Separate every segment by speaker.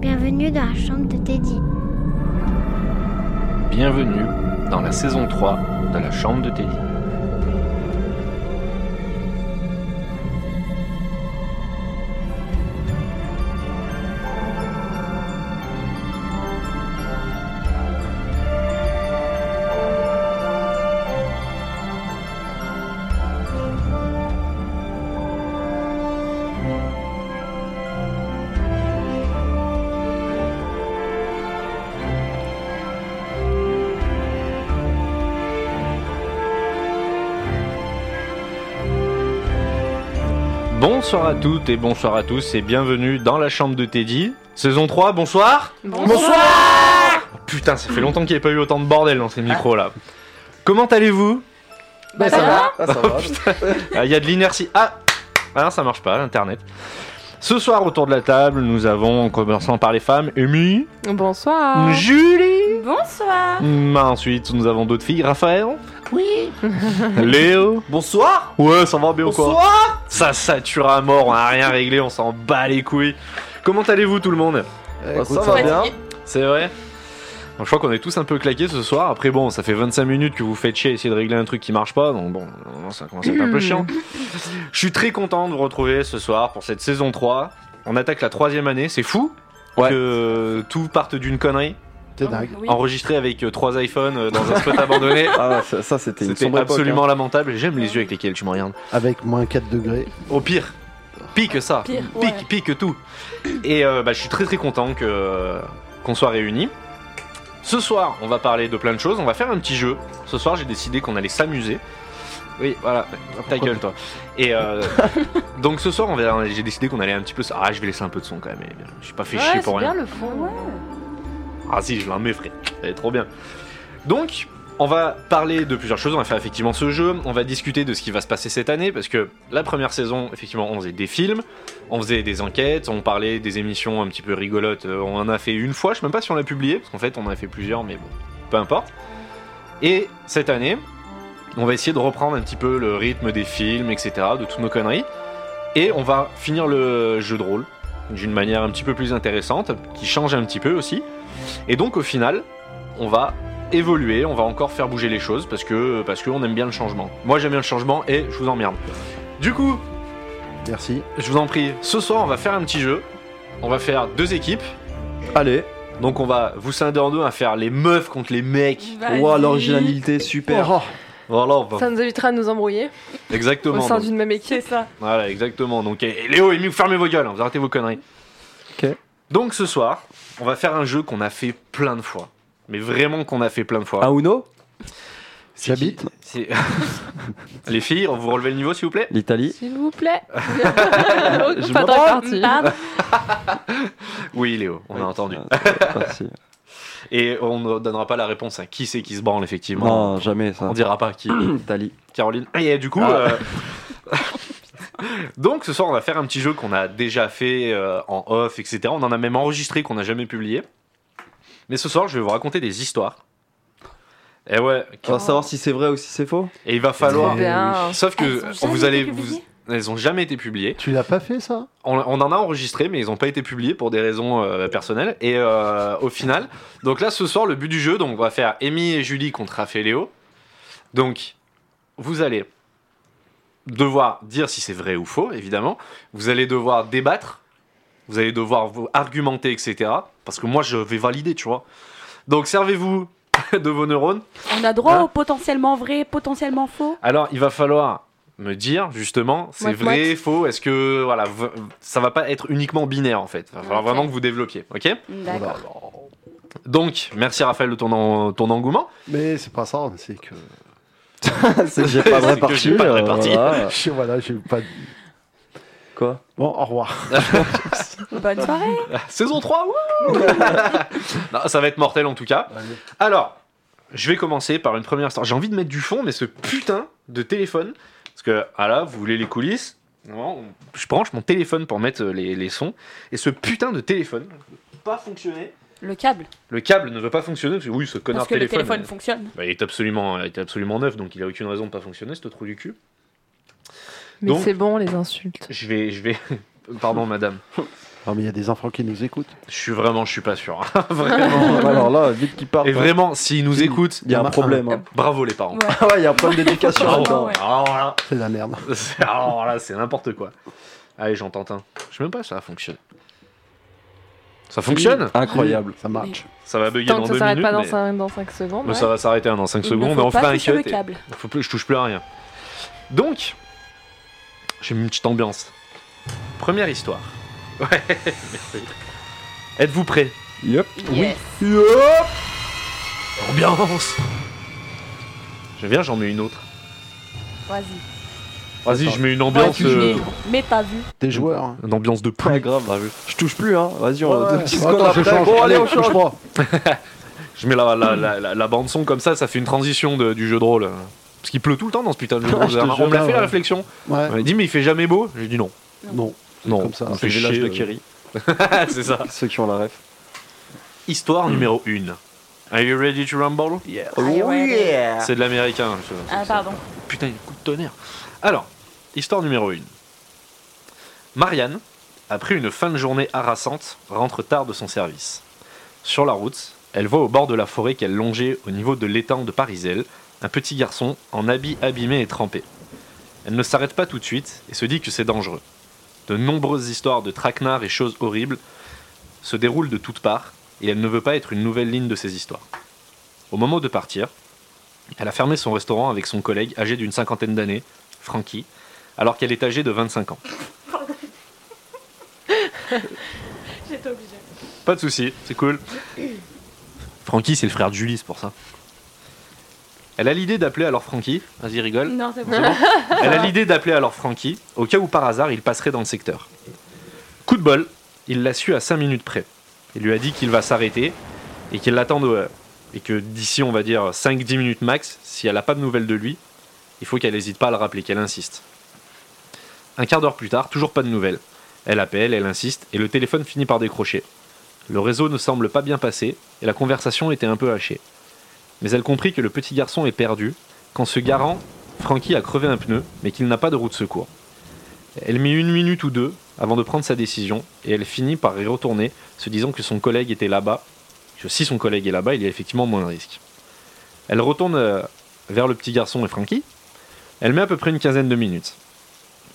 Speaker 1: bienvenue dans la chambre de Teddy.
Speaker 2: Bienvenue dans la saison 3 de la chambre de Teddy. Bonsoir à toutes et bonsoir à tous et bienvenue dans la chambre de Teddy. Saison 3, bonsoir Oh, Putain, ça fait longtemps qu'il n'y a pas eu autant de bordel dans ces micros là. Comment allez-vous
Speaker 3: Bah, ça va
Speaker 4: Ah, ça va.
Speaker 2: Ah, Il y a de l'inertie. Ah Ah non, ça marche pas, l'internet. Ce soir, autour de la table, nous avons, en commençant par les femmes, Amy,
Speaker 3: Bonsoir.
Speaker 2: Julie,
Speaker 3: Bonsoir.
Speaker 2: Hmm, ensuite nous avons d'autres filles, Raphaël, oui, Léo,
Speaker 4: Bonsoir
Speaker 2: ouais, ça va bien ou quoi
Speaker 4: Bonsoir
Speaker 2: Ça sature à mort, on a rien réglé, on s'en bat les couilles. Comment allez-vous tout le monde
Speaker 4: Bah,
Speaker 2: écoute,
Speaker 4: Ça
Speaker 2: ça va.
Speaker 4: va bien
Speaker 2: C'est vrai Donc, je crois qu'on est tous un peu claqués ce soir. Après, bon, ça fait 25 minutes que vous faites chier à essayer de régler un truc qui marche pas. Donc, bon, ça commence à être un peu chiant. Je suis très content de vous retrouver ce soir pour cette saison 3. On attaque la troisième année. C'est fou
Speaker 4: Ouais.
Speaker 2: que tout parte d'une connerie.
Speaker 4: T'es dingue.
Speaker 2: Enregistré avec euh, trois iPhones euh, dans un spot abandonné.
Speaker 4: Ah, ça, ça, c'était une
Speaker 2: C'était
Speaker 4: sombre époque, hein.
Speaker 2: absolument lamentable. J'aime les yeux avec lesquels tu me regardes.
Speaker 5: avec moins 4 degrés.
Speaker 2: Au pire. Pire que ça.
Speaker 3: Pire,
Speaker 2: Pique, pique tout. Et euh, bah, je suis très très content que qu'on soit réunis. Ce soir, on va parler de plein de choses. On va faire un petit jeu. Ce soir, j'ai décidé qu'on allait s'amuser. Oui, voilà. Ta gueule, toi. Et euh, donc ce soir, on va. J'ai décidé qu'on allait un petit peu. s- Ah, je vais laisser un peu de son quand même. mais Je suis pas fait chier pour rien.
Speaker 3: le fond.
Speaker 2: Ah si, je l'en mets, frère. Elle est trop bien. Donc, on va parler de plusieurs choses. On va faire effectivement ce jeu. On va discuter de ce qui va se passer cette année. Parce que la première saison, effectivement, on faisait des films. On faisait des enquêtes. On parlait des émissions un petit peu rigolotes. Euh, On en a fait une fois. Je sais même pas si on l'a publié. Parce qu'en fait, on en a fait plusieurs. Mais bon, peu importe. Et cette année, on va essayer de reprendre un petit peu le rythme des films, etc. De toutes nos conneries. Et on va finir le jeu de rôle d'une manière un petit peu plus intéressante, qui change un petit peu aussi. Et donc au final, on va évoluer, on va encore faire bouger les choses parce que parce qu'on aime bien le changement. Moi j'aime bien le changement et je vous emmerde. Du coup,
Speaker 5: Merci.
Speaker 2: je vous en prie, ce soir on va faire un petit jeu. On va faire deux équipes.
Speaker 4: Allez,
Speaker 2: Donc on va vous scinder en deux à faire les meufs contre les mecs.
Speaker 4: wow, l'originalité, super
Speaker 5: Oh,
Speaker 2: Voilà, on va-
Speaker 3: Ça nous évitera de nous embrouiller au
Speaker 2: exactement.
Speaker 3: sein
Speaker 2: donc-
Speaker 3: d'une même équipe. C'est ça.
Speaker 2: Voilà, exactement. Donc, et- et Léo et Miu, fermez vos gueules, hein, vous arrêtez vos conneries.
Speaker 4: Ok.
Speaker 2: Donc ce soir, on va faire un jeu qu'on a fait plein de fois. Mais vraiment qu'on a fait plein de fois.
Speaker 4: Un Uno
Speaker 2: C'est qui-
Speaker 5: J'habite.
Speaker 2: c'est- Les filles, vous relevez le niveau s'il vous plaît
Speaker 4: L'Italie
Speaker 3: S'il vous plaît.
Speaker 4: Je
Speaker 3: Pas
Speaker 4: me
Speaker 3: de partie.
Speaker 2: Oui Léo, on a
Speaker 4: Oui,
Speaker 2: entendu.
Speaker 5: Ah,
Speaker 4: ça, ça, Merci.
Speaker 2: Et on ne donnera pas la réponse à qui c'est qui se branle effectivement.
Speaker 4: Non, jamais ça.
Speaker 2: On dira pas qui.
Speaker 4: Italie.
Speaker 2: Caroline. Et du coup...
Speaker 4: Ah.
Speaker 2: euh, Donc ce soir on va faire un petit jeu qu'on a déjà fait euh, en off, etc. On en a même enregistré qu'on n'a jamais publié. Mais ce soir je vais vous raconter des histoires. Et ouais.
Speaker 4: On va savoir si c'est vrai ou si c'est faux
Speaker 2: Et il va falloir...
Speaker 3: Trop bien.
Speaker 2: Sauf que
Speaker 6: Elles ont
Speaker 2: vous
Speaker 6: jamais
Speaker 2: allez...
Speaker 6: été
Speaker 2: Vous...
Speaker 6: publiées
Speaker 2: Elles ont jamais été publiées.
Speaker 5: Tu l'as pas fait ça
Speaker 2: On, on en a enregistré, mais ils n'ont pas été publiés pour des raisons euh, personnelles. Et euh, au final, donc là ce soir, le but du jeu, donc on va faire Amy et Julie contre Raphaël et Léo. Donc vous allez devoir dire si c'est vrai ou faux, évidemment. Vous allez devoir débattre. Vous allez devoir vous argumenter, etc. Parce que moi, je vais valider, tu vois. Donc servez-vous de vos neurones.
Speaker 6: On a droit
Speaker 2: Hein
Speaker 6: au potentiellement vrai, potentiellement faux.
Speaker 2: Alors, il va falloir me dire justement, c'est
Speaker 3: Mouette,
Speaker 2: vrai,
Speaker 3: mouette.
Speaker 2: faux, est-ce que voilà, v- ça va pas être uniquement binaire en fait. Il va falloir
Speaker 6: Ok.
Speaker 2: vraiment que vous développiez, ok
Speaker 6: D'accord.
Speaker 2: Donc, merci Raphaël de ton, en- ton engouement.
Speaker 5: Mais c'est pas ça, c'est que.
Speaker 4: C'est que j'ai pas
Speaker 2: C'est
Speaker 4: vrai
Speaker 2: que
Speaker 4: parti.
Speaker 2: j'ai pas de vraie
Speaker 4: euh,
Speaker 2: partie.
Speaker 4: voilà.
Speaker 5: Je- Voilà, j'ai pas.
Speaker 4: Quoi
Speaker 5: Bon, au revoir.
Speaker 6: Bonne soirée.
Speaker 2: Saison 3, wouh Non, ça va être mortel en tout cas. Alors, je vais commencer par une première histoire. J'ai envie de mettre du fond, mais ce putain de téléphone, parce que ah là, vous voulez les coulisses Non, on- je branche mon téléphone pour mettre euh, les, les sons, et ce putain de téléphone ne veut pas fonctionner.
Speaker 6: Le câble.
Speaker 2: Le câble ne veut pas fonctionner parce que oui, ce connard
Speaker 6: Parce que
Speaker 2: téléphone.
Speaker 6: le téléphone
Speaker 2: euh,
Speaker 6: fonctionne.
Speaker 2: bah, il est absolument, il est absolument neuf, donc il a aucune raison de pas fonctionner, ce trou du cul.
Speaker 3: Mais
Speaker 2: Donc-
Speaker 3: c'est bon les insultes.
Speaker 2: Je vais, je vais. Pardon, madame.
Speaker 5: Non, mais il y a des enfants qui nous écoutent.
Speaker 2: Je suis vraiment, je suis pas sûr. hein. Vraiment.
Speaker 4: Alors là, vite qu'il part.
Speaker 2: Et vraiment, s'ils nous écoutent,
Speaker 4: Il y a un problème. hein.
Speaker 2: bravo les parents.
Speaker 4: Ah ouais, il y a un problème d'éducation
Speaker 2: Bravo.
Speaker 4: là-dedans.
Speaker 6: ouais.
Speaker 2: Alors là,
Speaker 5: Ah, C'est de la merde.
Speaker 2: c'est- alors là, c'est n'importe quoi. Allez, j'en tente un. Je sais même pas si ça fonctionne. Ça fonctionne
Speaker 4: Incroyable.
Speaker 5: Ça marche.
Speaker 2: Ça va bugger
Speaker 3: Tant
Speaker 2: dans
Speaker 3: que ça
Speaker 2: 2
Speaker 3: s'arrête
Speaker 2: minutes.
Speaker 3: pas dans,
Speaker 2: mais...
Speaker 3: 5, dans cinq secondes.
Speaker 2: mais
Speaker 3: ouais.
Speaker 2: ça va s'arrêter hein, dans 5
Speaker 6: Il ne
Speaker 2: secondes,
Speaker 6: faut
Speaker 2: mais on
Speaker 6: pas
Speaker 2: fera un
Speaker 6: toucher
Speaker 2: cut.
Speaker 6: le
Speaker 2: et-
Speaker 6: câble.
Speaker 2: Faut plus, je touche plus à rien. Donc, j'ai mis une petite ambiance. Première histoire. Ouais, merci. Êtes-vous prêts
Speaker 4: Yep.
Speaker 6: Yes.
Speaker 2: Ambiance J'aime bien, j'en mets une autre.
Speaker 6: Vas-y.
Speaker 2: Vas-y,
Speaker 4: Attends.
Speaker 2: je mets une ambiance.
Speaker 6: Vas-y,
Speaker 2: euh,
Speaker 6: mais- Mais t'as vu.
Speaker 5: Des joueurs. hein.
Speaker 2: une ambiance de
Speaker 4: Pas
Speaker 2: pluie.
Speaker 4: grave. Je touche plus, hein. Vas-y, on
Speaker 5: Ouais,
Speaker 4: deux
Speaker 5: ouais.
Speaker 4: petites secondes
Speaker 5: Attends, je
Speaker 4: après.
Speaker 5: change.
Speaker 4: Bon, allez, on
Speaker 5: je
Speaker 4: change.
Speaker 5: crois.
Speaker 2: Je mets la, la, la, la- la bande-son comme ça, ça fait une transition de- du jeu de rôle. Parce qu'il pleut tout le temps dans ce putain de jeu de
Speaker 4: Ah,
Speaker 2: rôle.
Speaker 4: je te
Speaker 2: On
Speaker 4: jure,
Speaker 2: me l'a fait la
Speaker 5: ouais.
Speaker 2: réflexion.
Speaker 5: Ouais.
Speaker 2: On m'a dit, mais il fait jamais beau J'ai dit non.
Speaker 5: Non.
Speaker 2: Non,
Speaker 5: comme ça.
Speaker 2: on
Speaker 4: C'est
Speaker 2: fait
Speaker 4: le village
Speaker 2: chier,
Speaker 4: de
Speaker 2: euh.
Speaker 4: Kerry.
Speaker 2: C'est ça.
Speaker 4: Ceux qui ont la ref.
Speaker 2: Histoire numéro 1. Are you ready to rumble
Speaker 6: Allez, ouais, allez.
Speaker 2: C'est de l'américain. je-
Speaker 6: Ah,
Speaker 2: c'est-
Speaker 6: pardon.
Speaker 2: Putain, il y a un coup de tonnerre. Alors, histoire numéro 1. Marianne, après une fin de journée harassante, rentre tard de son service. Sur la route, elle voit au bord de la forêt qu'elle longeait au niveau de l'étang de Parisel un petit garçon en habit abîmé et trempé. Elle ne s'arrête pas tout de suite et se dit que c'est dangereux. De nombreuses histoires de traquenards et choses horribles se déroulent de toutes parts et elle ne veut pas être une nouvelle ligne de ces histoires. Au moment de partir, elle a fermé son restaurant avec son collègue âgé d'une cinquantaine d'années, Frankie, alors qu'elle est âgée de 25 ans.
Speaker 6: J'étais obligée.
Speaker 2: Pas de souci, c'est cool. Frankie, c'est le frère de Julie, c'est pour ça. Elle a l'idée d'appeler alors Frankie. Vas-y, rigole.
Speaker 6: Non, c'est bon.
Speaker 2: C'est bon Elle a l'idée d'appeler alors Frankie, au cas où par hasard il passerait dans le secteur. Coup de bol, il l'a su à 5 minutes près. Il lui a dit qu'il va s'arrêter et qu'il l'attende au- et que d'ici, on va dire 5-10 minutes max, si elle n'a pas de nouvelles de lui, il faut qu'elle n'hésite pas à le rappeler, qu'elle insiste. Un quart d'heure plus tard, toujours pas de nouvelles. Elle appelle, elle insiste, et le téléphone finit par décrocher. Le réseau ne semble pas bien passer, et la conversation était un peu hachée. Mais elle comprit que le petit garçon est perdu, qu'en se garant, Frankie a crevé un pneu, mais qu'il n'a pas de roue de secours. Elle mit une minute ou deux avant de prendre sa décision, et elle finit par y retourner, se disant que son collègue était là-bas, que si son collègue est là-bas, il y a effectivement moins de risques. Elle retourne euh, vers le petit garçon et Frankie. Elle met à peu près une quinzaine de minutes.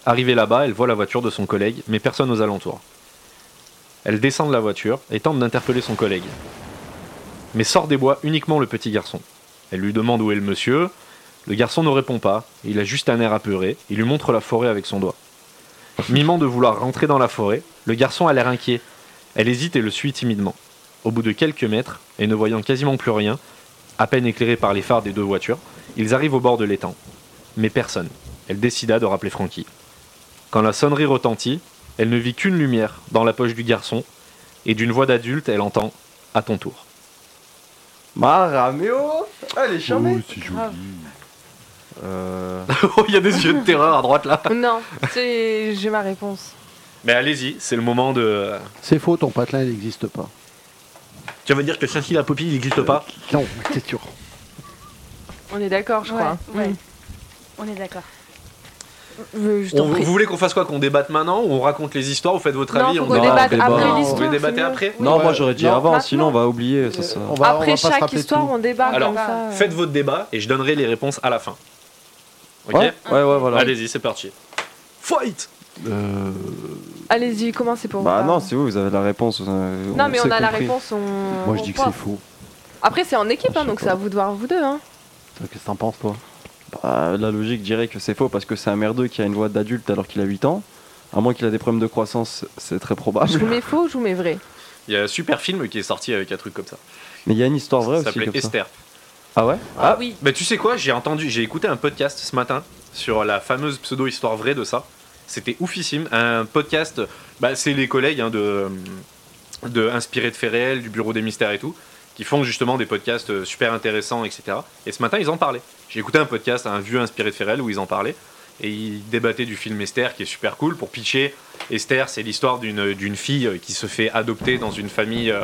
Speaker 2: Arrivée là-bas, elle voit la voiture de son collègue, mais personne aux alentours. Elle descend de la voiture et tente d'interpeller son collègue. Mais sort des bois uniquement le petit garçon. Elle lui demande où est le monsieur, le garçon ne répond pas, il a juste un air apeuré, il lui montre la forêt avec son doigt. Mimant de vouloir rentrer dans la forêt, le garçon a l'air inquiet. Elle hésite et le suit timidement. Au bout de quelques mètres, et ne voyant quasiment plus rien, à peine éclairés par les phares des deux voitures, ils arrivent au bord de l'étang. Mais personne. Elle décida de rappeler Frankie. Quand la sonnerie retentit, elle ne vit qu'une lumière dans la poche du garçon, et d'une voix d'adulte, elle entend À ton tour.
Speaker 4: Marameo Allez, jamais
Speaker 5: c'est
Speaker 6: Ah.
Speaker 4: Euh.
Speaker 2: oh, il y a des yeux de terreur à droite là
Speaker 3: Non, c'est- j'ai ma réponse.
Speaker 2: Mais allez-y, c'est le moment de. euh,
Speaker 5: C'est faux, ton patelin il n'existe pas.
Speaker 2: Tu veux dire que saint la Poppy n'existe pas
Speaker 5: Non, c'est sûr.
Speaker 3: Bah, On est d'accord, je
Speaker 6: Ouais,
Speaker 3: crois.
Speaker 6: ouais. Mm. On est d'accord.
Speaker 3: Euh, Je
Speaker 2: On-
Speaker 3: t'en prie.
Speaker 2: Vous voulez qu'on fasse quoi Qu'on débatte maintenant ou on raconte les histoires Vous faites votre
Speaker 3: Non,
Speaker 2: avis
Speaker 3: faut
Speaker 2: on
Speaker 3: qu'on
Speaker 4: Non,
Speaker 2: débat
Speaker 3: débatte
Speaker 4: on débat.
Speaker 3: après
Speaker 4: Non, on
Speaker 2: Vous
Speaker 3: l'histoire.
Speaker 2: voulez débattez
Speaker 3: sinon-
Speaker 2: après
Speaker 4: Non,
Speaker 5: ouais.
Speaker 4: moi j'aurais dit
Speaker 5: Non,
Speaker 4: avant,
Speaker 3: maintenant.
Speaker 4: sinon on va oublier, ça
Speaker 5: Euh,
Speaker 4: ça.
Speaker 5: on va- on va
Speaker 3: après
Speaker 5: pas se
Speaker 3: chaque
Speaker 5: rappeler
Speaker 3: histoire,
Speaker 5: tout.
Speaker 3: on débat
Speaker 2: Alors,
Speaker 3: comme ça. euh.
Speaker 2: Faites votre débat et je donnerai les réponses à la fin. Ok
Speaker 4: Ouais, ouais, ouais, voilà.
Speaker 2: Allez-y, c'est parti. Fight
Speaker 5: Euh,
Speaker 3: Allez-y, commencez pour
Speaker 4: Bah
Speaker 3: vous.
Speaker 4: non, c'est vous, vous avez la réponse. Non,
Speaker 3: Non, mais on a la réponse. On...
Speaker 5: moi
Speaker 3: on
Speaker 5: je dis que
Speaker 3: prend.
Speaker 5: c'est faux.
Speaker 3: Après, c'est en équipe,
Speaker 5: Ah,
Speaker 3: hein,
Speaker 5: je
Speaker 3: donc
Speaker 5: sais
Speaker 3: c'est
Speaker 5: pas.
Speaker 3: à vous de voir vous deux. Hein.
Speaker 5: Toi, Qu'est-ce que t'en penses toi
Speaker 4: Bah, la logique dirait que c'est faux parce que c'est un merdeux qui a une voix d'adulte alors qu'il a 8 ans. À moins qu'il a des problèmes de croissance, c'est très probable.
Speaker 3: Je vous mets faux, je vous mets vrai.
Speaker 2: Il y a un super film qui est sorti avec un truc comme ça.
Speaker 4: Mais il y a une histoire vraie
Speaker 2: Ça
Speaker 4: aussi
Speaker 2: s'appelait
Speaker 4: comme ça.
Speaker 2: Esther.
Speaker 4: Ah ouais
Speaker 6: Ah oui.
Speaker 2: Bah tu sais quoi, j'ai entendu, j'ai écouté un podcast ce matin sur la fameuse pseudo histoire vraie de ça. C'était oufissime, un podcast. Bah c'est les collègues hein, de de inspiré de faits réels, du bureau des mystères et tout, qui font justement des podcasts euh, super intéressants, etc. Et ce matin ils en parlaient. J'ai écouté un podcast, un vieux inspiré de faits réels où ils en parlaient et ils débattaient du film Esther qui est super cool pour pitcher. Esther, c'est l'histoire d'une d'une fille euh, qui se fait adopter dans une famille euh,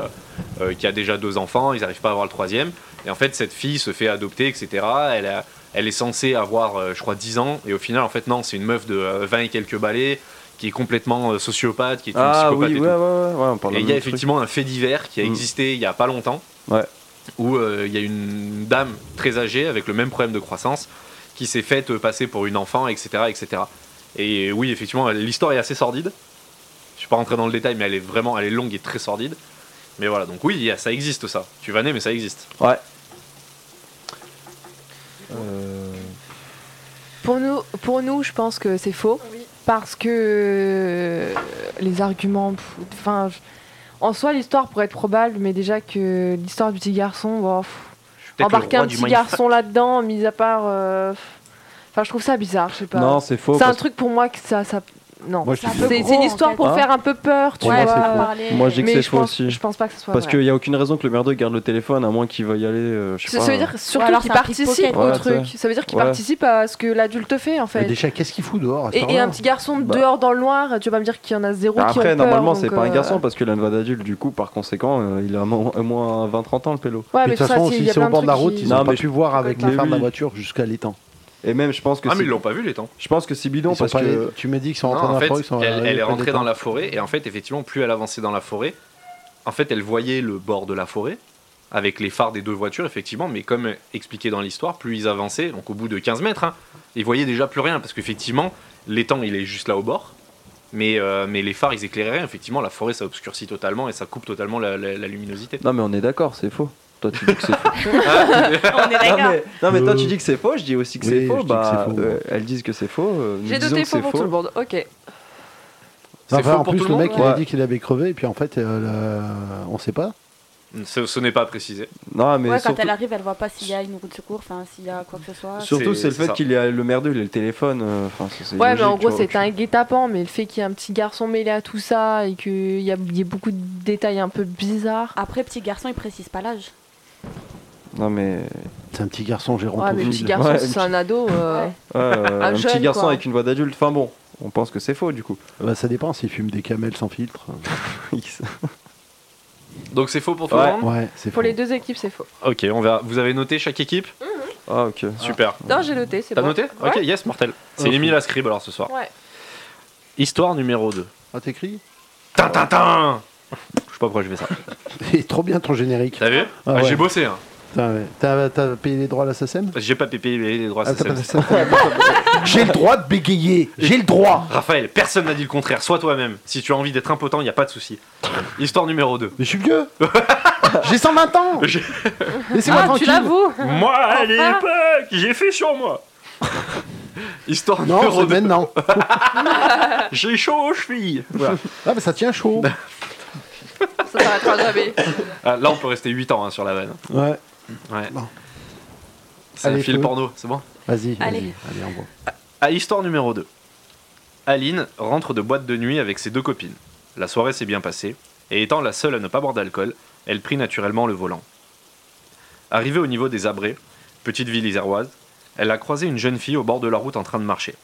Speaker 2: euh, qui a déjà deux enfants, ils n'arrivent pas à avoir le troisième. Et en fait, cette fille se fait adopter, etc. Elle, a- elle est censée avoir, euh, je crois, 10 ans. Et au final, en fait, non, c'est une meuf de euh, 20 et quelques balais qui est complètement euh, sociopathe, qui est une
Speaker 4: Ah
Speaker 2: psychopathe
Speaker 4: oui,
Speaker 2: et
Speaker 4: ouais, ouais,
Speaker 2: tout.
Speaker 4: ouais, ouais, on parle
Speaker 2: Et
Speaker 4: de
Speaker 2: il y a
Speaker 4: même truc.
Speaker 2: effectivement un fait divers qui a
Speaker 4: Mm.
Speaker 2: existé il y a pas longtemps,
Speaker 4: Ouais.
Speaker 2: où euh, il y a une dame très âgée avec le même problème de croissance qui s'est faite euh, passer pour une enfant, etc., etc. Et oui, effectivement, l'histoire est assez sordide. Je suis pas rentré dans le détail, mais elle est vraiment, elle est longue et très sordide. Mais voilà, donc oui, il y a- ça existe ça. Tu vas né, mais ça existe.
Speaker 4: Ouais.
Speaker 3: Euh, Pour nous, pour nous, je pense que c'est faux.
Speaker 6: Oui.
Speaker 3: Parce que euh, les arguments. pff, Enfin, je- en soi, l'histoire pourrait être probable, mais déjà que l'histoire du petit garçon. Bon, pff,
Speaker 2: Peut-être le
Speaker 3: embarquer
Speaker 2: roi
Speaker 3: un
Speaker 2: du
Speaker 3: petit
Speaker 2: mindfuck.
Speaker 3: garçon là-dedans, mis à part. euh, pff, Enfin, je trouve ça bizarre, je sais pas.
Speaker 4: Non, c'est faux.
Speaker 3: bah, c'est un
Speaker 4: parce-
Speaker 3: truc pour moi que ça. ça non.
Speaker 5: Moi, je
Speaker 6: C'est un
Speaker 5: te
Speaker 6: peu
Speaker 5: fais
Speaker 3: C'est
Speaker 6: gros,
Speaker 3: c'est une
Speaker 6: en
Speaker 3: histoire
Speaker 6: fait.
Speaker 3: pour
Speaker 4: Hein
Speaker 3: faire un peu peur, tu
Speaker 5: Pour
Speaker 6: Ouais,
Speaker 5: moi,
Speaker 3: vois.
Speaker 5: c'est faux.
Speaker 6: parler,
Speaker 4: Moi,
Speaker 6: euh,
Speaker 4: j'ai- que
Speaker 3: mais
Speaker 4: c'est
Speaker 3: je
Speaker 4: faux
Speaker 3: pense,
Speaker 4: aussi.
Speaker 3: je pense pas que ce soit
Speaker 4: Parce
Speaker 3: vrai.
Speaker 4: qu'il y a aucune raison que le merdeux garde le téléphone, à moins qu'il veuille y aller. euh, je sais
Speaker 3: Ça,
Speaker 4: pas.
Speaker 3: ça veut dire surtout
Speaker 6: alors
Speaker 3: qu'il
Speaker 6: c'est un pickpocket.
Speaker 3: participe au
Speaker 4: Ouais,
Speaker 3: truc.
Speaker 4: c'est-
Speaker 3: Ça veut dire qu'il
Speaker 4: ouais.
Speaker 3: participe à ce que l'adulte fait en
Speaker 5: Mais
Speaker 3: fait.
Speaker 5: déjà, qu'est-ce qu'il fout dehors à ce
Speaker 3: Et, et
Speaker 5: temps-là
Speaker 3: un petit garçon
Speaker 4: Bah.
Speaker 3: dehors dans le noir, tu vas pas me dire qu'il y en a zéro
Speaker 4: Bah
Speaker 3: qui ont
Speaker 4: après,
Speaker 3: peur,
Speaker 4: normalement,
Speaker 3: donc,
Speaker 4: c'est pas un
Speaker 3: euh,
Speaker 4: garçon parce qu'il a une voix d'adulte, du coup, par conséquent, euh, il a mo- au moins 20-30 ans le pélo.
Speaker 3: Ouais,
Speaker 5: Mais
Speaker 3: mais
Speaker 5: de toute
Speaker 3: ça,
Speaker 5: façon,
Speaker 3: c'est- il y
Speaker 5: s'ils
Speaker 3: a
Speaker 5: sont
Speaker 3: plein
Speaker 5: au
Speaker 3: de
Speaker 5: bord de la
Speaker 3: trucs
Speaker 5: route,
Speaker 3: qui-
Speaker 5: ils
Speaker 4: Non,
Speaker 5: ont pas
Speaker 4: mais
Speaker 5: pu voir avec
Speaker 3: Mais
Speaker 5: la fin de la
Speaker 4: oui.
Speaker 5: voiture jusqu'à l'étang.
Speaker 4: Et même, je pense que
Speaker 2: Ah mais
Speaker 4: c'est-
Speaker 2: ils l'ont pas vu les temps.
Speaker 4: je pense que c'est bidon
Speaker 5: Ils sont
Speaker 4: parce
Speaker 5: pas allés-
Speaker 4: que.
Speaker 5: Tu m'as dit qu'ils sont
Speaker 2: Non,
Speaker 5: rentrés dans
Speaker 2: en
Speaker 5: la
Speaker 2: fait,
Speaker 5: forêt, ils sont
Speaker 2: elle,
Speaker 5: arrivés
Speaker 2: elle est
Speaker 5: près
Speaker 2: rentrée
Speaker 5: des
Speaker 2: dans
Speaker 5: temps.
Speaker 2: la forêt et en fait, effectivement, plus elle avançait dans la forêt, en fait, elle voyait le bord de la forêt avec les phares des deux voitures, effectivement, mais comme expliqué dans l'histoire, plus ils avançaient, donc au bout de 15 mètres, hein, ils voyaient déjà plus rien parce qu'effectivement, l'étang, il est juste là au bord. Mais, euh, mais les phares, ils éclairaient rien. Effectivement, la forêt, ça obscurcit totalement et ça coupe totalement la, la- la luminosité.
Speaker 4: Non, mais on est d'accord, c'est faux. Toi, tu dis que c'est faux.
Speaker 6: On est
Speaker 4: non,
Speaker 6: d'accord.
Speaker 4: mais, non, mais toi,
Speaker 5: Euh,
Speaker 4: tu dis que c'est faux, je dis aussi que
Speaker 5: oui,
Speaker 4: c'est
Speaker 5: je
Speaker 4: faux.
Speaker 5: dis que
Speaker 4: Bah,
Speaker 5: c'est faux.
Speaker 4: euh, elles disent que c'est faux. euh, nous
Speaker 3: J'ai
Speaker 4: disons
Speaker 3: doté
Speaker 4: que
Speaker 3: faux
Speaker 4: c'est
Speaker 3: pour tout le
Speaker 4: faux.
Speaker 3: monde. Ok.
Speaker 2: C'est
Speaker 5: Enfin,
Speaker 2: faux
Speaker 5: en
Speaker 2: pour
Speaker 5: plus,
Speaker 2: tout
Speaker 5: le
Speaker 2: le
Speaker 5: mec,
Speaker 2: monde
Speaker 5: il a
Speaker 4: Ouais.
Speaker 5: dit qu'il avait crevé, et puis en fait, euh, le- on sait pas.
Speaker 2: Ce, ce n'est pas précisé.
Speaker 4: Non, mais
Speaker 6: Ouais, quand
Speaker 4: surtout,
Speaker 6: elle arrive, elle voit pas s'il y a une roue de secours, enfin s'il y a quoi que ce soit.
Speaker 4: surtout,
Speaker 2: C'est-
Speaker 4: c'est le
Speaker 2: c'est ça.
Speaker 4: fait qu'il ait le merdeux, il ait le téléphone. euh, Enfin, ça, c'est
Speaker 3: Ouais, mais
Speaker 4: logique,
Speaker 3: en
Speaker 4: tu
Speaker 3: gros,
Speaker 4: vois,
Speaker 3: c'est
Speaker 4: au
Speaker 3: un
Speaker 4: cul.
Speaker 3: guet-apens, mais le fait qu'il y ait un petit garçon mêlé à tout ça et qu'il y, a- il y ait beaucoup de détails un peu bizarres.
Speaker 6: Après, petit garçon, il précise pas l'âge.
Speaker 4: Non, mais.
Speaker 5: C'est un petit garçon
Speaker 3: Ouais, mais
Speaker 5: gérontophile.
Speaker 3: le petit garçon,
Speaker 4: Ouais,
Speaker 3: si c'est un ado. euh,
Speaker 6: Ouais.
Speaker 4: ouais, euh,
Speaker 3: Un
Speaker 4: un petit
Speaker 3: jeune,
Speaker 4: garçon
Speaker 3: quoi.
Speaker 4: avec une voix d'adulte. Enfin bon, on pense que c'est faux, du coup.
Speaker 5: Bah, ça dépend s'il fume des camels sans filtre.
Speaker 2: Donc c'est faux pour tout
Speaker 4: Ouais.
Speaker 2: le monde
Speaker 5: Ouais, c'est
Speaker 3: Pour Hein les
Speaker 5: faux.
Speaker 3: deux équipes, c'est faux.
Speaker 2: Ok, on verra. Vous avez noté chaque équipe
Speaker 4: Ah, ok.
Speaker 2: Super.
Speaker 3: Non, j'ai noté, c'est
Speaker 2: T'as
Speaker 3: bon.
Speaker 2: noté Ok, yes, mortel. C'est
Speaker 5: Ok.
Speaker 2: Emile la scribe alors ce soir.
Speaker 3: Ouais.
Speaker 2: Histoire numéro 2.
Speaker 5: Ah, t'écris
Speaker 2: Tintintin Je sais pas pourquoi je fais ça.
Speaker 5: C'est trop bien ton générique.
Speaker 2: T'as vu
Speaker 5: Ah
Speaker 2: Ah,
Speaker 5: ouais.
Speaker 2: J'ai bossé. Hein.
Speaker 5: Putain, ouais. T'as t'as payé les droits à la SACEM
Speaker 2: J'ai pas payé les droits.
Speaker 5: Ah,
Speaker 2: ça,
Speaker 5: t'as pas
Speaker 2: Ah, c'est-
Speaker 5: SACEM. J'ai le droit de bégayer. J'ai le droit.
Speaker 2: Raphaël, personne n'a dit le contraire. Sois toi-même. Si tu as envie d'être impotent, y a pas de souci. Histoire numéro 2.
Speaker 5: Mais je suis vieux. J'ai 120 ans.
Speaker 2: Je-
Speaker 5: Laissez-moi
Speaker 3: Ah, tu
Speaker 5: tranquille.
Speaker 3: l'avoues
Speaker 2: Moi, à l'époque, j'ai fait sur moi. Histoire
Speaker 5: Non,
Speaker 2: numéro
Speaker 5: c'est
Speaker 2: 2.
Speaker 5: maintenant.
Speaker 2: J'ai chaud aux chevilles. Voilà.
Speaker 5: Ah, mais ça tient chaud.
Speaker 3: Ça s'arrêtera jamais.
Speaker 2: Ah, là, on peut rester 8 ans hein, sur la vanne.
Speaker 5: Ouais.
Speaker 2: Ouais.
Speaker 5: Bon.
Speaker 2: C'est un
Speaker 5: Allez,
Speaker 2: film
Speaker 5: feu.
Speaker 2: porno, c'est bon
Speaker 5: Vas-y, vas-y.
Speaker 6: Allez.
Speaker 5: Allez, envoie.
Speaker 2: À histoire numéro 2. Aline rentre de boîte de nuit avec ses deux copines. La soirée s'est bien passée, et étant la seule à ne pas boire d'alcool, elle prit naturellement le volant. Arrivée au niveau des Abrés, petite ville iséroise, elle a croisé une jeune fille au bord de la route en train de marcher.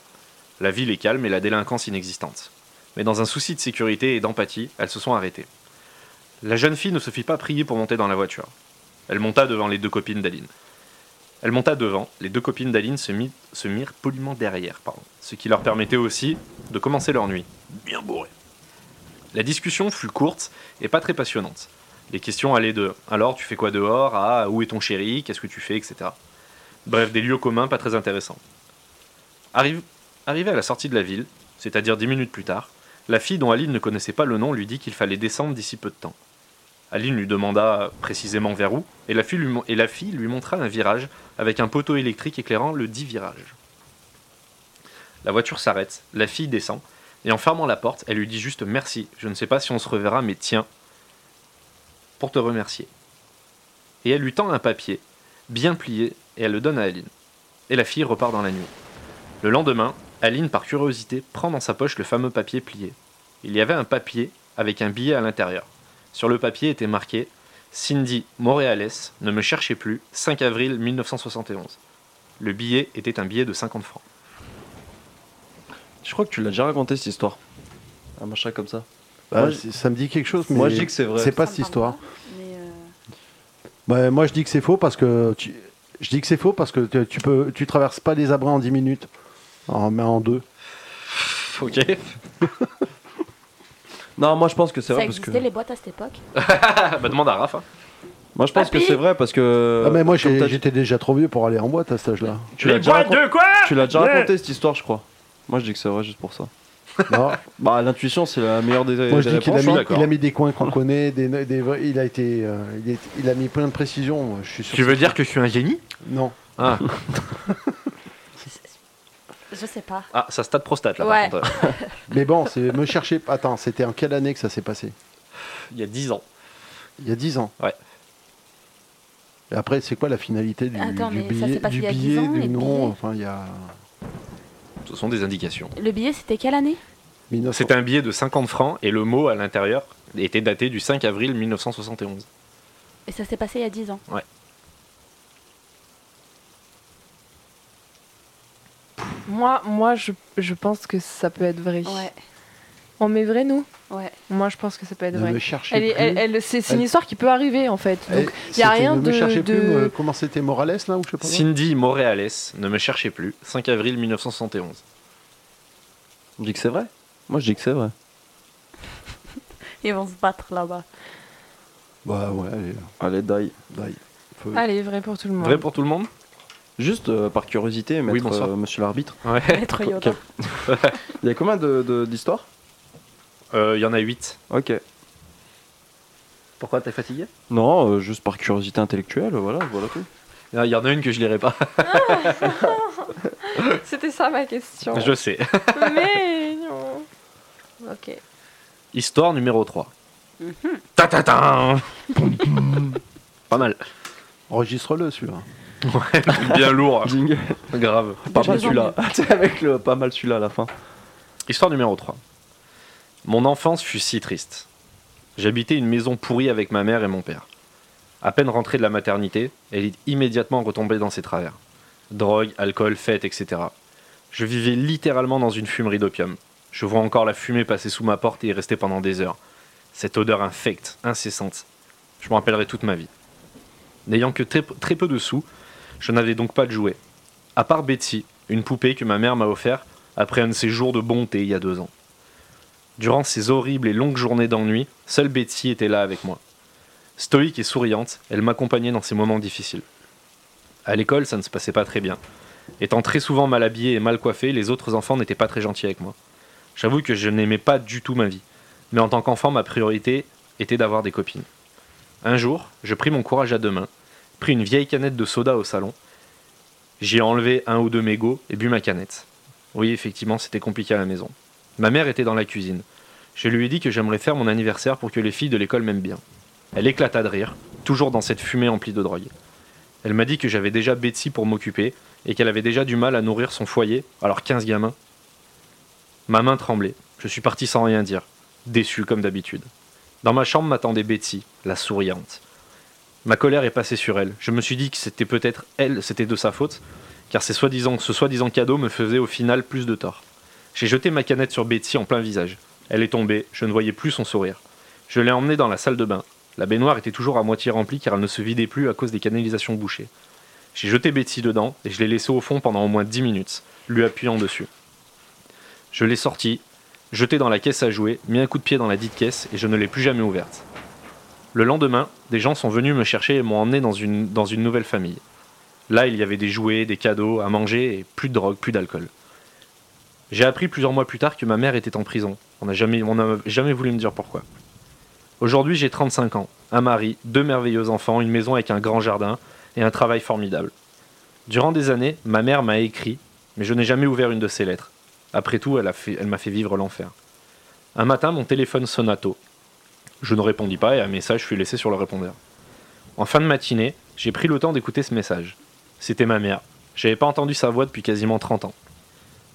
Speaker 2: La ville est calme et la délinquance inexistante. Mais dans un souci de sécurité et d'empathie, elles se sont arrêtées. La jeune fille ne se fit pas prier pour monter dans la voiture. Elle monta devant les deux copines d'Aline. Elle monta devant, les deux copines d'Aline se, mit- se mirent poliment derrière, pardon, ce qui leur permettait aussi de commencer leur nuit, bien bourré. La discussion fut courte et pas très passionnante. Les questions allaient de alors tu fais quoi dehors, à où est ton chéri, qu'est-ce que tu fais, etc. Bref, des lieux communs pas très intéressants. Arrive, arrivée à la sortie de la ville, c'est-à-dire dix minutes plus tard, la fille dont Aline ne connaissait pas le nom lui dit qu'il fallait descendre d'ici peu de temps. Aline lui demanda précisément vers où, et la fille lui mon- et la fille lui montra un virage avec un poteau électrique éclairant le dit virage. La voiture s'arrête, la fille descend, et en fermant la porte, elle lui dit juste merci, je ne sais pas si on se reverra, mais tiens, pour te remercier. Et elle lui tend un papier, bien plié, et elle le donne à Aline. Et la fille repart dans la nuit. Le lendemain, Aline, par curiosité, prend dans sa poche le fameux papier plié. Il y avait un papier avec un billet à l'intérieur. Sur le papier était marqué Cindy Montréales, ne me cherchez plus, 5 avril 1971. Le billet était un billet de 50 francs.
Speaker 4: Je crois que tu l'as déjà raconté cette histoire. Un machin comme ça.
Speaker 5: Bah,
Speaker 4: Moi, je-
Speaker 5: c'est- ça me dit quelque chose, mais
Speaker 4: Moi, je dis que c'est vrai.
Speaker 5: c'est pas
Speaker 6: Ça me
Speaker 5: cette
Speaker 6: parle
Speaker 5: histoire.
Speaker 6: Mais euh,
Speaker 5: Bah, moi, je dis que c'est faux parce que tu... je dis que c'est faux parce que tu, tu peux, tu traverses pas les abris en 10 minutes, en, mais en deux.
Speaker 2: ok.
Speaker 4: Non, moi je pense que c'est
Speaker 6: Ça
Speaker 4: vrai parce que.
Speaker 6: existait les boîtes à cette époque
Speaker 2: Ah, bah demande à Raph. hein.
Speaker 4: Moi je pense que c'est vrai parce que.
Speaker 5: Ah, mais moi,
Speaker 4: Euh, comme
Speaker 5: j'ai-
Speaker 4: t'as-
Speaker 5: j'étais déjà trop vieux pour aller en boîte à cet âge-là.
Speaker 4: tu l'as
Speaker 2: Les
Speaker 4: déjà,
Speaker 2: boîtes
Speaker 4: racont-
Speaker 2: de quoi
Speaker 4: tu l'as déjà
Speaker 2: Ouais.
Speaker 4: raconté cette histoire, je crois. Moi je dis que c'est vrai juste pour ça.
Speaker 5: Non.
Speaker 4: Bah l'intuition c'est la meilleure des,
Speaker 5: Moi,
Speaker 4: des
Speaker 5: je dis qu'il a,
Speaker 4: réponses,
Speaker 5: mis-
Speaker 4: hein.
Speaker 2: d'accord.
Speaker 5: il a mis des coins qu'on connaît, des, des vrais- il, a été, euh, il, est- il a mis plein de précisions. moi, Je suis sûr
Speaker 2: Tu
Speaker 5: que-
Speaker 2: veux dire que je suis un génie
Speaker 5: Non.
Speaker 2: ah.
Speaker 6: Je sais pas.
Speaker 2: ah, ça se tâte prostate là
Speaker 6: Ouais.
Speaker 2: par contre.
Speaker 5: Mais bon, c'est me chercher. Attends, c'était en quelle année que ça s'est passé
Speaker 2: Il y a 10 ans.
Speaker 5: Il y a 10 ans.
Speaker 2: Ouais.
Speaker 5: Et après, c'est quoi la finalité du,
Speaker 6: Attends,
Speaker 5: du
Speaker 6: mais ça s'est
Speaker 5: billet,
Speaker 6: passé
Speaker 5: du
Speaker 6: il y a 10
Speaker 5: billet,
Speaker 6: ans,
Speaker 5: du
Speaker 6: les
Speaker 5: nom
Speaker 6: billets
Speaker 5: Enfin, il y a.
Speaker 2: Ce sont des indications.
Speaker 6: Le billet, c'était quelle année
Speaker 5: 1900.
Speaker 2: C'était un billet de 50 francs et le mot à l'intérieur était daté du 5 avril 1971.
Speaker 6: Et ça s'est passé il y a 10 ans.
Speaker 2: Ouais.
Speaker 3: Moi, moi je, je pense que ça peut être vrai.
Speaker 6: Ouais,
Speaker 3: On met vrai, nous
Speaker 6: ouais.
Speaker 3: Moi, je pense que ça peut être
Speaker 5: Ne
Speaker 3: vrai.
Speaker 5: me cherchez
Speaker 3: Elle est-
Speaker 5: plus.
Speaker 3: elle- elle- c'est c'est une
Speaker 5: Elle-
Speaker 3: histoire qui peut arriver, en fait.
Speaker 5: Eh,
Speaker 3: Donc, y a
Speaker 5: c'était
Speaker 3: rien
Speaker 5: ne me
Speaker 3: de-
Speaker 5: cherchez plus,
Speaker 3: de-
Speaker 5: euh, comment c'était Morales là ou je sais pas.
Speaker 2: Cindy Morales, ne me cherchez plus, 5 avril 1971.
Speaker 4: Je dis que c'est vrai. Moi je dis que c'est vrai.
Speaker 6: Ils vont se battre là-bas.
Speaker 5: Bah ouais, allez,
Speaker 4: Allez, die.
Speaker 5: bye. Faut-
Speaker 3: Allez, vrai pour tout le monde.
Speaker 2: Vrai pour tout le monde
Speaker 4: Juste euh, par curiosité, maître,
Speaker 2: bonsoir.
Speaker 4: euh, monsieur l'arbitre.
Speaker 2: Ouais.
Speaker 6: Maître Yoda.
Speaker 4: Ok. Il y a combien de- de- d'histoires
Speaker 2: Euh, Il y en a 8.
Speaker 4: Ok.
Speaker 2: Pourquoi t'es fatigué
Speaker 4: Non, euh, juste par curiosité intellectuelle, voilà, voilà tout.
Speaker 2: Il y en a une que je lirai pas.
Speaker 3: C'était ça ma question.
Speaker 2: Je sais.
Speaker 3: Mais non. Ok.
Speaker 2: Histoire numéro 3.
Speaker 6: Mhm.
Speaker 2: Ta ta ta Pas mal.
Speaker 5: Enregistre-le celui-là.
Speaker 2: Bien lourd.
Speaker 5: Ah.
Speaker 4: Jingle.
Speaker 2: Grave.
Speaker 4: Pas
Speaker 6: Déjà
Speaker 4: mal celui-là. Tu sais, avec le pas mal celui-là à la fin.
Speaker 2: Histoire numéro 3. Mon enfance fut si triste. J'habitais une maison pourrie avec ma mère et mon père. À peine rentrée de la maternité, elle est immédiatement retombée dans ses travers. Drogue, alcool, fête, etc. Je vivais littéralement dans une fumerie d'opium. Je vois encore la fumée passer sous ma porte et y rester pendant des heures. Cette odeur infecte, incessante. Je m'en rappellerai toute ma vie. N'ayant que très, très peu de sous, je n'avais donc pas de jouets. À part Betsy, une poupée que ma mère m'a offert après un de ses jours de bonté il y a deux ans. Durant ces horribles et longues journées d'ennui, seule Betsy était là avec moi. Stoïque et souriante, elle m'accompagnait dans ces moments difficiles. À l'école, ça ne se passait pas très bien. Étant très souvent mal habillé et mal coiffé, les autres enfants n'étaient pas très gentils avec moi. J'avoue que je n'aimais pas du tout ma vie, mais en tant qu'enfant, ma priorité était d'avoir des copines. Un jour, je pris mon courage à deux mains, pris une vieille canette de soda au salon, j'y ai enlevé un ou deux mégots et bu ma canette. Oui, effectivement, c'était compliqué à la maison. Ma mère était dans la cuisine. Je lui ai dit que j'aimerais faire mon anniversaire pour que les filles de l'école m'aiment bien. Elle éclata de rire, toujours dans cette fumée emplie de drogue. Elle m'a dit que j'avais déjà Betsy pour m'occuper et qu'elle avait déjà du mal à nourrir son foyer, alors 15 gamins. Ma main tremblait. Je suis parti sans rien dire, déçu comme d'habitude. Dans ma chambre m'attendait Betsy, la souriante. Ma colère est passée sur elle. Je me suis dit que c'était peut-être elle, c'était de sa faute, car ces soi-disant- ce soi-disant cadeau me faisait au final plus de tort. J'ai jeté ma canette sur Betty en plein visage. Elle est tombée, je ne voyais plus son sourire. Je l'ai emmenée dans la salle de bain. La baignoire était toujours à moitié remplie car elle ne se vidait plus à cause des canalisations bouchées. J'ai jeté Betty dedans et je l'ai laissée au fond pendant au moins 10 minutes, lui appuyant dessus. Je l'ai sortie, jetée dans la caisse à jouer, mis un coup de pied dans la dite caisse et je ne l'ai plus jamais ouverte. Le lendemain, des gens sont venus me chercher et m'ont emmené dans une, dans une nouvelle famille. Là, il y avait des jouets, des cadeaux, à manger et plus de drogue, plus d'alcool. J'ai appris plusieurs mois plus tard que ma mère était en prison. On n'a jamais, on n'a jamais voulu me dire pourquoi. Aujourd'hui, j'ai 35 ans, un mari, deux merveilleux enfants, une maison avec un grand jardin et un travail formidable. Durant des années, ma mère m'a écrit, mais je n'ai jamais ouvert une de ses lettres. Après tout, elle a fait- elle m'a fait vivre l'enfer. Un matin, mon téléphone sonna tôt. Je ne répondis pas et un message fut laissé sur le répondeur. En fin de matinée, j'ai pris le temps d'écouter ce message. C'était ma mère. J'avais pas entendu sa voix depuis quasiment 30 ans.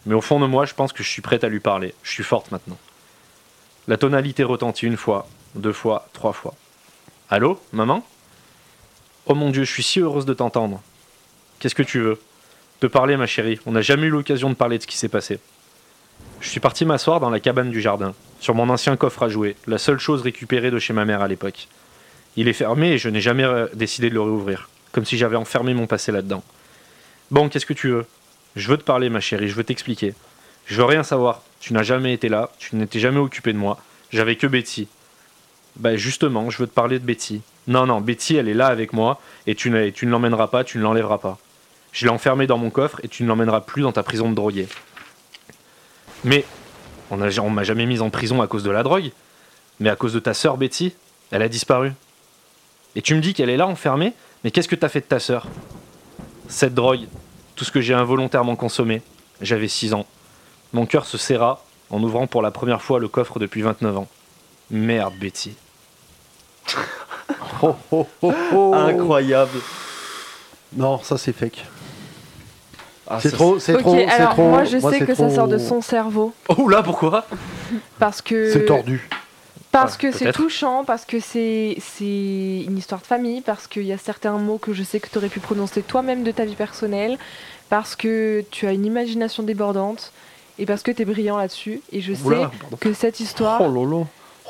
Speaker 2: Mais au fond de moi, je pense que je suis prête à lui parler. Je suis forte maintenant. La tonalité retentit une fois, deux fois, trois fois. Allô, maman Oh mon Dieu, je suis si heureuse de t'entendre. Qu'est-ce que tu veux De parler, ma chérie. On n'a jamais eu l'occasion de parler de ce qui s'est passé. Je suis parti m'asseoir dans la cabane du jardin, sur mon ancien coffre à jouets, la seule chose récupérée de chez ma mère à l'époque. Il est fermé et je n'ai jamais euh, décidé de le réouvrir, comme si j'avais enfermé mon passé là-dedans. Bon, qu'est-ce que tu veux Je veux te parler, ma chérie, je veux t'expliquer. Je veux rien savoir. Tu n'as jamais été là. Tu n'étais jamais occupé de moi. J'avais que Betty. Bah justement, je veux te parler de Betty. Non, non, Betty, elle est là avec moi et tu ne, tu ne l'emmèneras pas, tu ne l'enlèveras pas. Je l'ai enfermée dans mon coffre et tu ne l'emmèneras plus dans ta prison de drogué. Mais on a- on m'a jamais mise en prison à cause de la drogue, mais à cause de ta sœur Betty, elle a disparu. Et tu me dis qu'elle est là enfermée, mais qu'est-ce que t'as fait de ta sœur Cette drogue, tout ce que j'ai involontairement consommé, j'avais 6 ans. Mon cœur se serra en ouvrant pour la première fois le coffre depuis 29 ans. Merde Betty.
Speaker 5: Oh, oh, oh, oh.
Speaker 4: Incroyable.
Speaker 5: Non, ça c'est fake.
Speaker 4: Ah,
Speaker 5: c'est
Speaker 4: ça,
Speaker 5: trop, c'est
Speaker 3: Ok,
Speaker 5: trop, c'est
Speaker 3: alors
Speaker 5: trop.
Speaker 3: moi je sais
Speaker 5: c'est
Speaker 3: que ça
Speaker 5: trop-
Speaker 3: sort de son cerveau
Speaker 2: Oh là, pourquoi
Speaker 3: parce que
Speaker 5: C'est tordu.
Speaker 3: parce
Speaker 2: Ouais,
Speaker 3: que c'est
Speaker 2: peut-être.
Speaker 3: touchant, parce que c'est c'est une histoire de famille, parce qu'il y a certains mots que je sais que tu aurais pu prononcer toi-même de ta vie personnelle, parce que tu as une imagination débordante et parce que tu es brillant là-dessus et je sais
Speaker 5: Oula, pardon.
Speaker 3: que cette histoire
Speaker 5: Oh lolo.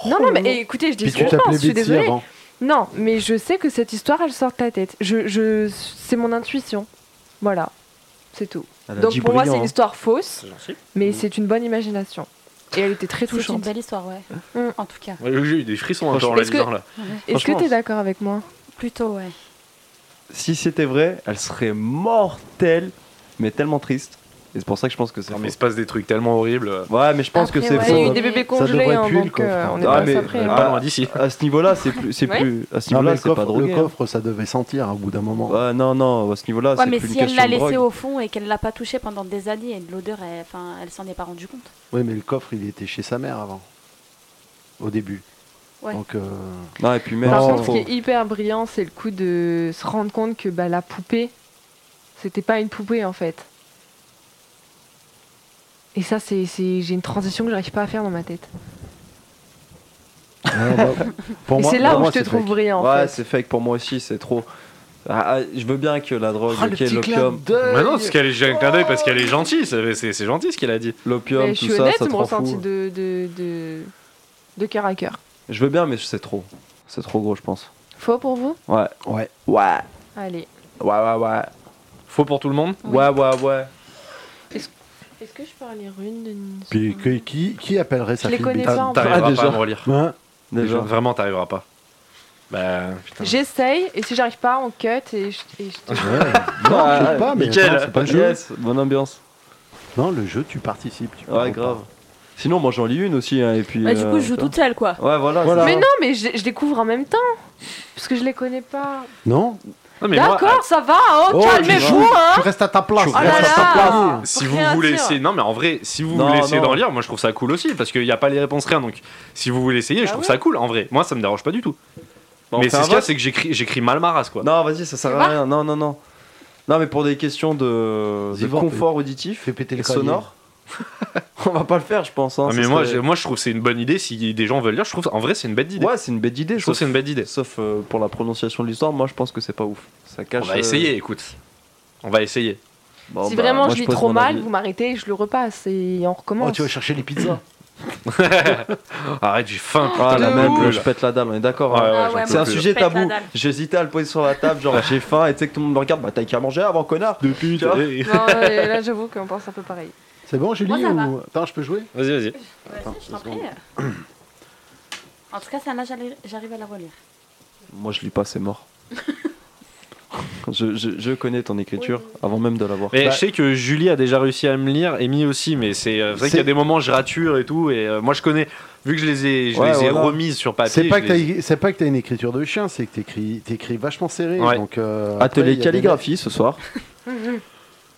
Speaker 3: Non non mais eh, écoutez, je dis
Speaker 5: Puis
Speaker 3: ce que
Speaker 5: tu
Speaker 3: je pense,
Speaker 5: t'appelais
Speaker 3: je suis
Speaker 5: Betty
Speaker 3: désolée.
Speaker 5: avant.
Speaker 3: Non, mais je sais que cette histoire elle sort de ta tête. Je, je c'est mon intuition. Voilà. C'est tout.
Speaker 4: Elle a
Speaker 3: Donc
Speaker 4: dit
Speaker 3: pour moi c'est
Speaker 4: brillant, hein.
Speaker 3: une histoire fausse,
Speaker 2: gentil.
Speaker 3: mais c'est une bonne imagination. Et elle était très
Speaker 6: C'est une
Speaker 3: touchante.
Speaker 6: belle histoire, ouais.
Speaker 3: Mm.
Speaker 6: En tout cas.
Speaker 2: J'ai eu des frissons un peu en la
Speaker 3: Franchement,
Speaker 2: lisant là.
Speaker 3: Est-ce que
Speaker 4: franchement,
Speaker 3: t'es d'accord avec moi
Speaker 6: Plutôt, ouais.
Speaker 4: hein. Si c'était vrai, elle serait mortelle, mais tellement triste. Et c'est pour ça que je pense que c'est
Speaker 2: Non,
Speaker 4: faux.
Speaker 2: mais il se passe des trucs tellement horribles. euh,
Speaker 4: Ouais, mais je pense que
Speaker 6: Après,
Speaker 4: c'est
Speaker 6: ouais.
Speaker 3: Il y a eu
Speaker 4: faux.
Speaker 6: Ouais.
Speaker 3: des bébés
Speaker 5: Ça devrait
Speaker 3: congelés, hein,
Speaker 5: puer le
Speaker 3: donc
Speaker 5: coffre,
Speaker 3: euh, on est
Speaker 4: Ah,
Speaker 3: pas
Speaker 4: mais-
Speaker 3: après.
Speaker 2: Pas
Speaker 4: Ah.
Speaker 2: loin d'ici.
Speaker 4: À ce niveau-là, c'est plus, c'est
Speaker 3: Ouais.
Speaker 4: plus. À ce
Speaker 5: Non, mais
Speaker 4: niveau-là,
Speaker 5: le
Speaker 4: c'est pas
Speaker 5: coffre,
Speaker 4: drogué.
Speaker 5: le
Speaker 4: hein.
Speaker 5: coffre, ça devait sentir hein, au bout d'un moment.
Speaker 4: Ouais, non, non, à ce niveau-là,
Speaker 6: Ouais,
Speaker 4: c'est
Speaker 6: mais
Speaker 4: plus une
Speaker 6: si elle
Speaker 4: question
Speaker 6: l'a
Speaker 4: de
Speaker 6: laissé
Speaker 4: drogue.
Speaker 6: au fond et qu'elle l'a pas touché pendant des années, et de l'odeur, elle, enfin, elle s'en est pas rendue compte.
Speaker 5: Oui, mais le coffre, il était chez sa mère avant. Au début.
Speaker 6: Ouais.
Speaker 5: Donc, euh,
Speaker 4: Non, et puis même.
Speaker 3: Par
Speaker 5: Non,
Speaker 3: contre, ce
Speaker 5: faux.
Speaker 3: qui est hyper brillant, c'est le coup de se rendre compte que bah, la poupée, c'était pas une poupée en fait. Et ça, c'est, c'est- j'ai une transition que j'arrive pas à faire dans ma tête.
Speaker 5: non, bah, pour
Speaker 3: Et
Speaker 5: moi,
Speaker 3: c'est là
Speaker 5: pour
Speaker 3: où
Speaker 5: moi,
Speaker 3: je te
Speaker 5: c'est
Speaker 3: trouve
Speaker 5: fake.
Speaker 3: brillant en
Speaker 4: Ouais,
Speaker 3: fait.
Speaker 4: c'est fake pour moi aussi, c'est trop. Ah, ah, je veux bien que la drogue,
Speaker 5: Ah, le
Speaker 4: ok,
Speaker 5: petit clin
Speaker 4: l'opium,
Speaker 5: d'œil.
Speaker 2: Mais non, parce qu'elle est j'ai un clin d'œil parce qu'elle est gentille. ça- C'est c'est gentil ce qu'elle a dit.
Speaker 4: l'opium,
Speaker 3: Mais je
Speaker 4: tout
Speaker 3: suis
Speaker 4: ça,
Speaker 3: honnête,
Speaker 4: ça te
Speaker 3: mon
Speaker 4: rend
Speaker 3: ressenti
Speaker 4: fou.
Speaker 3: de, de, de, de cœur à cœur.
Speaker 4: Je veux bien, mais c'est trop. C'est trop gros, je pense.
Speaker 3: Faux pour vous
Speaker 4: Ouais.
Speaker 5: Ouais.
Speaker 4: Ouais.
Speaker 3: Allez.
Speaker 4: Ouais, ouais, ouais.
Speaker 2: Faux pour tout le monde
Speaker 6: Oui.
Speaker 4: Ouais, ouais, ouais.
Speaker 3: Est-ce que je peux en lire une
Speaker 5: Puis que- qui, qui appellerait sa
Speaker 3: les
Speaker 5: fille
Speaker 3: connais
Speaker 5: Betty
Speaker 3: pas.
Speaker 2: T'arriveras
Speaker 3: en
Speaker 4: Ah,
Speaker 2: pas
Speaker 4: déjà.
Speaker 2: à me relire.
Speaker 5: Hein
Speaker 2: Déjà.
Speaker 4: Déjà.
Speaker 2: Vraiment, t'arriveras pas. Bah, putain.
Speaker 3: J'essaye, et si j'arrive pas, on cut et je, et je te-
Speaker 5: Ouais. Non,
Speaker 4: Ouais,
Speaker 5: je
Speaker 4: ouais.
Speaker 5: sais pas, mais
Speaker 2: Nickel.
Speaker 5: attends, c'est pas le jeu.
Speaker 4: Yes, bonne ambiance.
Speaker 5: Non, le jeu, tu participes. tu
Speaker 4: Ouais,
Speaker 5: parles
Speaker 4: grave.
Speaker 5: pas.
Speaker 4: Sinon, moi j'en lis une aussi, hein, et puis.
Speaker 6: Ouais, Bah, du
Speaker 4: euh,
Speaker 6: coup, je joue
Speaker 4: tu vois.
Speaker 6: toute seule, quoi.
Speaker 4: Ouais, voilà.
Speaker 5: Voilà.
Speaker 4: c'est
Speaker 3: Mais
Speaker 4: ça.
Speaker 3: non, mais je, je découvre en même temps. Parce que je les connais pas.
Speaker 5: Non
Speaker 2: Non, mais moi,
Speaker 3: D'accord, ça va, hein,
Speaker 5: Oh, tu
Speaker 3: calmez-vous,
Speaker 5: joues,
Speaker 3: hein
Speaker 5: tu restes à ta place.
Speaker 2: Tu
Speaker 3: Oh là
Speaker 5: reste à ta
Speaker 3: là.
Speaker 5: place.
Speaker 3: Faut
Speaker 2: si vous
Speaker 3: rien
Speaker 2: voulez
Speaker 3: dire.
Speaker 2: essayer, non mais en vrai, si vous
Speaker 4: Non,
Speaker 2: voulez essayer
Speaker 4: non.
Speaker 2: d'en lire, moi je trouve ça cool aussi parce qu'il n'y a pas les réponses rien donc si vous voulez essayer, je
Speaker 3: Ah
Speaker 2: trouve
Speaker 3: ouais.
Speaker 2: ça cool en vrai. Moi ça me dérange pas du tout.
Speaker 4: Bon, on
Speaker 2: mais
Speaker 4: fait
Speaker 2: c'est
Speaker 4: un
Speaker 2: ce qu'il y a,
Speaker 4: vote
Speaker 2: c'est que j'écris, j'écris mal ma race quoi.
Speaker 4: Non, vas-y, ça sert à
Speaker 3: voir.
Speaker 4: rien. Non, non, non. Non, mais pour des questions de, de
Speaker 5: Vas-y, va,
Speaker 4: confort auditif
Speaker 5: Fais péter
Speaker 4: et
Speaker 5: le
Speaker 4: sonore, on va pas le faire, je pense. hein,
Speaker 2: Ah,
Speaker 4: ça
Speaker 2: mais moi,
Speaker 4: serait-
Speaker 2: je- moi je trouve que c'est une bonne idée si des gens veulent lire, je trouve en vrai c'est une bête idée.
Speaker 4: Ouais, c'est une bête idée,
Speaker 2: je trouve que
Speaker 4: sauf,
Speaker 2: c'est une bête idée.
Speaker 4: sauf euh, pour la prononciation de l'histoire, moi je pense que c'est pas ouf. Ça
Speaker 2: On
Speaker 4: cache.
Speaker 2: va
Speaker 4: euh,
Speaker 2: essayer, écoute. On va essayer.
Speaker 4: bon,
Speaker 3: si
Speaker 4: bah,
Speaker 3: vraiment
Speaker 4: moi,
Speaker 3: je lis
Speaker 4: pose
Speaker 3: trop
Speaker 4: mon
Speaker 3: mal,
Speaker 4: avis.
Speaker 3: vous m'arrêtez et je le repasse et on recommence.
Speaker 5: Oh, tu vas chercher les pizzas.
Speaker 2: Oh, Arrête, j'ai faim.
Speaker 4: Ah,
Speaker 2: putain,
Speaker 4: la
Speaker 2: j'en
Speaker 4: même,
Speaker 2: peux
Speaker 4: je
Speaker 2: plus.
Speaker 4: pète la dalle, on est d'accord.
Speaker 2: Ouais,
Speaker 4: hein.
Speaker 2: ouais,
Speaker 6: Ah
Speaker 2: j'en
Speaker 6: ouais,
Speaker 2: peux
Speaker 4: C'est un
Speaker 2: plus.
Speaker 4: sujet
Speaker 6: Je pète la
Speaker 4: tabou.
Speaker 6: dalle.
Speaker 4: J'hésitais à le poser sur la table, genre j'ai faim et tu sais que tout le monde me regarde, bah t'as qu'à manger avant, connard.
Speaker 2: Depuis.
Speaker 4: Tu vois
Speaker 2: t'es-
Speaker 3: Non, mais là j'avoue qu'on pense un peu pareil.
Speaker 5: C'est bon, Julie
Speaker 6: Moi, ça va.
Speaker 5: ou... Attends, je peux jouer
Speaker 2: Vas-y, vas-y.
Speaker 5: Attends,
Speaker 6: Vas-y, je t'en
Speaker 5: deux secondes.
Speaker 6: prie. En tout cas, celle-là, j'allais- j'arrive à la relire.
Speaker 4: Moi je lis pas, c'est mort. je, je- je connais ton écriture avant même de l'avoir.
Speaker 2: Mais
Speaker 5: Bah-
Speaker 2: je sais que Julie a déjà réussi à me lire, Amy aussi, mais c'est euh, vrai qu'il y a
Speaker 5: C'est-
Speaker 2: des moments où je rature et tout, et euh, moi je connais, vu que je les ai, je
Speaker 4: Ouais,
Speaker 2: les ai
Speaker 4: voilà.
Speaker 2: remises sur papier.
Speaker 5: C'est pas,
Speaker 2: Bah, je
Speaker 5: que
Speaker 2: les-
Speaker 5: t'as- c'est pas que t'as une écriture de chien, c'est que t'écris t'écris vachement serré.
Speaker 2: Ouais.
Speaker 5: Donc, euh, après, il
Speaker 4: Atelier
Speaker 5: y a des-
Speaker 4: calligraphie ce soir.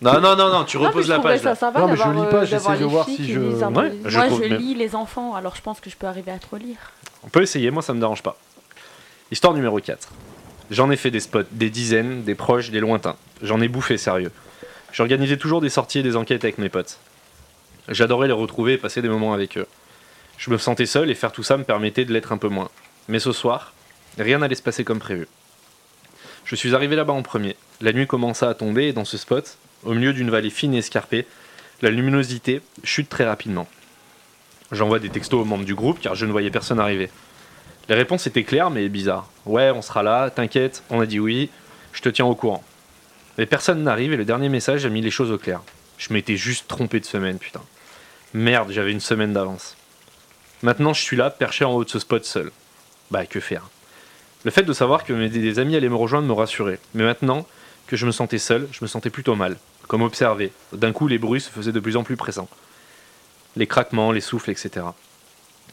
Speaker 2: Non, non, non, non, tu
Speaker 3: Non, mais
Speaker 2: reposes
Speaker 3: je
Speaker 2: la
Speaker 3: trouverais
Speaker 2: page.
Speaker 3: ça
Speaker 2: là.
Speaker 3: sympa
Speaker 5: Non, mais je
Speaker 3: d'avoir,
Speaker 5: lis pas,
Speaker 3: euh,
Speaker 5: j'essaie
Speaker 3: d'avoir
Speaker 5: de
Speaker 3: les
Speaker 5: voir
Speaker 3: filles
Speaker 5: si
Speaker 3: qui
Speaker 5: je-
Speaker 3: lisent un
Speaker 2: Ouais,
Speaker 3: peu.
Speaker 2: Je
Speaker 6: Moi,
Speaker 2: trouve
Speaker 6: je
Speaker 2: même-
Speaker 6: lis les enfants, alors je pense que je peux arriver à te relire.
Speaker 2: On peut essayer, moi ça me dérange pas. Histoire numéro 4. J'en ai fait des spots, des dizaines, des proches, des lointains. J'en ai bouffé, sérieux. J'organisais toujours des sorties et des enquêtes avec mes potes. J'adorais les retrouver et passer des moments avec eux. Je me sentais seul et faire tout ça me permettait de l'être un peu moins. Mais ce soir, rien n'allait se passer comme prévu. Je suis arrivé là-bas en premier. La nuit commença à tomber et dans ce spot, au milieu d'une vallée fine et escarpée, la luminosité chute très rapidement. J'envoie des textos aux membres du groupe car je ne voyais personne arriver. Les réponses étaient claires mais bizarres. Ouais, on sera là, t'inquiète, on a dit oui, je te tiens au courant. Mais personne n'arrive et le dernier message a mis les choses au clair. Je m'étais juste trompé de semaine, putain. Merde, j'avais une semaine d'avance. Maintenant, je suis là, perché en haut de ce spot seul. Bah, que faire Le fait de savoir que mes des amis allaient me rejoindre me rassurait. Mais maintenant que je me sentais seul, je me sentais plutôt mal, comme observé. D'un coup, les bruits se faisaient de plus en plus pressants. Les craquements, les souffles, etc.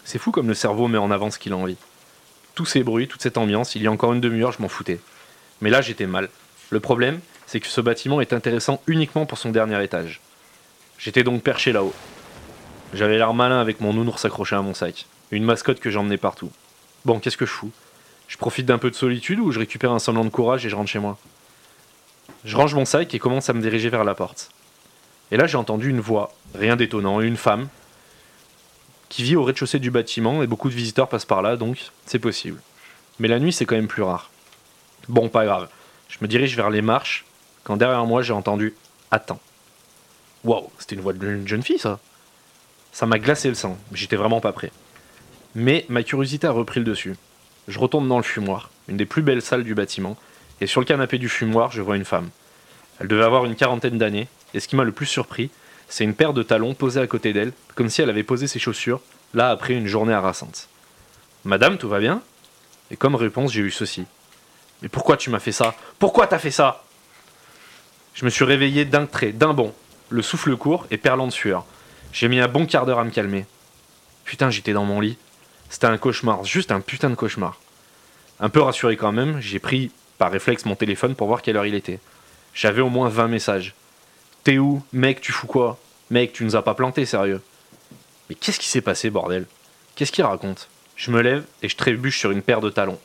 Speaker 2: C'est fou comme le cerveau met en avant ce qu'il a envie. Tous ces bruits, toute cette ambiance, il y a encore une demi-heure, je m'en foutais. Mais là, j'étais mal. Le problème, c'est que ce bâtiment est intéressant uniquement pour son dernier étage. J'étais donc perché là-haut. J'avais l'air malin avec mon nounours accroché à mon sac. Une mascotte que j'emmenais partout. Bon, qu'est-ce que je fous Je profite d'un peu de solitude ou je récupère un semblant de courage et je rentre chez moi Je range mon sac et commence à me diriger vers la porte. Et là, j'ai entendu une voix, rien d'étonnant, une femme, qui vit au rez-de-chaussée du bâtiment et beaucoup de visiteurs passent par là, donc c'est possible. Mais la nuit, c'est quand même plus rare. Bon, pas grave. Je me dirige vers les marches quand derrière moi, j'ai entendu Attends. Waouh, c'était une voix d'une jeune fille, ça ça m'a glacé le sang, j'étais vraiment pas prêt. Mais ma curiosité a repris le dessus. Je retourne dans le fumoir, une des plus belles salles du bâtiment, et sur le canapé du fumoir, je vois une femme. Elle devait avoir une quarantaine d'années, et ce qui m'a le plus surpris, c'est une paire de talons posés à côté d'elle, comme si elle avait posé ses chaussures, là après une journée harassante. Madame, tout va bien Et comme réponse, j'ai eu ceci. Mais pourquoi tu m'as fait ça Pourquoi t'as fait ça Je me suis réveillé d'un trait, d'un bond, le souffle court et perlant de sueur. J'ai mis un bon quart d'heure à me calmer. Putain, j'étais dans mon lit. C'était un cauchemar, juste un putain de cauchemar. Un peu rassuré quand même, j'ai pris par réflexe mon téléphone pour voir quelle heure il était. J'avais au moins 20 messages. T'es où Mec, tu fous quoi Mec, tu nous as pas planté, sérieux. Mais qu'est-ce qui s'est passé, bordel Qu'est-ce qu'il raconte Je me lève et je trébuche sur une paire de talons.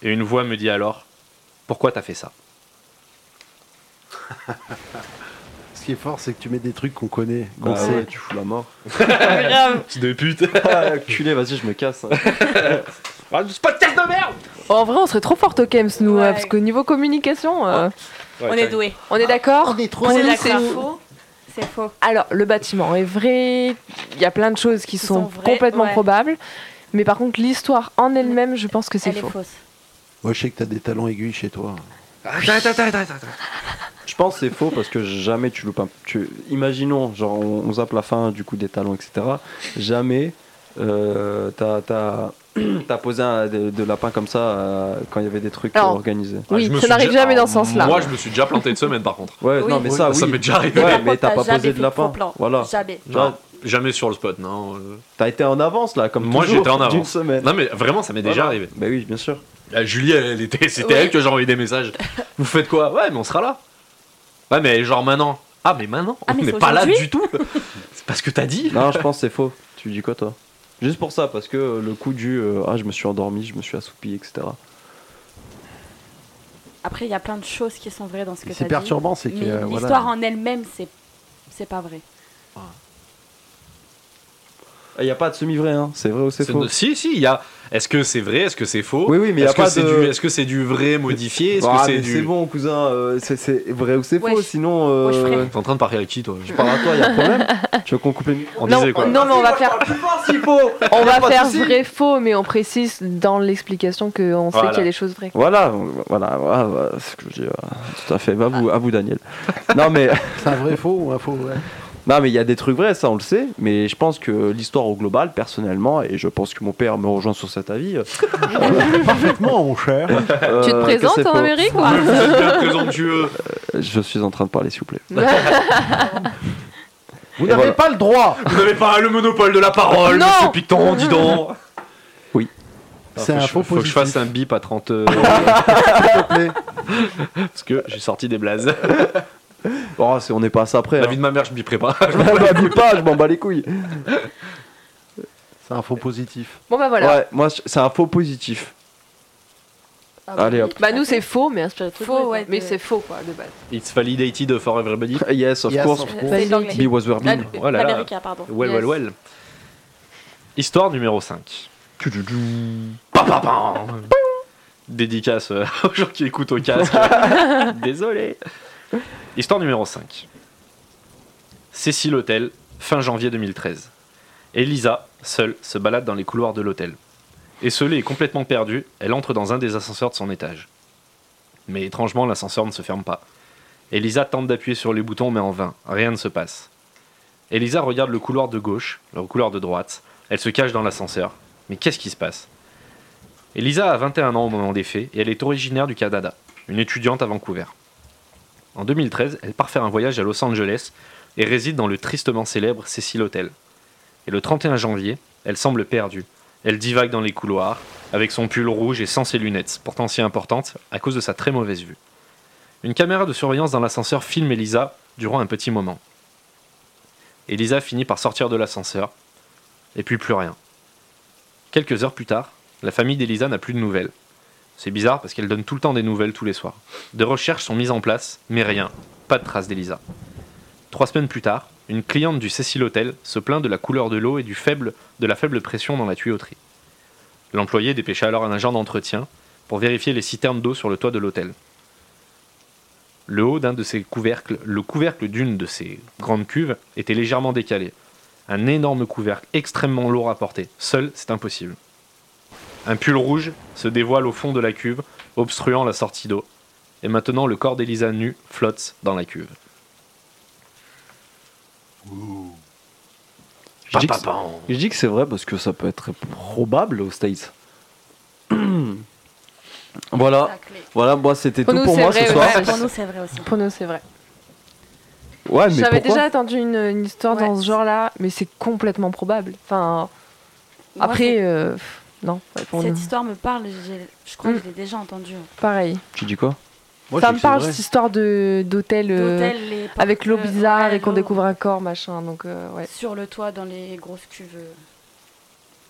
Speaker 2: Et une voix me dit alors Pourquoi t'as fait ça
Speaker 5: Ce qui est fort, c'est que tu mets des trucs qu'on connaît, qu'on
Speaker 4: Bah
Speaker 5: sait.
Speaker 4: ouais, tu fous la mort.
Speaker 6: Grave.
Speaker 2: Petit de pute
Speaker 4: Ah, culé, vas-y, je me casse. hein.
Speaker 2: podcast Ah, de merde
Speaker 3: En vrai, on serait trop fort au Kems, nous,
Speaker 6: Ouais.
Speaker 3: euh, parce qu'au niveau communication, euh,
Speaker 6: On est doué.
Speaker 3: on est Ah. d'accord
Speaker 5: On est trop
Speaker 3: On
Speaker 6: C'est
Speaker 3: est
Speaker 6: la
Speaker 3: c'est
Speaker 6: crafo.
Speaker 3: faux.
Speaker 6: C'est faux.
Speaker 3: Alors, le bâtiment est vrai, il y a plein de choses qui
Speaker 6: Qui
Speaker 3: sont,
Speaker 6: sont vraies,
Speaker 3: complètement
Speaker 6: ouais.
Speaker 3: probables, mais par contre, l'histoire en elle-même, je pense que c'est
Speaker 6: Elle est
Speaker 3: faux.
Speaker 6: fausse.
Speaker 5: Moi, je sais que t'as des talons aiguilles chez toi.
Speaker 4: Je pense que c'est faux parce que jamais tu loupes un. tu- Imaginons, genre, on, on zappe la fin du coup des talons, etc. Jamais euh, t'as- t'as t'as posé un- de, de lapin comme ça euh, quand il y avait des trucs
Speaker 3: Alors,
Speaker 4: euh, organisés.
Speaker 2: Ah,
Speaker 3: Oui, ça n'arrive jamais dans ce sens-là.
Speaker 2: Moi, je me suis déjà planté de semaine, par contre.
Speaker 4: Ouais,
Speaker 6: Oui.
Speaker 4: non, mais ça, oui.
Speaker 2: bah, Ça m'est déjà arrivé.
Speaker 4: Ouais,
Speaker 6: Par
Speaker 4: mais
Speaker 6: contre,
Speaker 4: t'as pas
Speaker 6: jamais
Speaker 4: posé
Speaker 6: fait
Speaker 4: de lapin.
Speaker 6: faux plan.
Speaker 4: Voilà.
Speaker 6: Jamais.
Speaker 4: Genre,
Speaker 2: Non, jamais sur le spot, non. euh.
Speaker 4: T'as été en avance là, comme
Speaker 2: Moi,
Speaker 4: toujours,
Speaker 2: j'étais en
Speaker 4: d'une
Speaker 2: avance.
Speaker 4: semaine.
Speaker 2: Non, mais vraiment, ça m'est déjà
Speaker 4: Voilà.
Speaker 2: arrivé.
Speaker 4: Bah oui, bien sûr.
Speaker 2: La Julie, elle, elle était, c'était
Speaker 6: Oui.
Speaker 2: elle que j'ai envoyé des messages. Vous faites quoi Ouais, mais on sera là. Ouais, mais genre maintenant. Ah, mais maintenant
Speaker 6: Ah, mais
Speaker 2: On n'est
Speaker 6: c'est
Speaker 2: pas là
Speaker 6: aujourd'hui
Speaker 2: du tout. C'est parce que t'as dit.
Speaker 4: Non, je pense que c'est faux. Tu dis quoi toi Juste pour ça, parce que euh, le coup du euh, ah, je me suis endormi, je me suis assoupi, etc.
Speaker 6: Après, il y a plein de choses qui sont vraies dans ce que
Speaker 5: C'est
Speaker 6: t'as dit.
Speaker 5: perturbant, c'est que.
Speaker 6: Mais
Speaker 5: euh, voilà.
Speaker 6: l'histoire en elle-même, c'est c'est pas vrai.
Speaker 4: Il n'y a pas de semi-vrai, hein. c'est vrai ou c'est
Speaker 2: C'est-
Speaker 4: faux
Speaker 2: Si, si, il y a. Est-ce que c'est vrai Est-ce que c'est faux
Speaker 4: Oui, oui, mais il y a
Speaker 2: Est-ce que
Speaker 4: pas
Speaker 2: c'est
Speaker 4: de-
Speaker 2: du- Est-ce que c'est du vrai modifié Est-ce
Speaker 4: Bah,
Speaker 2: que c'est
Speaker 4: mais
Speaker 2: du.
Speaker 4: c'est bon, cousin, euh, c'est- c'est vrai ou c'est
Speaker 6: Wesh.
Speaker 4: faux, sinon. euh,
Speaker 6: Wesh, frère.
Speaker 2: T'es en train de parler à qui, toi
Speaker 4: je parle à toi, il y a un problème. tu veux qu'on coupe les micros
Speaker 2: On
Speaker 3: non,
Speaker 2: disait quoi
Speaker 3: non, mais on va faire, on va faire vrai-faux, mais on précise dans l'explication qu'on sait
Speaker 2: Voilà.
Speaker 3: qu'il y a des choses vraies.
Speaker 4: Voilà, voilà, voilà, voilà, c'est ce que je dis. voilà. Tout à fait, à vous, à vous Daniel. non, mais
Speaker 5: C'est un vrai faux ou un faux ouais.
Speaker 4: non, mais il y a des trucs vrais, ça on le sait, mais je pense que l'histoire au global, personnellement, et je pense que mon père me rejoint sur cet avis. euh,
Speaker 5: Parfaitement, mon cher.
Speaker 3: tu te présentes hein, en
Speaker 4: Amérique
Speaker 3: Amérique
Speaker 2: Mais Vous
Speaker 3: ou
Speaker 2: êtes bien présomptueux.
Speaker 4: Je suis en train de parler, s'il vous plaît.
Speaker 5: Vous
Speaker 4: Et
Speaker 5: n'avez
Speaker 4: voilà.
Speaker 5: pas le droit
Speaker 2: Vous n'avez pas le monopole de la parole,
Speaker 3: Non
Speaker 2: monsieur Picton, dis donc. Ah, Faut
Speaker 5: C'est un
Speaker 2: que je-
Speaker 5: faux
Speaker 2: Faut que je
Speaker 5: positif.
Speaker 2: fasse un bip à 30. euh,
Speaker 5: s'il te plaît.
Speaker 2: Parce que j'ai sorti des blazes.
Speaker 4: Oh, c'est- on n'est pas à ça après.
Speaker 2: La
Speaker 4: hein.
Speaker 2: vie de ma mère, je biperai pas.
Speaker 4: Bah, dis pas, je m'en bats les couilles.
Speaker 5: C'est un faux positif.
Speaker 3: Bon bah voilà.
Speaker 4: Ouais, moi, c'est un faux positif.
Speaker 6: Ah,
Speaker 4: Allez, hop.
Speaker 3: Bah nous c'est faux, mais inspiré de trucs
Speaker 6: Faux,
Speaker 3: vrais,
Speaker 6: ouais,
Speaker 3: mais
Speaker 6: de-
Speaker 3: c'est faux quoi de base.
Speaker 2: It's validated for everybody.
Speaker 4: Yes, of
Speaker 5: Yes,
Speaker 4: course.
Speaker 5: of course.
Speaker 6: C'est de l'anglais.
Speaker 4: He was vermin.
Speaker 6: L'Américain,
Speaker 2: Oh là là.
Speaker 6: pardon.
Speaker 2: Well,
Speaker 3: Yes.
Speaker 2: well, well. Histoire numéro 5. Dédicace euh, aux gens qui écoutent au casque. Désolé. Histoire numéro 5. Cécile Hôtel, fin janvier 2013. Elisa, seule, se balade dans les couloirs de l'hôtel. Esselée et complètement perdue, elle entre dans un des ascenseurs de son étage. Mais étrangement, l'ascenseur ne se ferme pas. Elisa tente d'appuyer sur les boutons, mais en vain. Rien ne se passe. Elisa regarde le couloir de gauche, le couloir de droite. Elle se cache dans l'ascenseur. Mais qu'est-ce qui se passe Elisa a 21 ans au moment des faits et elle est originaire du Canada, une étudiante à Vancouver. En 2013, elle part faire un voyage à Los Angeles et réside dans le tristement célèbre Cecil Hotel. Et le 31 janvier, elle semble perdue. Elle divague dans les couloirs, avec son pull rouge et sans ses lunettes, pourtant si importantes à cause de sa très mauvaise vue. Une caméra de surveillance dans l'ascenseur filme Elisa durant un petit moment. Elisa finit par sortir de l'ascenseur, et puis plus rien. Quelques heures plus tard, la famille d'Elisa n'a plus de nouvelles. C'est bizarre parce qu'elle donne tout le temps des nouvelles tous les soirs. Des recherches sont mises en place, mais rien, pas de traces d'Elisa. Trois semaines plus tard, une cliente du Cecil Hotel se plaint de la couleur de l'eau et du faible, de la faible pression dans la tuyauterie. L'employé dépêcha alors un agent d'entretien pour vérifier les citernes d'eau sur le toit de l'hôtel. Le haut d'un de ces couvercles, le couvercle d'une de ces grandes cuves, était légèrement décalé. Un énorme couvercle extrêmement lourd à porter. Seul, c'est impossible. Un pull rouge se dévoile au fond de la cuve, obstruant la sortie d'eau. Et maintenant, le corps d'Elisa nu flotte dans la cuve.
Speaker 4: Je dis que
Speaker 2: Papapam.
Speaker 4: Je dis que c'est vrai parce que ça peut être probable aux States. voilà,
Speaker 6: La clé.
Speaker 4: voilà, moi c'était
Speaker 3: Pour
Speaker 4: tout
Speaker 3: nous,
Speaker 4: pour
Speaker 3: c'est
Speaker 4: moi
Speaker 3: vrai,
Speaker 4: ce
Speaker 3: ouais.
Speaker 4: soir.
Speaker 3: Ah,
Speaker 6: Pour nous, c'est vrai aussi.
Speaker 3: Pour nous, c'est vrai.
Speaker 4: Ouais, Ah, mais
Speaker 3: J'avais
Speaker 4: pourquoi
Speaker 3: déjà attendu une, une histoire
Speaker 6: Ouais.
Speaker 3: dans ce genre-là, mais c'est complètement probable. Enfin,
Speaker 6: Moi,
Speaker 3: après,
Speaker 6: c'est-
Speaker 3: euh, pff, non, ouais, pour
Speaker 6: cette
Speaker 3: nous,
Speaker 6: histoire me parle, j'ai- je crois que
Speaker 3: Mm.
Speaker 6: je l'ai déjà entendue.
Speaker 3: pareil.
Speaker 4: Tu dis quoi
Speaker 5: Moi, je
Speaker 3: ça
Speaker 5: dis
Speaker 3: me
Speaker 5: que c'est
Speaker 3: parle
Speaker 5: vrai.
Speaker 3: cette histoire de d'hôtel euh,
Speaker 6: D'hôtel, les portes
Speaker 3: avec l'eau
Speaker 6: bleues,
Speaker 3: bizarre
Speaker 6: ouais,
Speaker 3: et qu'on
Speaker 6: l'eau
Speaker 3: découvre un corps, machin. Donc, euh, ouais.
Speaker 6: Sur le toit, dans les grosses cuves. euh,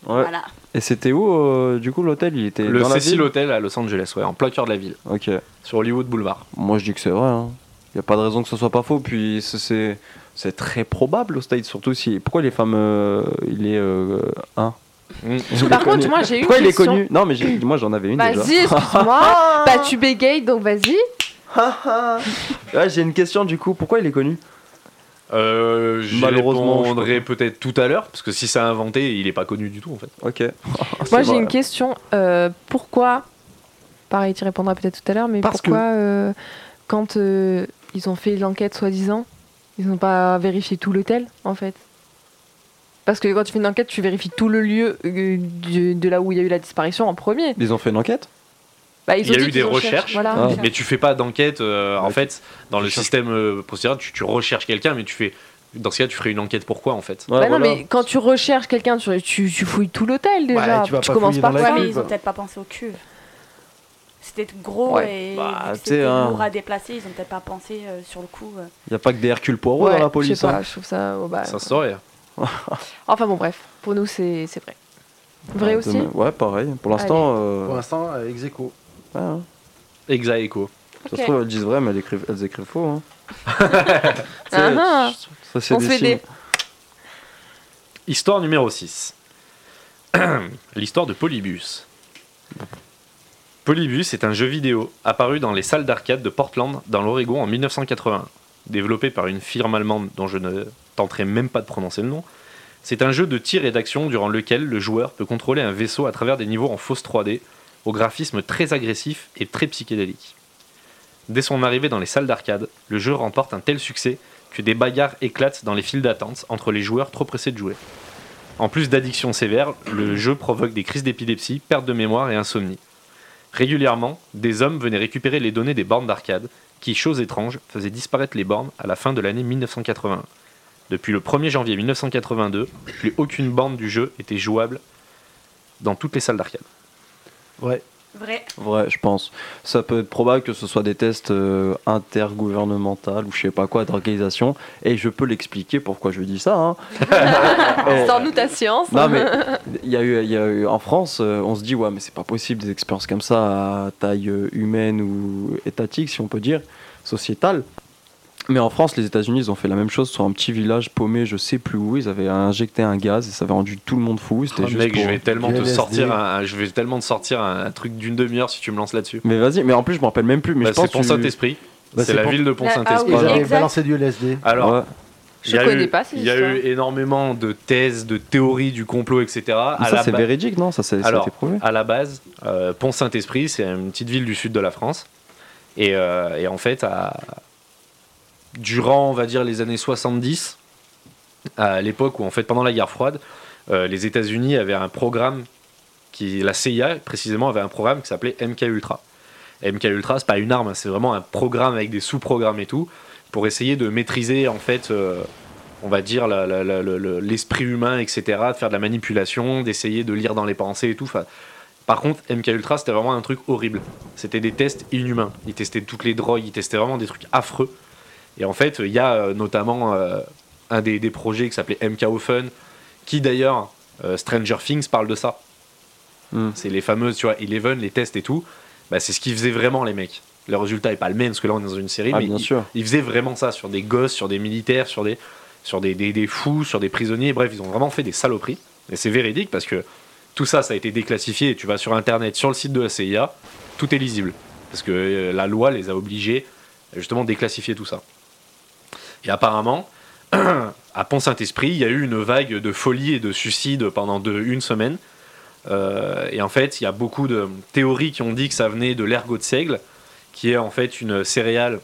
Speaker 4: Ouais.
Speaker 6: Voilà.
Speaker 4: Et c'était où euh, du coup l'hôtel Il était
Speaker 2: Le
Speaker 4: dans
Speaker 2: Cecil
Speaker 4: la ville
Speaker 2: Hotel à Los Angeles, ouais, en plein cœur de la ville,
Speaker 4: Ok.
Speaker 2: sur Hollywood Boulevard.
Speaker 4: Moi je dis que c'est vrai. hein. Il n'y a pas de raison que ce soit pas faux. Puis c'est- c'est c'est très probable aux States, surtout si. Pourquoi les femmes. euh, il est. euh, un
Speaker 2: Mm.
Speaker 3: Par contre, moi, j'ai eu une
Speaker 4: Pourquoi il est
Speaker 3: question.
Speaker 4: connu Non, mais j'ai- moi j'en avais une déjà. Oh,
Speaker 3: Vas-y, excuse-moi. bah, tu bégayes, donc vas-y.
Speaker 4: Ouais, j'ai une question du coup. Pourquoi il est connu
Speaker 2: Euh, j'y
Speaker 4: Malheureusement, je
Speaker 2: répondrai peut-être tout à l'heure, parce que si c'est inventé, il est pas connu du tout en fait.
Speaker 4: Ok.
Speaker 3: Moi,
Speaker 4: C'est
Speaker 3: j'ai
Speaker 4: vrai.
Speaker 3: une question. euh, pourquoi Pareil, tu répondras peut-être tout à l'heure, mais
Speaker 4: Parce que-
Speaker 3: pourquoi, euh, quand euh, ils ont fait l'enquête soi-disant, ils n'ont pas vérifié tout l'hôtel, en fait Parce que quand tu fais une enquête, tu vérifies tout le lieu euh, du- de là où il y a eu la disparition en premier.
Speaker 4: Ils ont fait une enquête
Speaker 3: Bah, ils
Speaker 2: Il y
Speaker 3: ont
Speaker 2: a
Speaker 3: dit
Speaker 2: eu des
Speaker 3: qu'ils ont cherché-
Speaker 2: recherches.
Speaker 3: Voilà.
Speaker 4: Ah. Bah,
Speaker 2: Mais tu fais pas d'enquête, euh, en
Speaker 4: Ouais,
Speaker 2: fait, dans
Speaker 4: tu
Speaker 2: le
Speaker 4: cherches.
Speaker 2: systéral, procédural, tu, tu recherches quelqu'un, mais tu fais. Dans ce cas, tu ferais une enquête pourquoi en fait
Speaker 4: Ouais,
Speaker 3: Bah non,
Speaker 4: voilà.
Speaker 3: mais quand tu recherches quelqu'un, tu, tu, tu fouilles tout l'hôtel déjà.
Speaker 5: tu vas pas
Speaker 3: commences
Speaker 5: fouiller
Speaker 3: par
Speaker 5: dans
Speaker 6: Ouais,
Speaker 5: la
Speaker 3: toi.
Speaker 6: mais
Speaker 5: cuve.
Speaker 6: ils ont peut-être pas pensé aux cuves. C'était gros
Speaker 3: Ouais.
Speaker 6: et
Speaker 4: Bah,
Speaker 6: vu que
Speaker 4: tu sais,
Speaker 6: c'était
Speaker 4: hein.
Speaker 6: lourd à déplacer, ils ont peut-être pas pensé euh, sur le coup. euh.
Speaker 4: Il n'y a pas que des Hercule Poirot
Speaker 3: Ouais,
Speaker 4: dans la
Speaker 3: Je
Speaker 4: police.
Speaker 3: sais pas,
Speaker 4: hein.
Speaker 3: je trouve ça. oh, bah,
Speaker 2: Ça se saurait.
Speaker 3: Enfin bon, bref, pour nous, c'est c'est vrai. Vrai
Speaker 4: Ouais,
Speaker 3: aussi
Speaker 4: Ah, demain- Ouais, pareil. Pour l'instant, euh,
Speaker 5: Pour l'instant, euh, ex aequo.
Speaker 6: Ah
Speaker 4: ouais, hein.
Speaker 2: Exa Echo.
Speaker 4: ça
Speaker 3: Ok.
Speaker 4: se trouve, elles disent vrai, mais elles écrivent, elles écrivent faux. hein.
Speaker 3: Ah, ah.
Speaker 4: Ça, c'est
Speaker 3: On se fait
Speaker 4: signes.
Speaker 3: des-
Speaker 2: Histoire numéro 6. L'histoire de Polybus. Polybus est un jeu vidéo apparu dans les salles d'arcade de Portland, dans l'Oregon, en 1981. Développé par une firme allemande dont je ne tenterai même pas de prononcer le nom, c'est un jeu de tir et d'action durant lequel le joueur peut contrôler un vaisseau à travers des niveaux en fausse 3D, au graphisme très agressif et très psychédélique. Dès son arrivée dans les salles d'arcade, le jeu remporte un tel succès que des bagarres éclatent dans les files d'attente entre les joueurs trop pressés de jouer. En plus d'addiction sévère, le jeu provoque des crises d'épilepsie, perte de mémoire et insomnie. Régulièrement, des hommes venaient récupérer les données des bornes d'arcade, qui, chose étrange, faisaient disparaître les bornes à la fin de l'année 1981. Depuis le 1er janvier 1982, plus aucune borne du jeu était jouable dans toutes les salles d'arcade.
Speaker 5: Ouais.
Speaker 6: Vrai.
Speaker 4: Ouais, je pense. Ça peut être probable que ce soit des tests euh, intergouvernementaux ou je sais pas quoi d'organisation. Et je peux l'expliquer pourquoi je dis ça. hein. Eh,
Speaker 3: Sans nous ta science.
Speaker 4: Non mais il y a eu, il y a eu en France, euh, on se dit ouais mais c'est pas possible des expériences comme ça à taille euh, humaine ou étatique si on peut dire sociétale. Mais en France, les États-Unis, ils ont fait la même chose sur un petit village paumé, je sais plus où. Ils avaient injecté un gaz et ça avait rendu tout le monde fou. C'était
Speaker 2: Oh,
Speaker 4: juste
Speaker 2: mec,
Speaker 4: pour-
Speaker 2: je vais tellement te
Speaker 5: LSD.
Speaker 2: sortir, un, je vais tellement te sortir un, un truc d'une demi-heure si tu me lances là-dessus.
Speaker 4: Mais vas-y, mais en plus je m'en rappelle même plus. Mais
Speaker 2: Bah,
Speaker 4: je pense
Speaker 2: c'est Pont
Speaker 4: que-
Speaker 2: Saint-Esprit,
Speaker 5: Bah,
Speaker 2: c'est
Speaker 5: c'est
Speaker 2: la
Speaker 5: Pont-
Speaker 2: ville de Pont
Speaker 3: Ah, ah
Speaker 2: Saint-Esprit.
Speaker 5: Ils avaient
Speaker 6: Exact.
Speaker 5: balancé du LSD.
Speaker 2: Alors,
Speaker 4: Ouais.
Speaker 3: Je
Speaker 2: Il y a
Speaker 3: connais
Speaker 2: eu-
Speaker 3: pas ces
Speaker 2: Il y a
Speaker 3: histoires.
Speaker 2: eu énormément de thèses, de théories du complot, etc.
Speaker 4: Mais
Speaker 2: À
Speaker 4: ça
Speaker 2: la,
Speaker 4: c'est
Speaker 2: ba-
Speaker 4: véridique, non Ça c'est ça a
Speaker 2: Alors, ah
Speaker 4: été prouvé.
Speaker 2: à la base, euh, Pont-Saint-Esprit, c'est une petite ville du sud de la France. Et, euh, et en fait, à- durant, on va dire, les années 70, à l'époque où, en fait, pendant la guerre froide, euh, les États-Unis avaient un programme qui, la CIA précisément, avait un programme qui s'appelait MK Ultra. MK Ultra, c'est pas une arme, hein, c'est vraiment un programme avec des sous-programmes et tout pour essayer de maîtriser, en fait, euh, on va dire la- la- la- le- le- l'esprit humain, etc., de faire de la manipulation, d'essayer de lire dans les pensées et tout. Enfin, par contre, MK Ultra, c'était vraiment un truc horrible. C'était des tests inhumains. Ils testaient toutes les drogues, ils testaient vraiment des trucs affreux. Et en fait, il y a euh, notamment euh, un des, des projets qui s'appelait MK Offen, qui d'ailleurs, euh, Stranger Things parle de ça.
Speaker 4: Hmm.
Speaker 2: C'est les fameuses, tu vois, Eleven, les tests et tout. Bah, c'est ce qu'ils faisaient vraiment, les mecs. Le résultat est pas le même, parce que là, on est dans une série,
Speaker 4: Ah,
Speaker 2: mais
Speaker 4: bien
Speaker 2: ils-
Speaker 4: sûr.
Speaker 2: ils faisaient vraiment ça sur des gosses, sur des militaires, sur des, sur des, des, des fous, sur des prisonniers. Bref, ils ont vraiment fait des saloperies. Et c'est véridique parce que tout ça, ça a été déclassifié. Et tu vas sur Internet, sur le site de la CIA, tout est lisible. Parce que euh, la loi les a obligés à, justement déclassifier tout ça. Et apparemment, à Pont-Saint-Esprit, il y a eu une vague de folie et de suicides pendant deux- une semaine. Euh, et en fait, il y a beaucoup de théories qui ont dit que ça venait de l'ergot de seigle, qui est en fait une céréale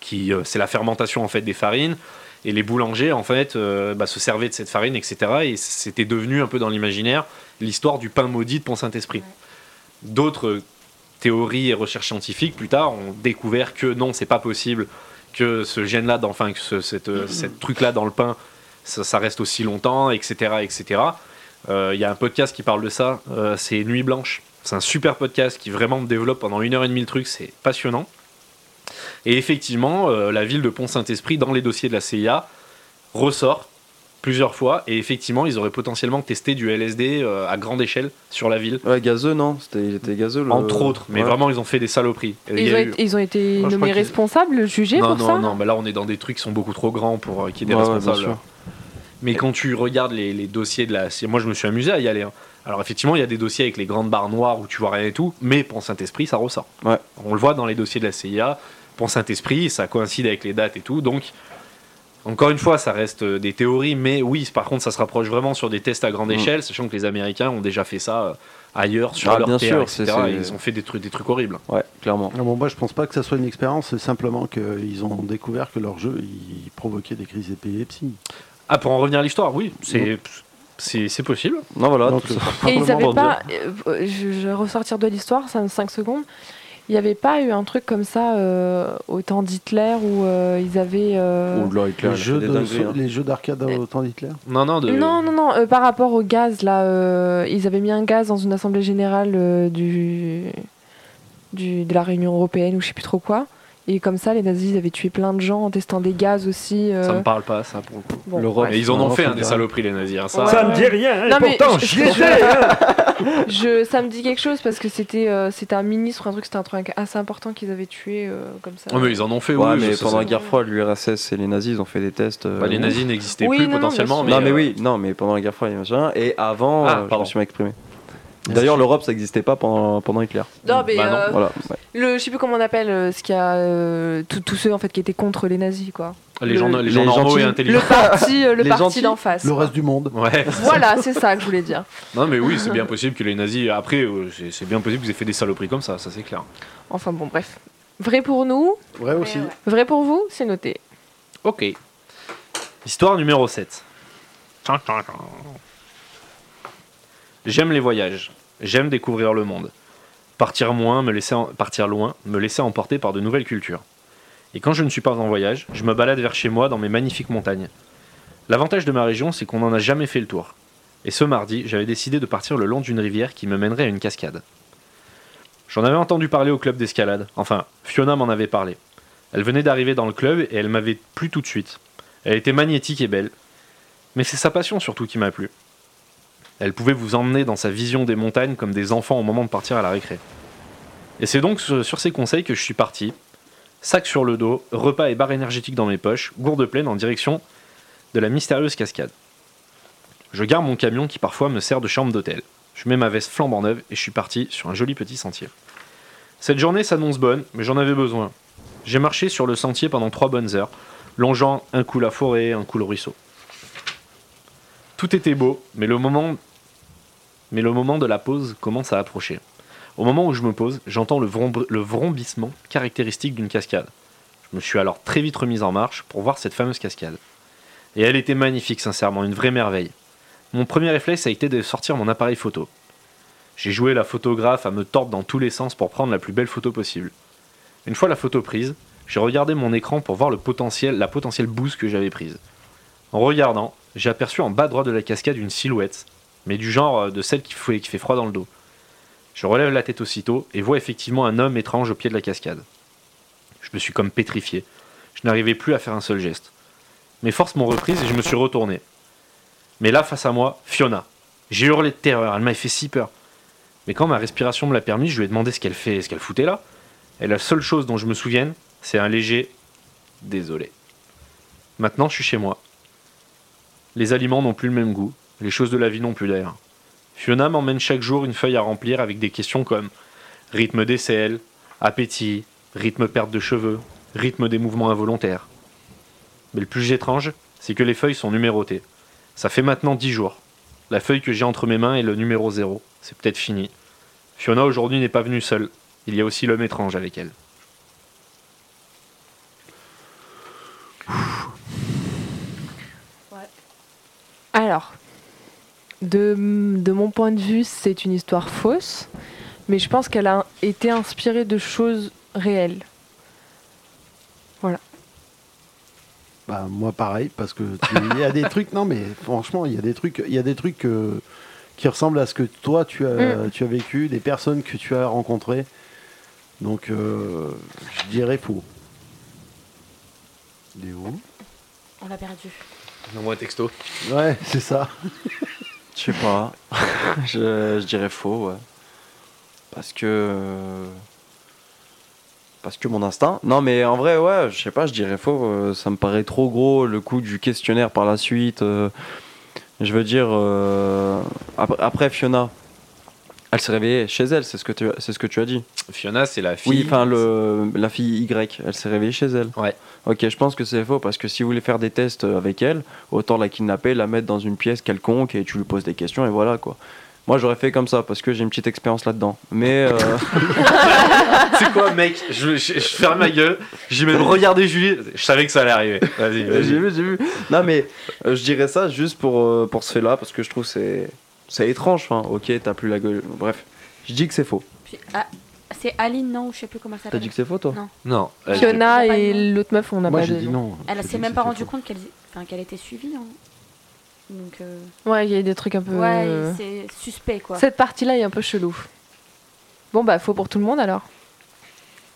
Speaker 2: qui euh, c'est la fermentation en fait des farines et les boulangers en fait euh, bah, se servaient de cette farine etc et c'était devenu un peu dans l'imaginaire l'histoire du pain maudit de Pont Saint Esprit.
Speaker 6: Ouais.
Speaker 2: D'autres euh, théories et recherches scientifiques plus tard ont découvert que non c'est pas possible que ce gène là enfin que ce cette, euh, cette truc là dans le pain ça, ça reste aussi longtemps etc etc Euh, il y a un podcast qui parle de ça euh, c'est Nuit Blanche c'est un super podcast qui vraiment me développe pendant une heure et demie le truc c'est passionnant et effectivement, euh, la ville de Pont-Saint-Esprit, dans les dossiers de la CIA, ressort plusieurs fois. Et effectivement, ils auraient potentiellement testé du LSD euh, à grande échelle sur la ville.
Speaker 4: Ouais, gazeux, non C'était- Il était gazeux. le-
Speaker 2: Entre autres, mais
Speaker 4: Ouais.
Speaker 2: vraiment, ils ont fait des saloperies. Et il y
Speaker 3: Ils ont,
Speaker 2: a eu-
Speaker 3: été, ils ont été
Speaker 5: Moi, je crois
Speaker 3: nommés
Speaker 5: qu'ils-
Speaker 3: responsables, jugés
Speaker 2: non,
Speaker 3: pour
Speaker 2: non,
Speaker 3: ça
Speaker 2: non, mais là, on est dans des trucs qui sont beaucoup trop grands pour euh, qu'il y ait
Speaker 4: Ouais,
Speaker 2: des
Speaker 4: ouais, bien
Speaker 2: responsables.
Speaker 4: sûr.
Speaker 2: Mais quand tu regardes les, les dossiers de la. Moi, je me suis amusé à y aller. hein. Alors, effectivement, il y a des dossiers avec les grandes barres noires où tu vois rien et tout, mais Pont Saint-Esprit, ça ressort.
Speaker 4: Ouais.
Speaker 2: On le voit dans les dossiers de la CIA. Pont Saint-Esprit, ça coïncide avec les dates et tout. Donc, encore une fois, ça reste euh, des théories, mais oui, par contre, ça se rapproche vraiment sur des tests à grande
Speaker 4: Mm.
Speaker 2: échelle, sachant que les Américains ont déjà fait ça euh, ailleurs, sur
Speaker 4: Ah,
Speaker 2: leur
Speaker 4: bien
Speaker 2: terre,
Speaker 4: sûr,
Speaker 2: etc.
Speaker 4: c'est- c'est-
Speaker 2: Et Ils ont fait des trucs, des trucs horribles.
Speaker 4: Ouais, clairement.
Speaker 5: Ah bon, moi, je pense pas que ça soit une expérience, c'est simplement qu'ils ont découvert que leur jeu il provoquait des crises d'épilepsie.
Speaker 2: Ah, pour en revenir à l'histoire, oui,
Speaker 4: Mm.
Speaker 2: c'est. C'est c'est possible.
Speaker 4: Non, voilà.
Speaker 5: Donc,
Speaker 4: tout ça.
Speaker 3: Et ils
Speaker 4: Simplement
Speaker 3: n'avaient
Speaker 4: pour
Speaker 3: pas, euh, je, je vais ressortir de l'histoire, ça me 5 secondes, il n'y avait pas eu un truc comme ça euh, au temps d'Hitler où euh, ils avaient... euh,
Speaker 4: Ouh là, Hitler,
Speaker 5: les
Speaker 4: il a fait
Speaker 5: jeux,
Speaker 4: des
Speaker 5: de-
Speaker 4: dingueries, hein.
Speaker 5: les jeux d'arcade au temps d'Hitler
Speaker 2: Non, non, de...
Speaker 3: Non, non, non, euh, par rapport au gaz, là, euh, ils avaient mis un gaz dans une assemblée générale euh, du, du, de la Réunion européenne ou je sais plus trop quoi. Et comme ça, les nazis avaient tué plein de gens en testant des gaz aussi. euh,
Speaker 2: ça me parle pas, ça, pour le coup.
Speaker 3: bon,
Speaker 4: l'Europe.
Speaker 3: bref.
Speaker 2: Mais ils en ont
Speaker 4: Ouais,
Speaker 2: fait
Speaker 4: c'est
Speaker 2: hein, des
Speaker 4: vrai.
Speaker 2: saloperies les nazis. hein, ça,
Speaker 3: Ouais,
Speaker 1: Ça
Speaker 2: euh,
Speaker 1: me dit rien, hein,
Speaker 3: Non, mais
Speaker 1: et pourtant
Speaker 3: je-
Speaker 1: j'y
Speaker 3: je-
Speaker 1: étais. hein.
Speaker 3: Je, ça me dit quelque chose parce que c'était euh, c'était un ministre ou un truc, c'était un truc assez important qu'ils avaient tué euh, comme ça.
Speaker 2: ouais, mais ils en ont fait,
Speaker 4: Ouais,
Speaker 2: oui.
Speaker 4: mais
Speaker 2: ça,
Speaker 4: pendant
Speaker 2: ça-
Speaker 4: la guerre froide, l'URSS et les nazis, ils ont fait des tests. euh,
Speaker 2: Bah, les
Speaker 4: ouf.
Speaker 2: nazis n'existaient
Speaker 3: Oui,
Speaker 2: plus
Speaker 3: non, non,
Speaker 2: potentiellement.
Speaker 3: bien
Speaker 4: non,
Speaker 3: sûr.
Speaker 4: mais
Speaker 2: euh,
Speaker 4: oui, non, mais pendant la guerre froide, et machin. Et avant,
Speaker 2: Ah,
Speaker 4: euh, je
Speaker 2: pardon.
Speaker 4: me suis mal exprimé. D'ailleurs, l'Europe, ça n'existait pas pendant, pendant Hitler.
Speaker 3: Non, mais,
Speaker 2: Bah non,
Speaker 3: euh,
Speaker 4: Voilà. ouais.
Speaker 3: le, je sais plus comment on appelle euh, ce qu'il y a, euh, tous tous ceux en fait qui étaient contre les nazis quoi.
Speaker 2: Les gens,
Speaker 4: Le-
Speaker 2: les gens
Speaker 4: les
Speaker 2: normaux
Speaker 4: gentils.
Speaker 2: et
Speaker 3: Le
Speaker 2: intelligents.
Speaker 3: parti, euh, le
Speaker 4: Les
Speaker 3: parti
Speaker 4: gentils,
Speaker 3: d'en face.
Speaker 5: Le reste du monde.
Speaker 2: Ouais.
Speaker 3: Voilà, c'est ça que je voulais dire.
Speaker 2: Non, mais oui, c'est bien possible que les nazis. Après, euh, c'est c'est bien possible que vous ayez fait des saloperies comme ça, ça c'est clair.
Speaker 3: Enfin bon, bref. Vrai pour nous,
Speaker 5: Vrai aussi.
Speaker 6: Ouais, ouais.
Speaker 3: vrai pour vous, c'est noté.
Speaker 2: Ok. Histoire numéro 7. J'aime les voyages. J'aime découvrir le monde. Partir, moins, me laisser en- partir loin, me laisser emporter par de nouvelles cultures. Et quand je ne suis pas en voyage, je me balade vers chez moi dans mes magnifiques montagnes. L'avantage de ma région, c'est qu'on n'en a jamais fait le tour. Et ce mardi, j'avais décidé de partir le long d'une rivière qui me mènerait à une cascade. J'en avais entendu parler au club d'escalade. Enfin, Fiona m'en avait parlé. Elle venait d'arriver dans le club et elle m'avait plu tout de suite. Elle était magnétique et belle. Mais c'est sa passion surtout qui m'a plu. Elle pouvait vous emmener dans sa vision des montagnes comme des enfants au moment de partir à la récré. Et c'est donc sur sur ces conseils que je suis parti. Sac sur le dos, repas et barre énergétique dans mes poches, gourde pleine en direction de la mystérieuse cascade. Je garde mon camion qui parfois me sert de chambre d'hôtel. Je mets ma veste flambant neuve et je suis parti sur un joli petit sentier. Cette journée s'annonce bonne, mais j'en avais besoin. J'ai marché sur le sentier pendant trois bonnes heures, longeant un coup la forêt, un coup le ruisseau. Tout était beau, mais le moment, mais le moment de la pause commence à approcher. Au moment où je me pose, j'entends le, vrombr- le vrombissement caractéristique d'une cascade. Je me suis alors très vite remise en marche pour voir cette fameuse cascade. Et elle était magnifique, sincèrement, une vraie merveille. Mon premier réflexe a été de sortir mon appareil photo. J'ai joué la photographe à me tordre dans tous les sens pour prendre la plus belle photo possible. Une fois la photo prise, j'ai regardé mon écran pour voir le potentiel, la potentielle bouse que j'avais prise. En regardant, j'ai aperçu en bas droit de la cascade une silhouette, mais du genre euh, de celle qui fait, qui fait froid dans le dos. Je relève la tête aussitôt et vois effectivement un homme étrange au pied de la cascade. Je me suis comme pétrifié. Je n'arrivais plus à faire un seul geste. Mes forces m'ont reprise et je me suis retourné. Mais là, face à moi, Fiona. J'ai hurlé de terreur, elle m'avait fait si peur. Mais quand ma respiration me l'a permis, je lui ai demandé ce qu'elle fait, ce qu'elle foutait là. Et la seule chose dont je me souvienne, c'est un léger désolé. Maintenant, je suis chez moi. Les aliments n'ont plus le même goût, les choses de la vie n'ont plus d'air. Fiona m'emmène chaque jour une feuille à remplir avec des questions comme rythme des selles, appétit, rythme perte de cheveux, rythme des mouvements involontaires. Mais le plus étrange, c'est que les feuilles sont numérotées. Ça fait maintenant 10 jours. La feuille que j'ai entre mes mains est le numéro 0. C'est peut-être fini. Fiona aujourd'hui n'est pas venue seule. Il y a aussi l'homme étrange avec elle.
Speaker 3: Alors, de, de mon point de vue, c'est une histoire fausse, mais je pense qu'elle a été inspirée de choses réelles.
Speaker 5: Bah, moi pareil parce que tu- il y a des trucs non mais franchement il y a des trucs il y a des trucs euh, qui ressemblent à ce que toi tu as
Speaker 6: Mm.
Speaker 5: tu as vécu des personnes que tu as rencontrées donc euh, je dirais faux. Des où
Speaker 6: On l'a perdu.
Speaker 2: Envoie un texto.
Speaker 5: Ouais c'est ça.
Speaker 4: Je sais pas. je, je dirais faux, ouais. Parce que. Parce que mon instinct. Non, mais en vrai, ouais, je sais pas, je dirais faux. euh, Ça me paraît trop gros le coup du questionnaire par la suite. euh, Je veux dire. euh, ap- Après, Fiona, elle s'est réveillée chez elle, c'est ce, que tu- c'est ce que tu as dit.
Speaker 2: Fiona, c'est la fille.
Speaker 4: Oui, enfin, le, la fille Y, elle s'est réveillée chez elle.
Speaker 2: Ouais.
Speaker 4: Ok, je pense que c'est faux parce que si vous voulez faire des tests euh, avec elle, autant la kidnapper, la mettre dans une pièce quelconque et tu lui poses des questions et voilà quoi. Moi j'aurais fait comme ça parce que j'ai une petite expérience là-dedans. Mais euh,
Speaker 2: C'est quoi, mec je, je, je ferme ma gueule. J'ai même regardé Julie. Je savais que ça allait arriver. Vas-y,
Speaker 4: j'ai
Speaker 2: vas-y.
Speaker 4: vu, j'ai vu. Non mais euh, je dirais ça juste pour, euh, pour ce fait-là parce que je trouve que c'est c'est étrange. Enfin, ok, t'as plus la gueule. Bref, je dis que c'est faux.
Speaker 6: Puis, ah, c'est Aline, non, je sais plus comment elle
Speaker 4: T'as
Speaker 6: s'appelle.
Speaker 4: dit que c'est faux toi
Speaker 6: Non.
Speaker 2: Non. euh,
Speaker 3: Fiona
Speaker 6: j'ai-
Speaker 3: et l'autre meuf, on n'a
Speaker 5: Moi
Speaker 3: pas
Speaker 5: j'ai
Speaker 3: bah, de-
Speaker 5: dit non.
Speaker 6: Elle
Speaker 5: J'ai dit
Speaker 6: s'est
Speaker 5: que
Speaker 6: même pas
Speaker 5: c'était
Speaker 6: rendue
Speaker 5: faux.
Speaker 6: compte qu'elle enfin, qu'elle était suivie. hein. Donc, euh,
Speaker 3: Ouais, il y a des trucs un peu. euh,
Speaker 6: ouais, c'est suspect quoi.
Speaker 3: Cette partie-là est un peu chelou. Bon, bah, faux pour tout le monde alors.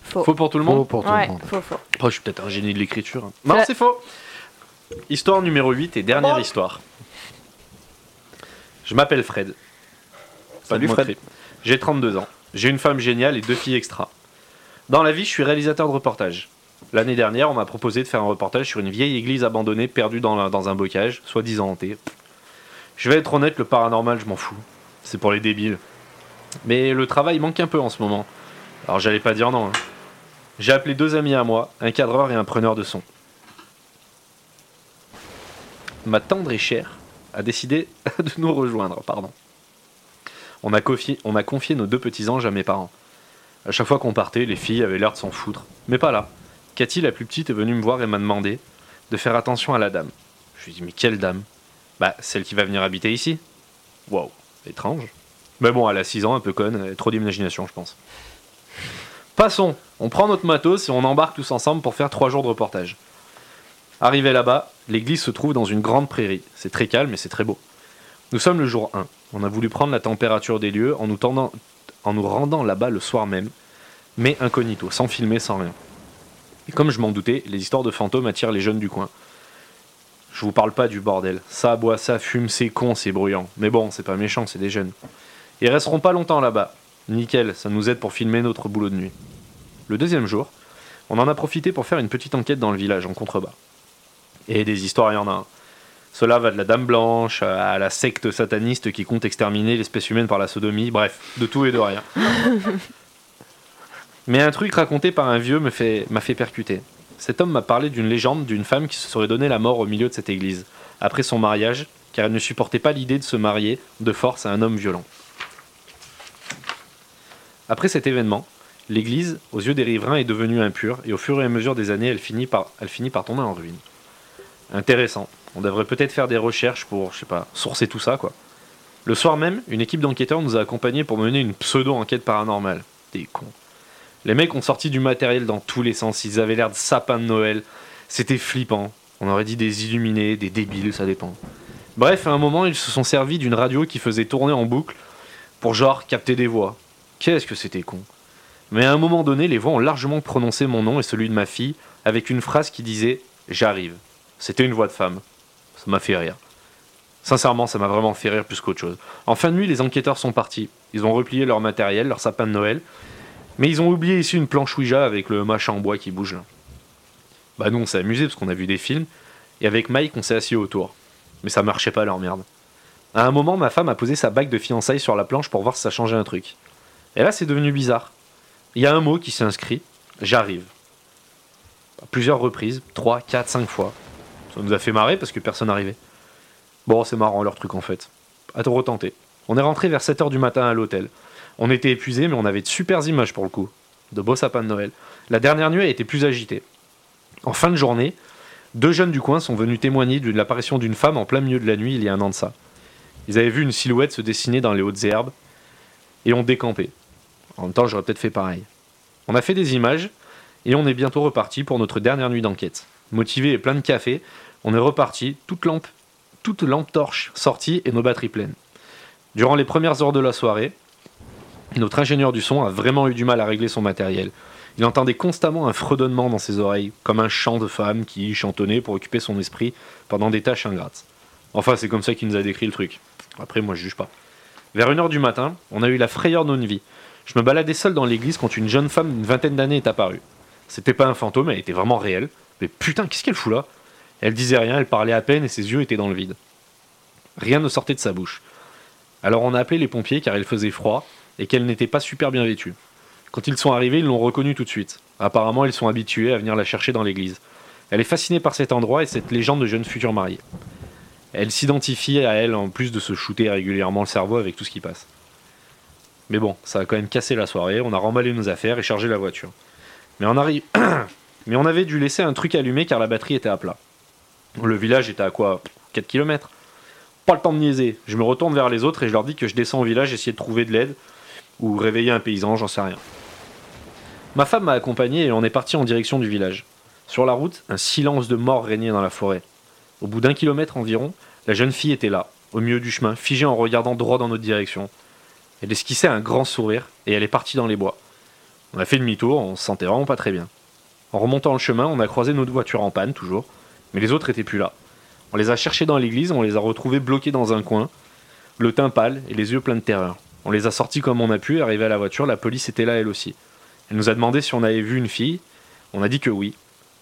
Speaker 6: Faux.
Speaker 2: Faux pour tout le monde
Speaker 5: Faux pour tout le
Speaker 3: Ouais.
Speaker 5: monde.
Speaker 6: Faux, faux.
Speaker 2: Oh, je suis peut-être un génie de l'écriture. hein. Non,
Speaker 3: Ouais.
Speaker 2: c'est faux. Histoire numéro 8 et dernière histoire. Je m'appelle Fred. Pas de
Speaker 4: Salut,
Speaker 2: moi
Speaker 4: Fred.
Speaker 2: de trip. J'ai 32 ans. J'ai une femme géniale et deux filles extra. Dans la vie, je suis réalisateur de reportages. L'année dernière, on m'a proposé de faire un reportage sur une vieille église abandonnée perdue dans, la- dans un bocage, soi-disant hantée. Je vais être honnête, le paranormal, je m'en fous. C'est pour les débiles. Mais le travail manque un peu en ce moment. Alors j'allais pas dire non. hein. J'ai appelé deux amis à moi, un cadreur et un preneur de son. Ma tendre et chère a décidé de nous rejoindre, pardon. On a, confié, on a confié nos deux petits anges à mes parents. À chaque fois qu'on partait, les filles avaient l'air de s'en foutre. Mais pas là. Cathy, la plus petite, est venue me voir et m'a demandé de faire attention à la dame. Je lui ai dit, mais quelle dame Bah, celle qui va venir habiter ici. Waouh, étrange. Mais bon, elle a 6 ans, un peu conne, elle a trop d'imagination, je pense. Passons, on prend notre matos et on embarque tous ensemble pour faire trois jours de reportage. Arrivé là-bas, l'église se trouve dans une grande prairie. C'est très calme et c'est très beau. Nous sommes le jour 1. On a voulu prendre la température des lieux en nous, tendant- en nous rendant là-bas le soir même, mais incognito, sans filmer, sans rien. Et comme je m'en doutais, les histoires de fantômes attirent les jeunes du coin. Je vous parle pas du bordel. Ça boit, ça fume, c'est con, c'est bruyant. Mais bon, c'est pas méchant, c'est des jeunes. Ils resteront pas longtemps là-bas. Nickel, ça nous aide pour filmer notre boulot de nuit. Le deuxième jour, on en a profité pour faire une petite enquête dans le village en contrebas. Et des histoires, il y en a. un. Cela va de la Dame Blanche à la secte sataniste qui compte exterminer l'espèce humaine par la sodomie, bref, de tout et de rien. Mais un truc raconté par un vieux me fait- m'a fait percuter. Cet homme m'a parlé d'une légende d'une femme qui se serait donnée la mort au milieu de cette église, après son mariage, car elle ne supportait pas l'idée de se marier de force à un homme violent. Après cet événement, L'église, aux yeux des riverains, est devenue impure et au fur et à mesure des années, elle finit par, elle finit par tomber en ruine. Intéressant. On devrait peut-être faire des recherches pour, je sais pas, sourcer tout ça, quoi. Le soir même, une équipe d'enquêteurs nous a accompagnés pour mener une pseudo-enquête paranormale. Des cons. Les mecs ont sorti du matériel dans tous les sens, ils avaient l'air de sapins de Noël. C'était flippant. On aurait dit des illuminés, des débiles, ça dépend. Bref, à un moment, ils se sont servis d'une radio qui faisait tourner en boucle pour genre capter des voix. Qu'est-ce que c'était con. Mais à un moment donné, les voix ont largement prononcé mon nom et celui de ma fille avec une phrase qui disait J'arrive. C'était une voix de femme. Ça m'a fait rire. Sincèrement, ça m'a vraiment fait rire plus qu'autre chose. En fin de nuit, les enquêteurs sont partis. Ils ont replié leur matériel, leur sapin de Noël. Mais ils ont oublié ici une planche Ouija avec le machin en bois qui bouge là. Bah nous, on s'est amusés parce qu'on a vu des films. Et avec Mike, on s'est assis autour. Mais ça marchait pas leur merde. À un moment, ma femme a posé sa bague de fiançailles sur la planche pour voir si ça changeait un truc. Et là, c'est devenu bizarre. Il y a un mot qui s'est inscrit. J'arrive. À plusieurs reprises, 3, 4, 5 fois. Ça nous a fait marrer parce que personne n'arrivait. Bon, c'est marrant leur truc en fait. À tout retenter. On est rentré vers 7h du matin à l'hôtel. On était épuisés, mais on avait de super images pour le coup. De beaux sapins de Noël. La dernière nuit a été plus agitée. En fin de journée, deux jeunes du coin sont venus témoigner de l'apparition d'une femme en plein milieu de la nuit il y a un an de ça. Ils avaient vu une silhouette se dessiner dans les hautes herbes et ont décampé. En même temps, j'aurais peut-être fait pareil. On a fait des images et on est bientôt reparti pour notre dernière nuit d'enquête. Motivé et plein de café, on est reparti, toute lampe, toute lampe torche sortie et nos batteries pleines. Durant les premières heures de la soirée, notre ingénieur du son a vraiment eu du mal à régler son matériel. Il entendait constamment un fredonnement dans ses oreilles, comme un chant de femme qui chantonnait pour occuper son esprit pendant des tâches ingrates. Enfin, c'est comme ça qu'il nous a décrit le truc. Après, moi, je juge pas. Vers 1h du matin, on a eu la frayeur de notre vie. Je me baladais seul dans l'église quand une jeune femme d'une vingtaine d'années est apparue. C'était pas un fantôme, elle était vraiment réelle. Mais putain, qu'est-ce qu'elle fout là Elle disait rien, elle parlait à peine et ses yeux étaient dans le vide. Rien ne sortait de sa bouche. Alors on a appelé les pompiers car il faisait froid et qu'elle n'était pas super bien vêtue. Quand ils sont arrivés, ils l'ont reconnue tout de suite. Apparemment, ils sont habitués à venir la chercher dans l'église. Elle est fascinée par cet endroit et cette légende de jeune futur marié. Elle s'identifie à elle en plus de se shooter régulièrement le cerveau avec tout ce qui passe. Mais bon, ça a quand même cassé la soirée, on a remballé nos affaires et chargé la voiture. Mais on, arrive... Mais on avait dû laisser un truc allumé car la batterie était à plat. Le village était à quoi 4 km Pas le temps de niaiser. Je me retourne vers les autres et je leur dis que je descends au village essayer de trouver de l'aide ou réveiller un paysan, j'en sais rien. Ma femme m'a accompagné et on est parti en direction du village. Sur la route, un silence de mort régnait dans la forêt. Au bout d'un kilomètre environ, la jeune fille était là, au milieu du chemin, figée en regardant droit dans notre direction. Elle esquissait un grand sourire et elle est partie dans les bois. On a fait demi-tour, on se sentait vraiment pas très bien. En remontant le chemin, on a croisé notre voiture en panne, toujours, mais les autres étaient plus là. On les a cherchés dans l'église, on les a retrouvés bloqués dans un coin, le teint pâle et les yeux pleins de terreur. On les a sortis comme on a pu, et arrivé à la voiture, la police était là elle aussi. Elle nous a demandé si on avait vu une fille, on a dit que oui,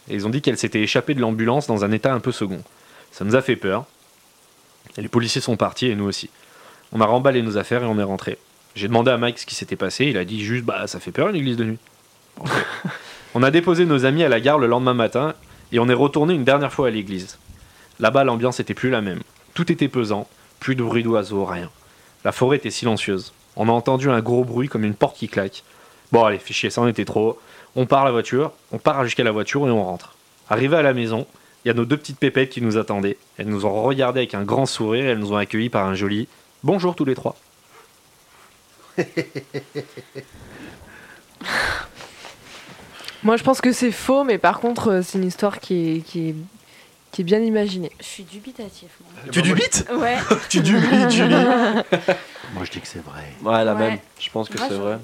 Speaker 2: et ils ont dit qu'elle s'était échappée de l'ambulance dans un état un peu second. Ça nous a fait peur, et les policiers sont partis, et nous aussi. On a remballé nos affaires et on est rentré. J'ai demandé à Mike ce qui s'était passé, il a dit juste bah ça fait peur une église de nuit. Ok. on a déposé nos amis à la gare le lendemain matin et on est retourné une dernière fois à l'église. Là-bas l'ambiance était plus la même. Tout était pesant, plus de bruit d'oiseaux, rien. La forêt était silencieuse. On a entendu un gros bruit comme une porte qui claque. Bon allez, fichier, ça en était trop. On part à la voiture, on part jusqu'à la voiture et on rentre. Arrivé à la maison, il y a nos deux petites pépettes qui nous attendaient. Elles nous ont regardés avec un grand sourire et elles nous ont accueillis par un joli bonjour tous les trois.
Speaker 3: Moi, je pense que c'est faux, mais par contre, euh, c'est une histoire qui est, qui est, qui est bien imaginée.
Speaker 6: Je suis dubitatif. moi.
Speaker 3: Bah,
Speaker 2: Tu dubites
Speaker 6: Ouais.
Speaker 2: Tu dubites, Julie
Speaker 5: Moi, je dis que c'est vrai.
Speaker 4: Ouais, la
Speaker 6: Ouais.
Speaker 4: même. Je pense que
Speaker 6: Moi,
Speaker 4: c'est
Speaker 6: je-
Speaker 4: vrai.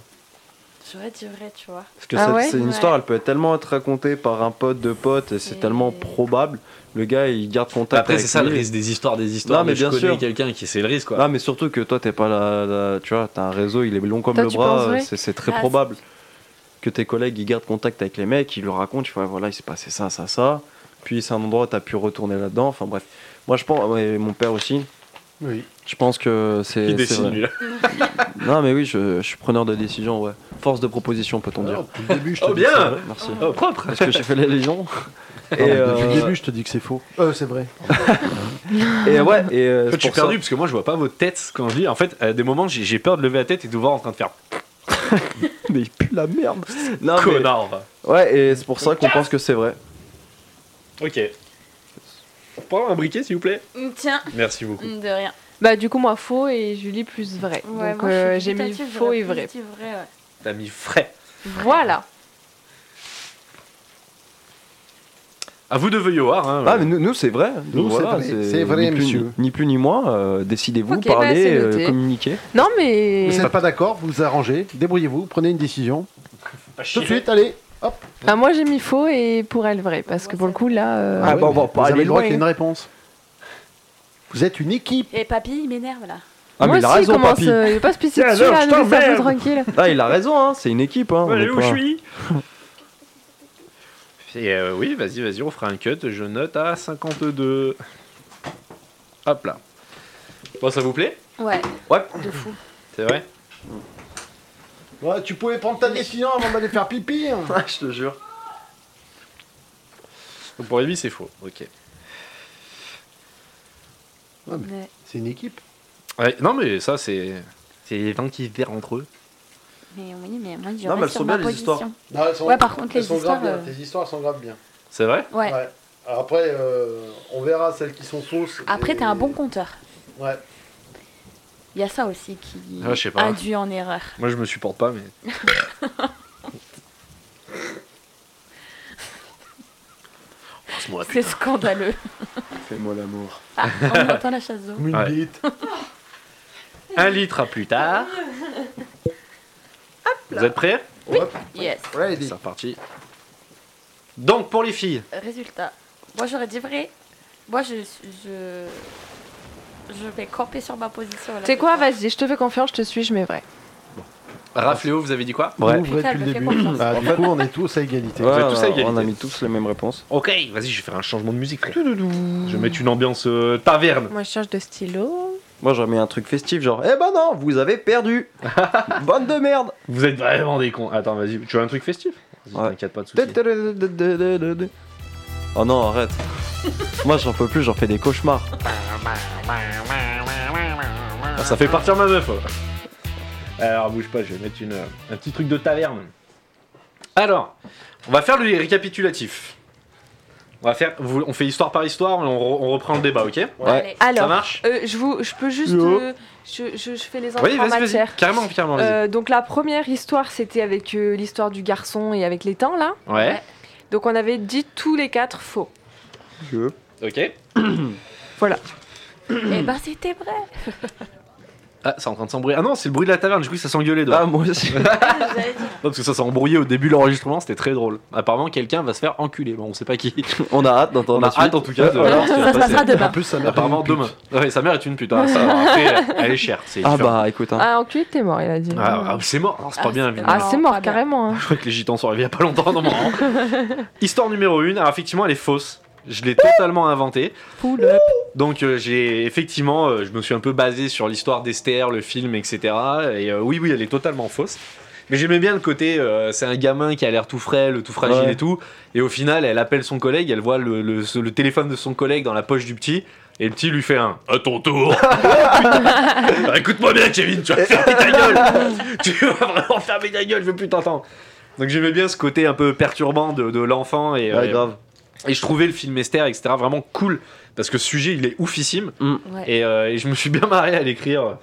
Speaker 6: J'aurais dit vrai, tu vois.
Speaker 4: Parce que
Speaker 3: Ah
Speaker 4: cette-
Speaker 3: ouais
Speaker 4: c'est une
Speaker 6: Ouais.
Speaker 4: histoire, elle peut être tellement être racontée par un pote de pote, et c'est
Speaker 6: Et-
Speaker 4: tellement probable. Le gars, il garde contact
Speaker 2: Après,
Speaker 4: avec
Speaker 2: c'est ça le
Speaker 4: lui.
Speaker 2: risque des histoires, des histoires.
Speaker 4: Non, mais
Speaker 2: mais je
Speaker 4: bien
Speaker 2: connais
Speaker 4: sûr.
Speaker 2: quelqu'un qui c'est le risque, quoi.
Speaker 4: Non, mais surtout que toi, t'es pas la, la- Tu vois, t'as un réseau, il est long comme
Speaker 3: Toi,
Speaker 4: le
Speaker 3: tu
Speaker 4: bras,
Speaker 3: penses, ouais.
Speaker 4: c'est- c'est très
Speaker 6: Ah,
Speaker 4: probable que tes collègues, ils gardent contact avec les mecs, ils leur racontent, tu vois, voilà, il s'est passé ça, ça, ça. Puis c'est un endroit où t'as pu retourner là-dedans. Enfin bref. Moi, je pense. ouais, mon père aussi,
Speaker 5: Oui.
Speaker 4: je pense que
Speaker 2: Qui
Speaker 4: c'est. c'est
Speaker 2: dessine,
Speaker 4: vrai.
Speaker 2: lui, là
Speaker 4: Non, mais oui, je, je suis preneur de décision, ouais. Force de proposition, peut-on dire.
Speaker 5: Alors, depuis le début, je te
Speaker 2: Oh,
Speaker 5: dis que
Speaker 2: bien
Speaker 4: Merci.
Speaker 2: Oh, propre
Speaker 4: Parce que j'ai fait les légions.
Speaker 5: c'est
Speaker 4: Et,
Speaker 5: vrai. Non,
Speaker 4: euh,
Speaker 5: Depuis le début, je te dis que c'est faux. Euh, c'est vrai.
Speaker 4: et ouais, et euh,
Speaker 2: Je
Speaker 4: c'est
Speaker 2: suis
Speaker 4: pour ça.
Speaker 2: perdu parce que moi je vois pas vos têtes quand je dis. En fait, à des moments j'ai j'ai peur de lever la tête et de vous voir en train de faire
Speaker 4: Mais il pue la merde.
Speaker 2: Ah,
Speaker 4: Non, mais-
Speaker 2: connard.
Speaker 4: Ouais, et c'est pour ça qu'on pense que c'est vrai.
Speaker 2: Ok. Pas un briquet, s'il vous plaît
Speaker 6: Mm, Tiens,
Speaker 2: Merci beaucoup.
Speaker 6: Mm, de rien.
Speaker 3: Bah, du coup, moi, faux et Julie plus vrai.
Speaker 6: Ouais,
Speaker 3: Donc,
Speaker 6: moi, je
Speaker 3: euh,
Speaker 6: suis
Speaker 3: j'ai mis
Speaker 6: dubitative,
Speaker 3: faux et
Speaker 6: j'aurais
Speaker 3: vrai.
Speaker 6: plus dit vrai, ouais.
Speaker 2: T'as mis frais.
Speaker 3: Voilà.
Speaker 2: À vous de Veilloir. Hein,
Speaker 4: Ah, mais nous, nous, c'est vrai.
Speaker 5: Nous,
Speaker 4: Donc,
Speaker 5: c'est
Speaker 4: voilà,
Speaker 5: vrai. C'est vrai,
Speaker 4: ni plus,
Speaker 5: monsieur.
Speaker 4: Ni plus ni moins, euh, décidez-vous,
Speaker 3: Ok, bah,
Speaker 4: parlez,
Speaker 3: c'est
Speaker 4: euh,
Speaker 3: noté.
Speaker 4: communiquez.
Speaker 3: Non,
Speaker 5: Vous
Speaker 3: mais.
Speaker 5: n'êtes pas d'accord, vous vous arrangez, débrouillez-vous, prenez une décision.
Speaker 2: Pas
Speaker 5: Tout
Speaker 2: chier.
Speaker 5: de suite, allez, hop.
Speaker 3: Ah, moi, j'ai mis faux et pour elle vrai. Parce que pour le coup, là. euh,
Speaker 4: Ah,
Speaker 5: oui,
Speaker 4: bon,
Speaker 5: mais
Speaker 4: bon,
Speaker 5: vous
Speaker 4: pas
Speaker 5: avez
Speaker 4: aller
Speaker 5: le droit
Speaker 4: loin,
Speaker 5: qu'il y ait
Speaker 4: hein.
Speaker 5: une réponse. Vous êtes une équipe.
Speaker 6: Et papy, il m'énerve là.
Speaker 4: Ah,
Speaker 3: moi
Speaker 4: mais il a
Speaker 3: aussi, il
Speaker 4: raison,
Speaker 3: commence.
Speaker 4: papy.
Speaker 3: euh, il est pas se pisser
Speaker 2: Tiens,
Speaker 3: dessus,
Speaker 2: alors,
Speaker 3: là,
Speaker 2: je
Speaker 3: nous laisse un peu
Speaker 2: t'emmerde.
Speaker 3: tranquille.
Speaker 4: Ah, il a raison, hein, c'est une équipe. Hein, on
Speaker 2: Allez
Speaker 4: est
Speaker 2: où
Speaker 4: pas-
Speaker 2: je suis Et euh, oui, vas-y, vas-y, on fera un cut. Je note à 52. Hop là. Bon, ça vous plaît
Speaker 6: Ouais,
Speaker 2: Ouais.
Speaker 6: de fou.
Speaker 2: C'est vrai
Speaker 5: Ouais, tu pouvais prendre ta décision avant d'aller faire pipi. hein.
Speaker 4: Ah, je te jure.
Speaker 2: Donc pour Amy, c'est faux. Ok.
Speaker 6: Ouais.
Speaker 5: C'est une équipe.
Speaker 2: Ouais, non, mais ça, c'est. C'est les gens qui verrent entre eux.
Speaker 6: Mais oui, mais moi, je
Speaker 4: Non,
Speaker 6: reste
Speaker 4: mais elles sont
Speaker 6: sur ma
Speaker 4: bien, les
Speaker 6: position.
Speaker 4: histoires.
Speaker 5: Non, elles sont-
Speaker 6: Ouais, par contre,
Speaker 5: elles
Speaker 6: les
Speaker 5: sont
Speaker 6: histoires.
Speaker 5: graves bien.
Speaker 6: euh,
Speaker 5: Tes histoires sont graves bien.
Speaker 2: C'est vrai
Speaker 6: Ouais.
Speaker 5: Ouais. Alors après, euh, on verra celles qui sont fausses.
Speaker 6: Après,
Speaker 5: et-
Speaker 6: t'es un bon compteur.
Speaker 5: Ouais.
Speaker 6: Il y a ça aussi qui
Speaker 2: Ah, je sais pas.
Speaker 6: induit en erreur.
Speaker 2: Moi, je me supporte pas, mais. Embrasse-moi,
Speaker 6: C'est
Speaker 2: Ah, putain.
Speaker 6: scandaleux.
Speaker 4: Fais-moi l'amour.
Speaker 6: Ah, on entend la chasse d'eau.
Speaker 5: Une
Speaker 2: Ouais.
Speaker 5: bite.
Speaker 2: Un litre à plus tard. Vous êtes prêts
Speaker 5: Hop,
Speaker 6: Yes.
Speaker 5: ouais,
Speaker 2: C'est reparti. Donc, pour les filles.
Speaker 6: Résultat. Moi, j'aurais dit vrai. Moi, je. Je, je vais camper sur ma position. là.
Speaker 3: Tu sais quoi, vas-y, je te fais confiance, je te suis, je mets vrai.
Speaker 2: Rafléo, vous avez dit quoi
Speaker 4: Ouais.
Speaker 5: Ouvrez
Speaker 6: Putain,
Speaker 5: depuis le
Speaker 6: elle me fait
Speaker 5: début.
Speaker 6: confiance.
Speaker 5: Bah, du coup, on est tous à égalité.
Speaker 4: Ouais,
Speaker 2: êtes tous à
Speaker 4: on a
Speaker 2: égalité.
Speaker 4: mis tous les mêmes réponses.
Speaker 2: Ok, vas-y, je vais faire un changement de musique. frère. Je vais mettre une ambiance euh, taverne.
Speaker 3: Moi, je change de stylo.
Speaker 4: Moi, j'aurais mis un truc festif, genre, eh ben non, vous avez perdu. Bande de merde.
Speaker 2: Vous êtes vraiment des cons. Attends, vas-y, tu veux un truc festif Vas-y,
Speaker 4: Ouais.
Speaker 2: T'inquiète pas de soucis.
Speaker 4: Oh non, arrête. Moi, j'en peux plus, j'en fais des cauchemars.
Speaker 2: Ah, ça fait partir ma meuf. ouais. Alors, bouge pas, je vais mettre une, euh, un petit truc de taverne. Alors, on va faire le récapitulatif. On va faire, vous- on fait histoire par histoire, on, re- on reprend le débat, ok
Speaker 6: Allez.
Speaker 2: Ça
Speaker 3: Alors,
Speaker 2: marche
Speaker 3: euh, je vous, je peux juste.
Speaker 4: Yo.
Speaker 3: euh, je, je, je fais les entrées
Speaker 2: Oui,
Speaker 3: en
Speaker 2: vas-y, vas-y.
Speaker 3: matière.
Speaker 2: Carrément, carrément, vas-y.
Speaker 3: Euh, donc la première histoire, c'était avec euh, l'histoire du garçon et avec les temps là.
Speaker 2: ouais.
Speaker 3: Donc on avait dit tous les quatre faux.
Speaker 2: Ok.
Speaker 6: Eh ben, c'était vrai.
Speaker 2: Ah, c'est en train de s'embrouiller. Ah non, c'est le bruit de la taverne, j'ai cru que ça s'engueulait. donc.
Speaker 4: Ah, moi aussi.
Speaker 6: J'avais dit.
Speaker 2: Non, parce que ça s'est embrouillé au début de l'enregistrement, c'était très drôle. Apparemment, quelqu'un va se faire enculer. Bon, on sait pas qui.
Speaker 4: On a hâte d'entendre
Speaker 2: On a
Speaker 4: la suite. Euh,
Speaker 2: hâte en tout cas de
Speaker 4: Ouais.
Speaker 2: voir ce qui va
Speaker 6: Ça
Speaker 2: se
Speaker 6: se
Speaker 2: passer.
Speaker 6: passera demain.
Speaker 5: En plus, ça m'a
Speaker 2: Apparemment
Speaker 5: fait une
Speaker 2: demain.
Speaker 5: pute.
Speaker 2: Ouais, sa mère est une pute. hein, ça, alors après, elle est chère. c'est
Speaker 4: Ah
Speaker 2: différent.
Speaker 4: bah, écoute, hein.
Speaker 3: Ah, enculé, t'es mort, il a dit.
Speaker 2: Ah, ah, c'est mort. Alors, c'est pas
Speaker 6: Ah,
Speaker 2: bien,
Speaker 6: c'est-
Speaker 2: évidemment.
Speaker 3: Ah, c'est mort
Speaker 6: pas bien.
Speaker 3: carrément. hein.
Speaker 2: Je crois que les gitans sont arrivés il y a pas longtemps, non, marrant. Histoire numéro 1. Alors, effectivement, elle est fausse. Je l'ai totalement inventée.
Speaker 3: Full up.
Speaker 2: Donc, euh, j'ai effectivement, euh, je me suis un peu basé sur l'histoire d'Esther, le film, etc. Et euh, oui, oui, elle est totalement fausse. Mais j'aimais bien le côté, euh, c'est un gamin qui a l'air tout frais, le tout fragile
Speaker 4: Ouais.
Speaker 2: et tout. Et au final, elle appelle son collègue, elle voit le, le- ce- le téléphone de son collègue dans la poche du petit. Et le petit lui fait un à ton tour. Putain. Écoute-moi bien, Kevin, tu vas fermer ta gueule. tu vas vraiment fermer ta gueule, je veux plus t'entendre. Donc j'aimais bien ce côté un peu perturbant de, de l'enfant et,
Speaker 4: Ah, Ouais,
Speaker 2: euh,
Speaker 4: grave.
Speaker 2: et je trouvais le film Esther, etc., vraiment cool. Parce que ce sujet, il est oufissime.
Speaker 6: Ouais.
Speaker 2: Et, euh, et je me suis bien marré à l'écrire.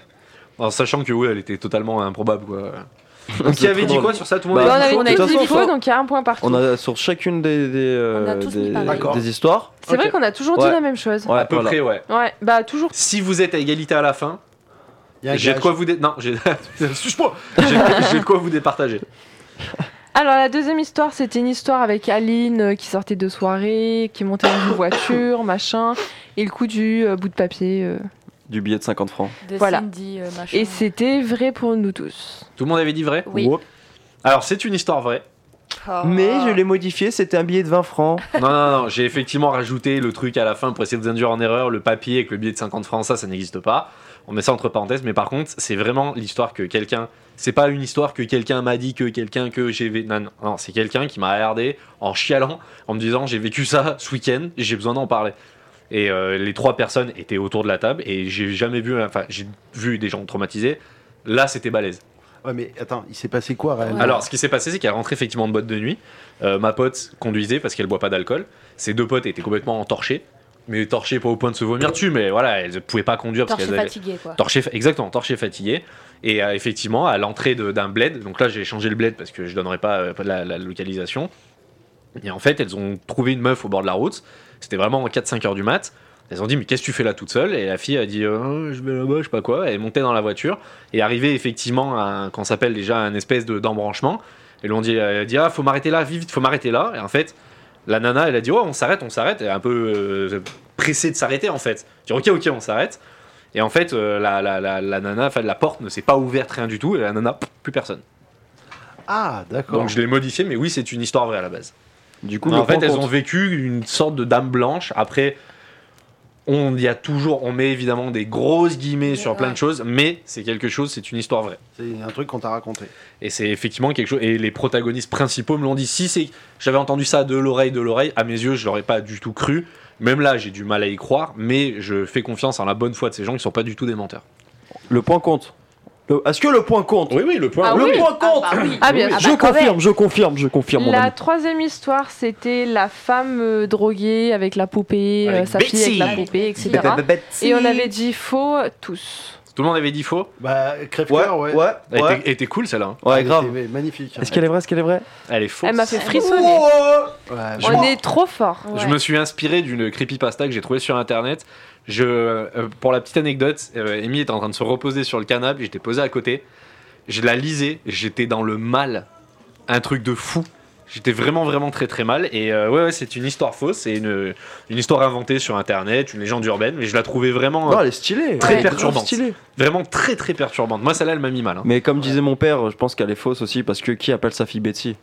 Speaker 2: En sachant que, oui, elle était totalement improbable, quoi. Donc, qui
Speaker 4: C'est
Speaker 2: avait
Speaker 4: trop
Speaker 2: dit
Speaker 4: drôle.
Speaker 2: quoi sur ça Tout le
Speaker 3: Mais
Speaker 2: monde
Speaker 4: Bah,
Speaker 2: avait dit
Speaker 3: on
Speaker 4: de
Speaker 3: avait tous
Speaker 4: toute façon,
Speaker 3: dit faux,
Speaker 4: faut-
Speaker 3: donc il y a un point partout.
Speaker 4: On a sur chacune des, des, euh,
Speaker 6: On a tous mis
Speaker 4: des,
Speaker 6: pareil.
Speaker 5: D'accord.
Speaker 4: des histoires.
Speaker 3: C'est vrai
Speaker 2: Ok.
Speaker 3: qu'on a toujours
Speaker 4: Ouais.
Speaker 3: dit la même chose.
Speaker 4: Ouais,
Speaker 2: À peu
Speaker 4: voilà.
Speaker 2: près, ouais.
Speaker 3: Ouais, bah toujours.
Speaker 2: Si vous êtes à égalité à la fin,
Speaker 5: Il y a un
Speaker 2: j'ai de
Speaker 5: gage.
Speaker 2: quoi vous dé... Non, j'ai. Suce-moi J'ai- J'ai de quoi vous départager.
Speaker 3: Alors la deuxième histoire, c'était une histoire avec Aline euh, qui sortait de soirée, qui montait dans une voiture, machin, et le coup du euh, bout de papier. euh.
Speaker 4: Du billet de 50 francs.
Speaker 6: De
Speaker 3: voilà.
Speaker 6: Cindy, euh, machin.
Speaker 3: Et c'était vrai pour nous tous.
Speaker 2: Tout le monde avait dit vrai
Speaker 6: Oui.
Speaker 4: Whoop.
Speaker 2: Alors, c'est une histoire vraie.
Speaker 6: Oh.
Speaker 4: Ah. Mais je l'ai modifié, c'était un billet de 20 francs.
Speaker 2: Non, non, non, j'ai effectivement rajouté le truc à la fin pour essayer de vous induire en erreur, le papier avec le billet de 50 francs, ça, ça n'existe pas. On met ça entre parenthèses, mais par contre, c'est vraiment l'histoire que quelqu'un. C'est pas une histoire que quelqu'un m'a dit, que quelqu'un que j'ai. vé- Non, non, non, c'est quelqu'un qui m'a regardé en chialant, en me disant j'ai vécu ça ce week-end, j'ai besoin d'en parler. Et euh, les trois personnes étaient autour de la table et j'ai jamais vu. Enfin, j'ai vu des gens traumatisés. Là, c'était balèze.
Speaker 5: Ouais, mais attends, il s'est passé quoi réellement
Speaker 2: Alors, ce qui s'est passé, c'est qu'elle est rentrée effectivement de boîte de nuit. Euh, ma pote conduisait parce qu'elle boit pas d'alcool. Ses deux potes étaient complètement entorchés. mais torchées pas au point de se vomir dessus, mais voilà, elles ne pouvaient pas conduire parce
Speaker 6: Torche
Speaker 2: qu'elles avaient.
Speaker 6: fatiguée, quoi.
Speaker 2: Torché, exactement, torché fatigué. Et euh, effectivement, à l'entrée de- d'un bled, donc là j'ai changé le bled parce que je donnerai pas, euh, pas la, la localisation. Et en fait, elles ont trouvé une meuf au bord de la route. C'était vraiment 4-5 heures du mat. Elles ont dit, mais qu'est-ce que tu fais là toute seule Et la fille a dit, Euh, je vais là-bas, je sais pas quoi. Elle est montée dans la voiture et est arrivée effectivement à un- qu'on s'appelle déjà un espèce de- d'embranchement. Elles lui ont dit, elle a dit, ah, faut m'arrêter là, vite, vite, faut m'arrêter là. Et en fait, la nana, elle a dit, oh, on s'arrête, on s'arrête. Elle est un peu euh, pressée de s'arrêter en fait. Elle dit, ok, ok, on s'arrête. Et en fait, euh, la, la, la, la nana, enfin, la porte ne s'est pas ouverte, rien du tout, et la nana, pff, plus personne.
Speaker 5: Ah, d'accord.
Speaker 2: Donc je l'ai modifié, mais oui, c'est une histoire vraie à la base.
Speaker 4: Du coup,
Speaker 2: en
Speaker 4: le
Speaker 2: fait,
Speaker 4: point
Speaker 2: elles
Speaker 4: compte.
Speaker 2: ont vécu une sorte de dame blanche. Après, on y a toujours, on met évidemment des grosses guillemets sur
Speaker 6: Ouais.
Speaker 2: plein de choses, mais c'est quelque chose, c'est une histoire vraie.
Speaker 5: C'est un truc qu'on t'a raconté.
Speaker 2: Et c'est effectivement quelque chose. Et les protagonistes principaux me l'ont dit. Si c'est, j'avais entendu ça de l'oreille, de l'oreille. À mes yeux, je l'aurais pas du tout cru. Même là, j'ai du mal à y croire, mais je fais confiance en la bonne foi de ces gens qui sont pas du tout des menteurs.
Speaker 4: Le point compte. Le- Est-ce que le point compte
Speaker 2: oui, le point.
Speaker 6: Ah
Speaker 4: Le
Speaker 6: oui.
Speaker 4: point compte
Speaker 6: Ah bah oui.
Speaker 3: Ah bien
Speaker 6: bah quand
Speaker 4: Je
Speaker 6: même.
Speaker 4: confirme, je confirme, je confirme, mon
Speaker 3: La
Speaker 4: ami.
Speaker 3: troisième histoire, c'était la femme euh, droguée avec la poupée, euh,
Speaker 2: Avec
Speaker 3: sa fille avec la
Speaker 2: Betsy.
Speaker 3: poupée, etc. Et on avait dit faux tous.
Speaker 2: Tout le monde avait dit faux.
Speaker 5: Bah, crève
Speaker 4: Ouais,
Speaker 5: ouais.
Speaker 4: ouais, ouais.
Speaker 2: Elle était- elle était cool celle-là. hein.
Speaker 4: Ouais, grave.
Speaker 5: C'était Magnifique.
Speaker 4: Est-ce qu'elle est vraie Est-ce qu'elle est vraie
Speaker 2: Elle est fausse.
Speaker 3: Elle m'a fait frissonner.
Speaker 4: Oh
Speaker 5: Ouais,
Speaker 3: On est trop fort.
Speaker 2: Je
Speaker 6: Ouais.
Speaker 2: me suis inspiré d'une creepypasta que j'ai trouvée sur internet. Je, euh, pour la petite anecdote, euh, Amy était en train de se reposer sur le canapé, j'étais posé à côté. Je la lisais, j'étais dans le mal. Un truc de fou. J'étais vraiment, vraiment très, très mal. Et euh, ouais, ouais, c'est une histoire fausse, c'est une, une histoire inventée sur internet, une légende urbaine, mais je la trouvais vraiment, euh,
Speaker 4: Non, Ah, elle est stylée.
Speaker 2: Très
Speaker 4: Elle est grave
Speaker 2: perturbante.
Speaker 4: stylée.
Speaker 2: vraiment très, très perturbante. Moi, celle-là, elle m'a mis mal. hein.
Speaker 4: Mais comme disait mon père, je pense qu'elle est fausse aussi parce que qui appelle sa fille Betsy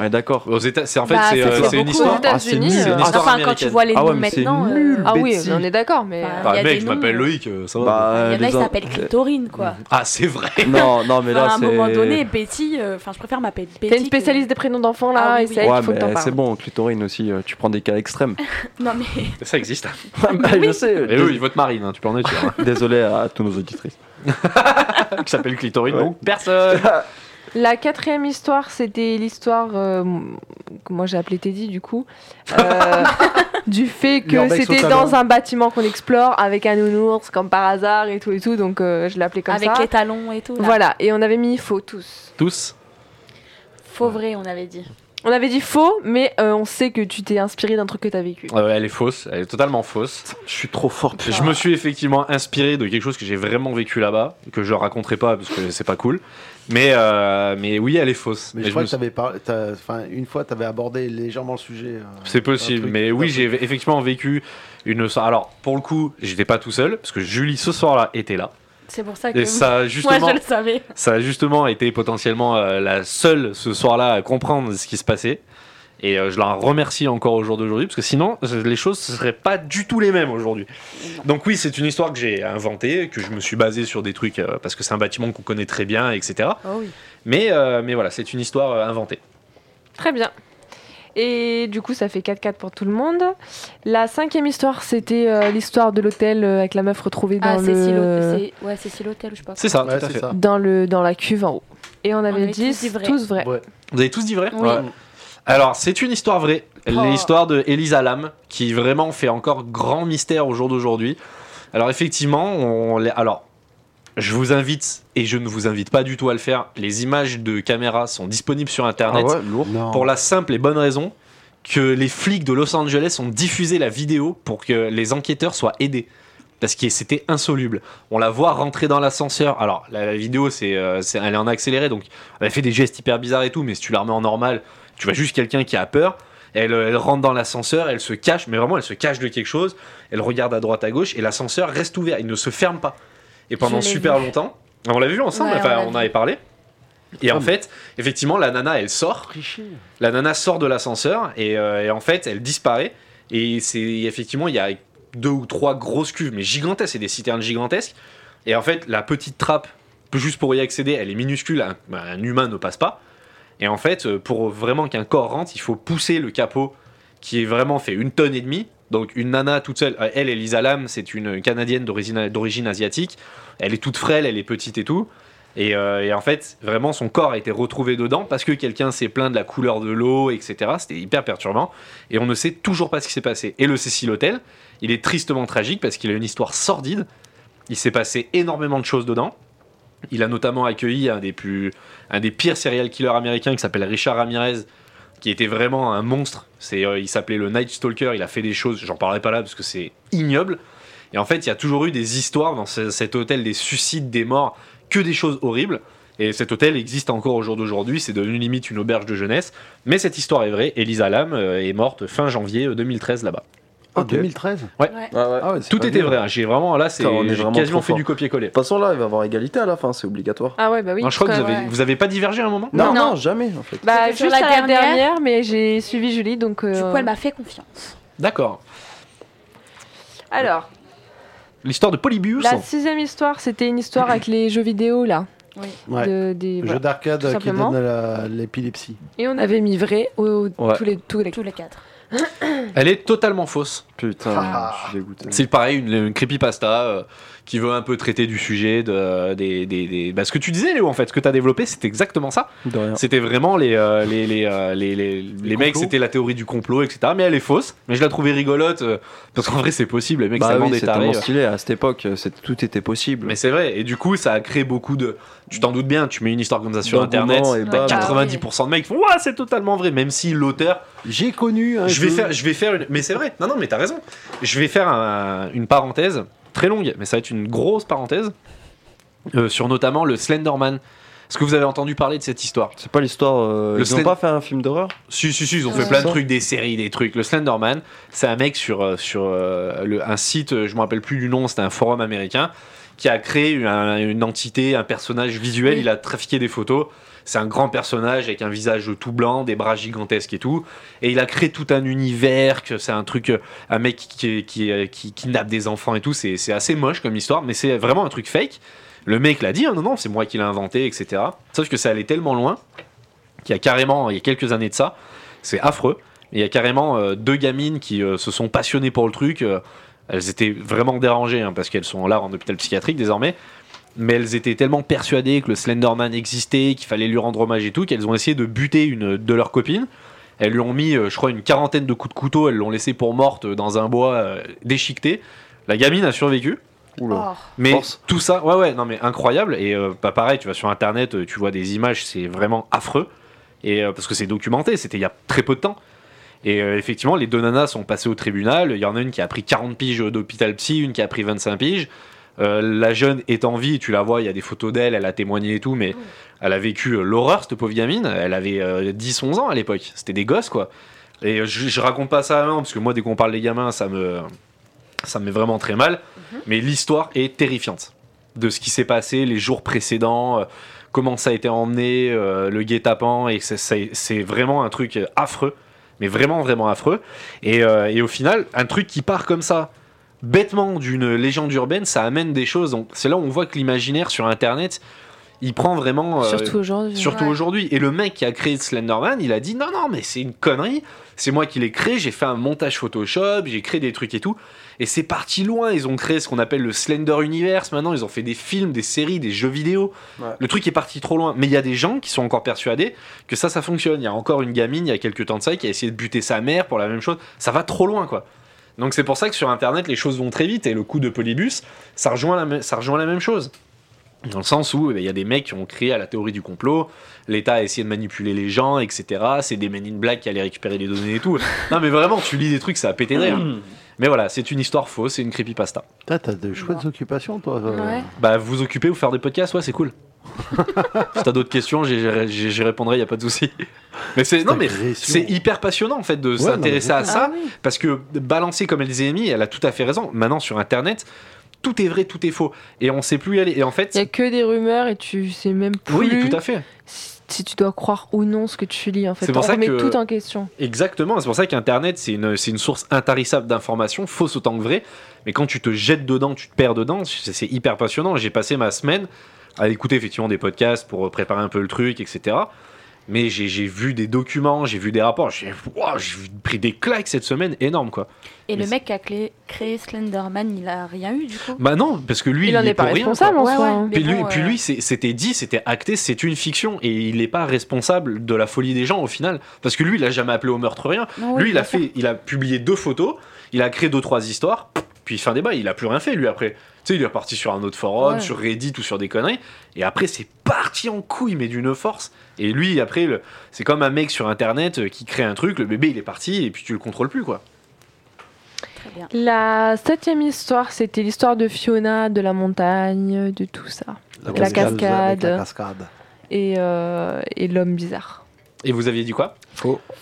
Speaker 4: On est d'accord.
Speaker 2: Aux États, c'est en fait,
Speaker 6: Bah,
Speaker 2: c'est
Speaker 6: ça
Speaker 2: euh,
Speaker 6: fait
Speaker 2: c'est une
Speaker 6: beaucoup
Speaker 2: histoire.
Speaker 6: aux
Speaker 4: Ah, c'est
Speaker 3: États-Unis,
Speaker 4: nul.
Speaker 2: c'est une
Speaker 3: euh,
Speaker 2: histoire
Speaker 6: Enfin, quand tu
Speaker 2: américaine.
Speaker 6: vois les
Speaker 4: Ah ouais,
Speaker 6: noms
Speaker 4: mais c'est
Speaker 6: maintenant. euh,
Speaker 4: nul.
Speaker 3: Ah oui,
Speaker 4: Betsy.
Speaker 3: on est d'accord, mais.
Speaker 6: Bah,
Speaker 3: euh,
Speaker 2: Enfin,
Speaker 6: Il y a
Speaker 2: Ah, mec,
Speaker 6: des
Speaker 2: je m'appelle
Speaker 6: noms.
Speaker 2: Loïc, euh, ça va.
Speaker 4: Bah,
Speaker 6: Ah, Il y en a,
Speaker 4: les
Speaker 6: ils
Speaker 4: autres-
Speaker 6: s'appellent Clitorine, quoi.
Speaker 2: Ah, c'est vrai!
Speaker 4: Non, non,
Speaker 6: Enfin,
Speaker 4: mais là,
Speaker 6: à un
Speaker 4: c'est.
Speaker 6: moment donné, Betty, euh, enfin, je préfère m'appeler
Speaker 3: T'es
Speaker 6: Betty.
Speaker 3: une
Speaker 6: que-
Speaker 3: spécialiste des prénoms d'enfants là,
Speaker 6: Ah oui,
Speaker 3: et
Speaker 6: oui.
Speaker 3: c'est elle
Speaker 4: Ouais,
Speaker 3: qu'il faut que t'en
Speaker 4: mais c'est
Speaker 3: parles.
Speaker 4: bon, Clitorine aussi, euh, tu prends des cas extrêmes.
Speaker 6: Non, mais.
Speaker 2: Ça existe.
Speaker 4: Bah, je sais.
Speaker 2: Et eux, ils votent Marine, hein, tu peux en être sûr. hein.
Speaker 4: Désolé à tous nos auditrices.
Speaker 2: Qui s'appelle Clitorine,
Speaker 4: Ouais.
Speaker 2: donc personne.
Speaker 3: La quatrième histoire, c'était l'histoire euh, que moi j'ai appelée Teddy du coup, euh, du fait que
Speaker 5: L'urbex au
Speaker 3: c'était
Speaker 5: talon.
Speaker 3: dans un bâtiment qu'on explore avec un nounours comme par hasard et tout et tout, donc euh, je l'appelais comme
Speaker 6: Avec
Speaker 3: ça.
Speaker 6: les talons et tout. là.
Speaker 3: Voilà, et on avait mis faux tous.
Speaker 2: Tous.
Speaker 6: Faux vrai, on avait dit.
Speaker 3: On avait dit faux, mais euh, on sait que tu t'es inspiré d'un truc que t'as vécu.
Speaker 2: Euh, elle est fausse, elle est totalement fausse.
Speaker 4: Je suis trop fort.
Speaker 2: Je me suis effectivement inspiré de quelque chose que j'ai vraiment vécu là-bas, que je raconterai pas parce que c'est pas cool. Mais, euh, mais oui, elle est fausse.
Speaker 5: Mais
Speaker 2: Mais
Speaker 5: je
Speaker 2: je
Speaker 5: crois
Speaker 2: me
Speaker 5: que t'avais parlé, t'as- enfin, une fois, t'avais abordé légèrement le sujet. euh,
Speaker 2: C'est
Speaker 5: un
Speaker 2: possible,
Speaker 5: truc-
Speaker 2: mais oui,
Speaker 5: un
Speaker 2: j'ai
Speaker 5: truc.
Speaker 2: effectivement vécu une. so- Alors, pour le coup, j'étais pas tout seul, parce que Julie, ce soir-là, était là.
Speaker 6: C'est pour ça Ah, que.
Speaker 2: Et ça, justement.
Speaker 6: Moi, je le savais.
Speaker 2: Ça a justement été potentiellement euh, la seule ce soir-là à comprendre ce qui se passait. Et euh, je la remercie encore au jour d'aujourd'hui, parce que sinon, euh, les choses ne seraient pas du tout les mêmes aujourd'hui. Donc oui, c'est une histoire que j'ai inventée, que je me suis basé sur des trucs, euh, parce que c'est un bâtiment qu'on connaît très bien, etc.
Speaker 6: Oh oui.
Speaker 2: Mais, euh, mais voilà, c'est une histoire euh, inventée.
Speaker 3: Très bien. Et du coup, ça fait 4-4 pour tout le monde. La cinquième histoire, c'était euh, l'histoire de l'hôtel euh, avec la meuf retrouvée dans
Speaker 6: Ah, c'est si
Speaker 3: le...
Speaker 6: l'hôtel. Ouais, c'est si l'hôtel, je sais pas.
Speaker 2: C'est ça,
Speaker 5: Ouais,
Speaker 2: tout à
Speaker 5: c'est
Speaker 2: fait.
Speaker 5: ça.
Speaker 3: dans le dans la cuve en haut. Et on avait
Speaker 6: avait
Speaker 3: dit
Speaker 6: tous dit vrai.
Speaker 3: tous vrai.
Speaker 5: Ouais.
Speaker 2: Vous avez tous dit vrai
Speaker 6: Oui.
Speaker 2: Alors, c'est une histoire vraie.
Speaker 6: Oh.
Speaker 2: L'histoire de Elisa Lam, qui vraiment fait encore grand mystère au jour d'aujourd'hui. Alors, effectivement, on... l'a- Alors, je vous invite, et je ne vous invite pas du tout à le faire, les images de caméra sont disponibles sur Internet
Speaker 4: lourd.
Speaker 5: Non.
Speaker 2: pour la simple et bonne raison que les flics de Los Angeles ont diffusé la vidéo pour que les enquêteurs soient aidés. Parce que c'était insoluble. On la voit rentrer dans l'ascenseur. Alors, la, la vidéo, c'est, euh, c'est- elle est en accéléré, donc elle fait des gestes hyper bizarres et tout, mais si tu la remets en normal, tu vois juste quelqu'un qui a peur. Elle, euh, elle rentre dans l'ascenseur, elle se cache, mais vraiment, elle se cache de quelque chose. Elle regarde à droite, à gauche, et l'ascenseur reste ouvert. Il ne se ferme pas. Et pendant
Speaker 6: l'ai
Speaker 2: super
Speaker 6: vu.
Speaker 2: longtemps, Ah, on l'a vu ensemble,
Speaker 6: Ouais, on
Speaker 2: enfin,
Speaker 6: l'a
Speaker 2: on,
Speaker 6: vu.
Speaker 2: avait parlé. Et en
Speaker 5: mais-
Speaker 2: fait, effectivement, la nana, elle sort. La nana sort de l'ascenseur et, euh, et en fait elle disparaît. Et c'est effectivement, il y a deux ou trois grosses cuves, mais gigantesques, c'est des citernes gigantesques. Et en fait, la petite trappe, juste pour y accéder, elle est minuscule, un, bah, un humain ne passe pas. Et en fait, euh, pour vraiment qu'un corps rentre, il faut pousser le capot qui est vraiment fait une tonne et demie. Donc une nana toute seule, euh, elle, Elisa Lam, c'est une Canadienne d'origine d'origine asiatique. Elle est toute frêle, elle est petite et tout. Et, euh, et en fait, vraiment, son corps a été retrouvé dedans parce que quelqu'un s'est plaint de la couleur de l'eau, etc. C'était hyper perturbant. Et on ne sait toujours pas ce qui s'est passé. Et le Cécile Hotel, il est tristement tragique parce qu'il a une histoire sordide. Il s'est passé énormément de choses dedans. Il a notamment accueilli un des, plus, un des pires serial killers américains qui s'appelle Richard Ramirez, qui était vraiment un monstre. C'est, euh, il s'appelait le Night Stalker. Il a fait des choses, j'en parlerai pas là parce que c'est ignoble. Et en fait, il y a toujours eu des histoires dans ce- cet hôtel, des suicides, des morts, que des choses horribles. Et cet hôtel existe encore au jour d'aujourd'hui. C'est devenu limite une auberge de jeunesse. Mais cette histoire est vraie. Elisa Lam euh, est morte fin janvier euh, 2013 là-bas.
Speaker 5: En
Speaker 4: Ok.
Speaker 5: 2013
Speaker 6: Ouais.
Speaker 5: Ah ouais, c'est
Speaker 2: Tout
Speaker 5: pas
Speaker 2: était
Speaker 5: vieux.
Speaker 2: vrai. hein. J'ai vraiment là, c'est
Speaker 4: Putain, on est
Speaker 2: j'ai
Speaker 4: vraiment
Speaker 2: quasiment
Speaker 4: trop
Speaker 2: fait
Speaker 4: fort.
Speaker 2: du copier-coller.
Speaker 4: toute façon, là, il va y avoir égalité à la fin, c'est obligatoire.
Speaker 3: Ah ouais, bah oui.
Speaker 2: Non, je crois que vous
Speaker 6: ouais,
Speaker 2: avez,
Speaker 6: ouais.
Speaker 2: vous avez pas divergé à un moment.
Speaker 4: Non, non,
Speaker 6: Non.
Speaker 4: jamais, en fait.
Speaker 3: Bah,
Speaker 6: C'était sur
Speaker 3: juste
Speaker 6: la
Speaker 3: à la
Speaker 6: dernière.
Speaker 3: dernière, mais j'ai suivi Julie, donc.
Speaker 6: Du
Speaker 3: euh,
Speaker 6: coup, elle m'a fait confiance.
Speaker 2: D'accord.
Speaker 3: Alors,
Speaker 2: L'histoire de Polybius.
Speaker 3: la sixième histoire, c'était une histoire avec les jeux vidéo, là.
Speaker 6: Oui.
Speaker 5: Ouais.
Speaker 3: de- des-
Speaker 5: Le
Speaker 3: voilà.
Speaker 5: Jeu d'arcade
Speaker 3: tout
Speaker 5: euh, qui
Speaker 3: simplement.
Speaker 5: donne à la- l'épilepsie.
Speaker 3: Et on avait mis vrai au- au-
Speaker 4: Ouais.
Speaker 3: tous les. Tous les...
Speaker 6: Tous les quatre.
Speaker 2: Elle est totalement fausse.
Speaker 4: Putain,
Speaker 5: Ah.
Speaker 4: je suis dégoûté.
Speaker 2: C'est pareil, une, une creepypasta euh, qui veut un peu traiter du sujet de, euh, des, des, des- bah, ce que tu disais, Léo, en fait, ce que tu as développé, c'est exactement ça.
Speaker 4: De rien.
Speaker 2: C'était vraiment les, euh, les, les, euh, les, les, les mecs,
Speaker 5: complots.
Speaker 2: c'était la théorie du complot, etc. Mais elle est fausse. Mais je la trouvais rigolote euh, parce qu'en vrai, c'est possible. Les mecs,
Speaker 4: Bah
Speaker 2: ça
Speaker 4: oui,
Speaker 2: des
Speaker 4: c'est
Speaker 2: tarés,
Speaker 4: tellement
Speaker 2: euh.
Speaker 4: stylé à cette époque, c'est- tout était possible.
Speaker 2: Mais c'est vrai. Et du coup, ça a créé beaucoup de. Tu t'en doutes bien, tu mets une histoire comme ça sur
Speaker 4: D'engouement
Speaker 2: internet. bah,
Speaker 4: et
Speaker 6: t'as
Speaker 4: bam.
Speaker 6: Ah,
Speaker 2: 90% de mecs font Ouah, c'est totalement vrai, même si l'auteur.
Speaker 5: J'ai connu. un
Speaker 2: Je vais
Speaker 5: jeu-
Speaker 2: faire, je vais faire une. Mais c'est vrai, non, non, mais t'as raison. Je vais faire un- une parenthèse très longue, mais ça va être une grosse parenthèse euh, sur notamment le Slenderman. Est-ce que vous avez entendu parler de cette histoire
Speaker 4: C'est pas l'histoire. euh,
Speaker 2: Le
Speaker 4: ils ont
Speaker 2: Slend-
Speaker 4: pas fait un film d'horreur
Speaker 2: Si, si, si, ils ont
Speaker 6: Ouais.
Speaker 2: fait plein
Speaker 4: Ça.
Speaker 2: de trucs, des séries, des trucs. Le Slenderman, c'est un mec sur, euh, sur euh, le- un site, euh, je me rappelle plus du nom, c'était un forum américain, qui a créé un- une entité, un personnage visuel.
Speaker 6: Oui.
Speaker 2: Il a trafiqué des photos. C'est un grand personnage avec un visage tout blanc, des bras gigantesques et tout. Et il a créé tout un univers, que c'est un truc, euh, un mec qui, qui, euh, qui kidnappe des enfants et tout. C'est c'est assez moche comme histoire, mais c'est vraiment un truc fake. Le mec l'a dit, Ah non, non, c'est moi qui l'ai inventé, etc. Sauf que ça allait tellement loin qu'il y a carrément, il y a quelques années de ça, c'est affreux. Et Il y a carrément euh, deux gamines qui euh, se sont passionnées pour le truc. euh, elles étaient vraiment dérangées hein, parce qu'elles sont là en hôpital psychiatrique désormais. Mais elles étaient tellement persuadées que le Slenderman existait, qu'il fallait lui rendre hommage et tout, qu'elles ont essayé de buter une de leurs copines. Elles lui ont mis, euh, je crois, une quarantaine de coups de couteau. Elles l'ont laissée pour morte dans un bois euh, déchiqueté. La gamine a survécu.
Speaker 4: Oula.
Speaker 2: Mais
Speaker 4: Force.
Speaker 2: tout ça, ouais, ouais, non, mais incroyable. Et euh, bah, pareil, tu vas sur internet, euh, tu vois des images, c'est vraiment affreux. Et euh, parce que c'est documenté, c'était il y a très peu de temps. Et euh, effectivement, les deux nanas sont passées au tribunal. Il y en a une qui a pris 40 piges d'hôpital psy, une qui a pris 25 piges. Euh, la jeune est en vie, tu la vois, il y a des photos d'elle, elle a témoigné et tout, mais elle a vécu euh, l'horreur, cette pauvre gamine. Elle avait 10-11 ans à l'époque, c'était des gosses quoi. Et euh, je, je raconte pas ça à main, parce que moi, dès qu'on parle des gamins, ça me, ça me met vraiment très mal. Mais l'histoire est terrifiante de ce qui s'est passé les jours précédents, euh, comment ça a été emmené, euh, le guet-apens, et c'est- c'est c'est vraiment un truc euh, affreux, mais vraiment, vraiment affreux. Et, euh, et au final, un truc qui part comme ça, bêtement d'une légende urbaine, ça amène des choses. Donc c'est là où on voit que l'imaginaire sur Internet, il prend vraiment... euh,
Speaker 3: Surtout aujourd'hui.
Speaker 2: Surtout
Speaker 6: Ouais.
Speaker 2: aujourd'hui. Et le mec qui a créé Slenderman, il a dit non, non, mais c'est une connerie. C'est moi qui l'ai créé. J'ai fait un montage Photoshop, j'ai créé des trucs et tout. Et c'est parti loin. Ils ont créé ce qu'on appelle le Slender Universe. Maintenant, ils ont fait des films, des séries, des jeux vidéo.
Speaker 4: Ouais.
Speaker 2: Le truc est parti trop loin. Mais il y a des gens qui sont encore persuadés que ça, ça fonctionne. Il y a encore une gamine, il y a quelques temps de ça, qui a essayé de buter sa mère pour la même chose. Ça va trop loin, quoi. Donc c'est pour ça que sur Internet, les choses vont très vite. Et le coup de Polybus, ça rejoint la, me- ça rejoint la même chose. Dans le sens où eh ben, il y a des mecs qui ont créé à la théorie du complot, l'État a essayé de manipuler les gens, etc. C'est des Men in Black qui allaient récupérer les données et tout. non mais vraiment, tu lis des trucs, ça a pété de rire.
Speaker 4: Mm.
Speaker 2: Mais voilà, c'est une histoire fausse, c'est une creepypasta.
Speaker 5: Putain, T'as de chouettes occupations, toi. euh.
Speaker 6: Ouais.
Speaker 2: Bah vous occupez ou faire des podcasts, ouais, c'est cool. si t'as d'autres questions, j'y- j'y j'y répondrai, y a pas de souci. Mais c'est non mais
Speaker 5: agression.
Speaker 2: c'est hyper passionnant en fait de
Speaker 5: non, mais Ah
Speaker 2: s'intéresser à
Speaker 5: beaucoup.
Speaker 2: ça parce que balancer comme elle disait Amy, elle a tout à fait raison. Maintenant sur internet, tout est vrai, tout est faux et on sait plus y aller. Et en fait,
Speaker 3: Il y a que des rumeurs et tu sais même plus
Speaker 2: oui, tout à fait.
Speaker 3: si si tu dois croire ou non ce que tu lis en fait.
Speaker 2: C'est pour
Speaker 3: On
Speaker 2: ça
Speaker 3: remet
Speaker 2: que-
Speaker 3: tout en question.
Speaker 2: Exactement, c'est pour ça qu'Internet, c'est une, c'est une source intarissable d'informations, fausse autant que vraie, mais quand tu te jettes dedans, tu te perds dedans, c'est c'est hyper euh, passionnant. J'ai passé ma semaine à écouter effectivement des podcasts pour préparer un peu le truc, etc. Mais j'ai j'ai vu des documents, j'ai vu des rapports, j'ai wow, j'ai pris des claques cette semaine énormes quoi.
Speaker 6: Et
Speaker 2: Mais
Speaker 6: le mec qui a clé- créé Slenderman, il a rien eu du coup.
Speaker 2: Bah non, parce que lui,
Speaker 3: il en
Speaker 2: est
Speaker 3: est pas
Speaker 2: pour rien,
Speaker 3: responsable
Speaker 2: quoi.
Speaker 3: en
Speaker 6: Ouais,
Speaker 3: soi.
Speaker 6: ouais.
Speaker 3: hein.
Speaker 2: Puis
Speaker 6: Mais
Speaker 2: lui,
Speaker 6: bon,
Speaker 2: puis
Speaker 6: euh,
Speaker 2: lui c'est- c'était dit, c'était acté, c'est une fiction et il n'est pas responsable de la folie des gens au final parce que lui, il a jamais appelé au meurtre rien.
Speaker 6: Non, oui,
Speaker 2: Lui, il a
Speaker 6: bien sûr.
Speaker 2: fait, il a publié deux photos, il a créé deux trois histoires, puis fin débat, il a plus rien fait lui après. Tu sais, il est reparti sur un autre forum,
Speaker 6: Ouais.
Speaker 2: sur Reddit ou sur des conneries, et après c'est parti en couille mais d'une force. Et lui, après, le- c'est comme un mec sur internet euh, qui crée un truc, le bébé il est parti et puis tu le contrôles plus quoi.
Speaker 6: Très bien.
Speaker 3: La septième histoire, c'était l'histoire de Fiona, de la montagne, de tout ça.
Speaker 5: Avec
Speaker 3: La
Speaker 5: cascade,
Speaker 3: cascade.
Speaker 5: avec La cascade.
Speaker 3: Et, euh, et l'homme bizarre.
Speaker 2: Et vous aviez dit quoi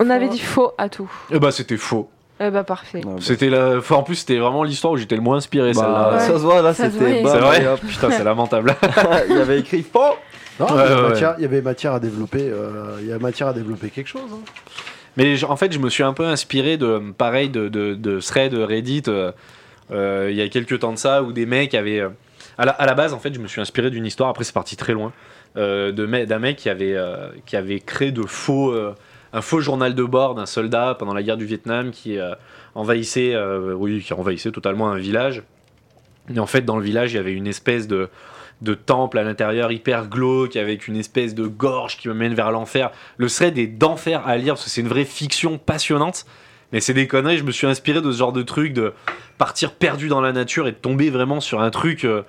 Speaker 3: On avait
Speaker 6: Faux.
Speaker 3: dit faux à tout.
Speaker 2: Eh bah c'était faux.
Speaker 3: Eh bah parfait.
Speaker 4: Non, bah,
Speaker 2: C'était la, enfin, en plus c'était vraiment l'histoire où j'étais le moins inspiré
Speaker 4: bah,
Speaker 2: celle-là.
Speaker 6: Ouais.
Speaker 4: Ça se voit, là,
Speaker 6: Ça se
Speaker 4: c'était.
Speaker 6: voyait.
Speaker 4: bam,
Speaker 2: C'est vrai
Speaker 4: et hop.
Speaker 2: Putain, c'est lamentable.
Speaker 4: Il y avait écrit faux.
Speaker 5: Non,
Speaker 2: Ouais,
Speaker 5: il, y avait
Speaker 2: ouais,
Speaker 5: matière, il y avait matière à développer. euh, il y a matière à développer quelque chose. hein.
Speaker 2: Mais je- en fait, je me suis un peu inspiré de pareil de, de, de thread Reddit euh, euh, il y a quelques temps de ça où des mecs avaient euh, à la, à la base en fait, je me suis inspiré d'une histoire. Après, c'est parti très loin euh, de me- d'un mec qui avait euh, qui avait créé de faux euh, un faux journal de bord d'un soldat pendant la guerre du Vietnam qui euh, envahissait euh, oui qui envahissait totalement un village. Et en fait, dans le village, il y avait une espèce de de temple à l'intérieur hyper glauque avec une espèce de gorge qui me mène vers l'enfer le thread est d'enfer à lire parce que c'est une vraie fiction passionnante. Mais c'est des conneries, je me suis inspiré de ce genre de truc, de partir perdu dans la nature et de tomber vraiment sur un truc. euh,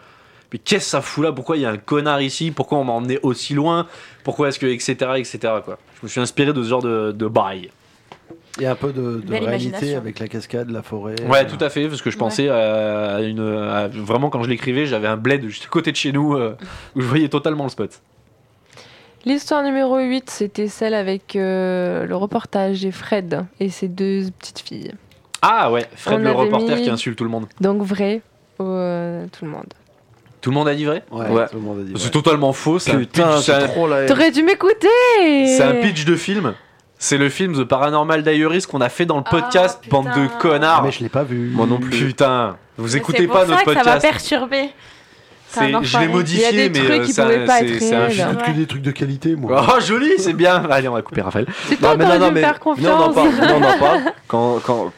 Speaker 2: mais qu'est-ce que ça fout là Pourquoi il y a un connard ici Pourquoi on m'a emmené aussi loin Pourquoi est-ce que. etc. etc. Quoi. Je me suis inspiré de ce genre de, de bail.
Speaker 5: Il y a un peu de, de
Speaker 6: Belle
Speaker 5: réalité
Speaker 6: imagination.
Speaker 5: avec la cascade, la forêt.
Speaker 2: Ouais, tout à fait, parce que je
Speaker 6: Ouais.
Speaker 2: pensais à une. à- vraiment, quand je l'écrivais, j'avais un bled juste à côté de chez nous euh, où je voyais totalement le spot.
Speaker 3: L'histoire numéro 8, c'était celle avec euh, le reportage et Fred et ses deux petites filles.
Speaker 2: Ah ouais, Fred
Speaker 3: On
Speaker 2: le
Speaker 3: avait
Speaker 2: reporter
Speaker 3: mis-
Speaker 2: qui insulte tout le monde.
Speaker 3: Donc vrai, euh, tout le monde.
Speaker 2: Tout le monde a livré
Speaker 5: euh, Ouais,
Speaker 4: Ouais.
Speaker 5: Tout le monde a dit.
Speaker 2: C'est
Speaker 5: ouais.
Speaker 2: totalement faux, c'est un
Speaker 4: Putain,
Speaker 2: pitch, c'est un-
Speaker 4: c'est trop la haine.
Speaker 3: T'aurais dû m'écouter
Speaker 2: C'est un pitch de film. C'est le film The Paranormal Diaries qu'on a fait dans le
Speaker 6: Ah,
Speaker 2: podcast,
Speaker 6: putain.
Speaker 2: bande de connards.
Speaker 5: Ah, Mais je l'ai pas vu.
Speaker 4: Moi non plus.
Speaker 2: Putain, vous
Speaker 6: Mais
Speaker 2: écoutez
Speaker 6: c'est
Speaker 2: pas
Speaker 6: pour
Speaker 2: notre
Speaker 6: ça Que ça va
Speaker 2: podcast.
Speaker 6: perturber. T'as un
Speaker 2: C'est- je
Speaker 6: enfoiré.
Speaker 2: l'ai modifié,
Speaker 3: Il y a des
Speaker 2: mais
Speaker 3: trucs
Speaker 2: euh,
Speaker 3: qui
Speaker 2: c'est
Speaker 3: pouvaient
Speaker 2: un-
Speaker 3: pas
Speaker 2: c'est-
Speaker 3: être
Speaker 2: c'est un
Speaker 3: réels.
Speaker 5: J'ai
Speaker 2: film.
Speaker 5: que des trucs de qualité, moi.
Speaker 2: Oh, joli, c'est bien. Allez, on va couper Raphaël.
Speaker 3: C'est toi,
Speaker 4: mais
Speaker 3: t'aurais dû me
Speaker 4: mais-
Speaker 3: faire
Speaker 4: non, non,
Speaker 3: confiance.
Speaker 4: pas- non, non, pas. Quand, quand,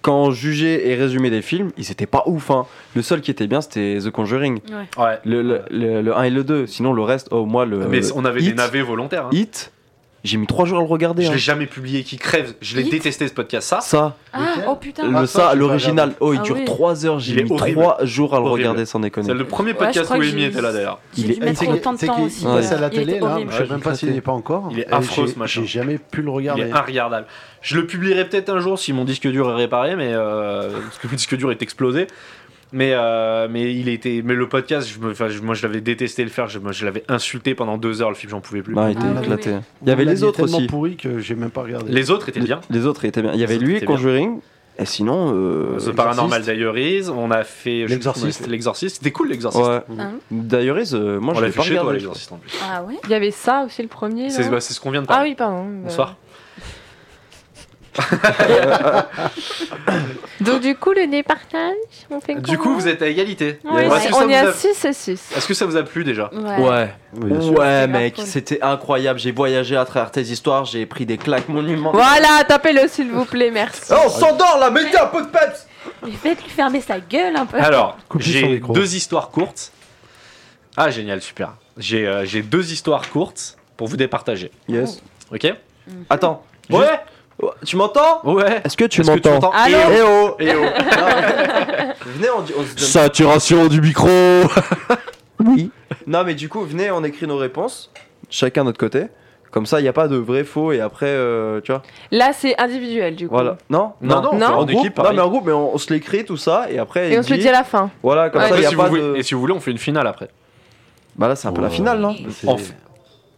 Speaker 4: quand on jugeait et résumait des films, ils étaient pas ouf. Hein. Le seul qui était bien, c'était The Conjuring.
Speaker 6: Ouais.
Speaker 2: Ouais.
Speaker 4: Le, le, 1 et le 2. Sinon, le reste, oh, moi, le.
Speaker 2: Ah, mais on avait des
Speaker 4: Hit,
Speaker 2: navets volontaires. hein.
Speaker 4: Hit, j'ai mis 3 jours à le regarder.
Speaker 2: Je
Speaker 4: hein.
Speaker 2: l'ai jamais publié, qui crève. Je l'ai
Speaker 6: Hit
Speaker 2: détesté ce podcast. Ça,
Speaker 4: Ça,
Speaker 6: Ah,
Speaker 5: Lequel
Speaker 6: oh putain.
Speaker 4: le,
Speaker 5: Ah, ça,
Speaker 4: ça
Speaker 5: j'ai pas
Speaker 4: l'original, oh, il
Speaker 6: Ah
Speaker 4: dure
Speaker 6: oui.
Speaker 4: 3 heures. J'ai
Speaker 2: Il est
Speaker 4: mis
Speaker 2: horrible.
Speaker 4: 3 jours à le
Speaker 2: Horrible.
Speaker 4: regarder sans déconner.
Speaker 2: c'est le premier
Speaker 6: Ouais, je
Speaker 2: podcast
Speaker 6: crois
Speaker 2: où
Speaker 6: que
Speaker 2: Amy
Speaker 6: j'ai-
Speaker 2: était là d'ailleurs.
Speaker 6: J'ai
Speaker 4: Il
Speaker 6: dû
Speaker 4: est-
Speaker 5: Et
Speaker 6: mettre
Speaker 5: c'est qu'il-
Speaker 6: autant de
Speaker 5: c'est
Speaker 6: temps
Speaker 5: qu'il-
Speaker 6: aussi.
Speaker 5: Il passe
Speaker 4: Ouais.
Speaker 5: à la
Speaker 6: Il était
Speaker 5: télé, là.
Speaker 6: horrible.
Speaker 5: Je sais même pas s'il
Speaker 4: Il est
Speaker 5: n'est pas encore.
Speaker 2: Il est
Speaker 5: Et
Speaker 2: affreux,
Speaker 5: j'ai-
Speaker 2: ce machin.
Speaker 5: J'ai jamais pu le
Speaker 2: Il
Speaker 5: regarder.
Speaker 2: est inregardable. Je le publierai peut-être un jour si mon disque dur est réparé, mais euh, parce que mon disque dur est explosé. Mais euh, mais il était mais le podcast, je me, enfin, je- moi je l'avais détesté le faire, je, moi, je l'avais insulté pendant deux heures le film, j'en pouvais plus.
Speaker 4: Non, il était
Speaker 6: Ah oui,
Speaker 4: éclaté. Il y avait les autres
Speaker 5: tellement
Speaker 4: aussi.
Speaker 5: pourri que j'ai même pas regardé.
Speaker 2: Les autres étaient bien.
Speaker 4: Les autres étaient bien. Il y avait
Speaker 2: autres
Speaker 4: lui,
Speaker 2: étaient bien.
Speaker 4: Conjuring. Et sinon, euh,
Speaker 2: The Paranormal Diaries, on a fait je sais plus
Speaker 5: L'Exorciste.
Speaker 2: qu'on a fait l'exorciste, c'était cool l'exorciste.
Speaker 4: ouais.
Speaker 6: Hein
Speaker 4: D'ailleurs, ils, euh,
Speaker 2: on
Speaker 4: moi je
Speaker 2: l'a
Speaker 4: l'ai
Speaker 2: fait
Speaker 4: pas
Speaker 2: chez toi
Speaker 4: regardé. je crois.
Speaker 2: l'exorciste en plus.
Speaker 6: Ah ouais
Speaker 3: Il y avait ça aussi le premier.
Speaker 2: C'est
Speaker 3: non
Speaker 2: bah, c'est ce qu'on vient de
Speaker 3: Ah
Speaker 2: parler.
Speaker 3: oui, pardon. euh,
Speaker 2: Bonsoir.
Speaker 3: Donc du coup, le départage, on fait
Speaker 2: Du coup, vous êtes à égalité.
Speaker 3: Ouais,
Speaker 2: Est-ce que ça
Speaker 3: on est
Speaker 2: vous Ah,
Speaker 3: à
Speaker 2: a-
Speaker 3: 6 et 6.
Speaker 2: Est-ce que ça vous a plu déjà
Speaker 4: Ouais,
Speaker 5: Oui, bien sûr.
Speaker 4: ouais
Speaker 6: C'est
Speaker 4: mec,
Speaker 6: grave cool.
Speaker 4: c'était incroyable. J'ai voyagé à travers tes histoires, j'ai pris des claques monumentales.
Speaker 3: Voilà, tapez-le s'il vous plaît, merci.
Speaker 4: Oh, on s'endort là, mettez un peu de peps
Speaker 6: Mais faites-lui fermer sa gueule un peu.
Speaker 2: Alors,
Speaker 5: Coupez son
Speaker 2: j'ai
Speaker 5: micro.
Speaker 2: deux histoires courtes. Ah, génial, super. J'ai euh, j'ai deux histoires courtes pour vous départager.
Speaker 4: Yes.
Speaker 2: Ok
Speaker 4: Attends,
Speaker 2: Ouais
Speaker 4: juste- tu m'entends
Speaker 2: Ouais
Speaker 4: Est-ce que tu
Speaker 2: Est-ce que tu
Speaker 4: m'entends
Speaker 2: m'entends
Speaker 3: Allô
Speaker 2: Eh
Speaker 4: Eh oh
Speaker 2: oh, eh oh.
Speaker 4: Venez, on, dit- on se donne-
Speaker 5: Saturation du micro
Speaker 4: Oui. Non, mais du coup, venez, on écrit nos réponses, chacun de notre côté. Comme ça, il n'y a pas de vrai faux et après, euh, tu vois.
Speaker 3: Là, c'est individuel du coup.
Speaker 4: Voilà. Non
Speaker 2: Non, non,
Speaker 3: Non.
Speaker 2: on fait
Speaker 4: En
Speaker 2: en
Speaker 4: groupe,
Speaker 2: équipe,
Speaker 4: non
Speaker 2: pareil.
Speaker 4: mais en groupe, mais on, on se l'écrit tout ça et après.
Speaker 3: Et
Speaker 4: il
Speaker 3: on se le dit à la fin.
Speaker 4: Voilà, comme
Speaker 3: Ouais.
Speaker 4: ça,
Speaker 2: Après,
Speaker 4: il n'y a
Speaker 2: si
Speaker 4: pas
Speaker 2: vous voulez- Oh.
Speaker 4: de.
Speaker 2: Et si vous voulez, on fait une finale après.
Speaker 4: Bah là, c'est un peu la finale, non
Speaker 5: C'est-
Speaker 2: On f-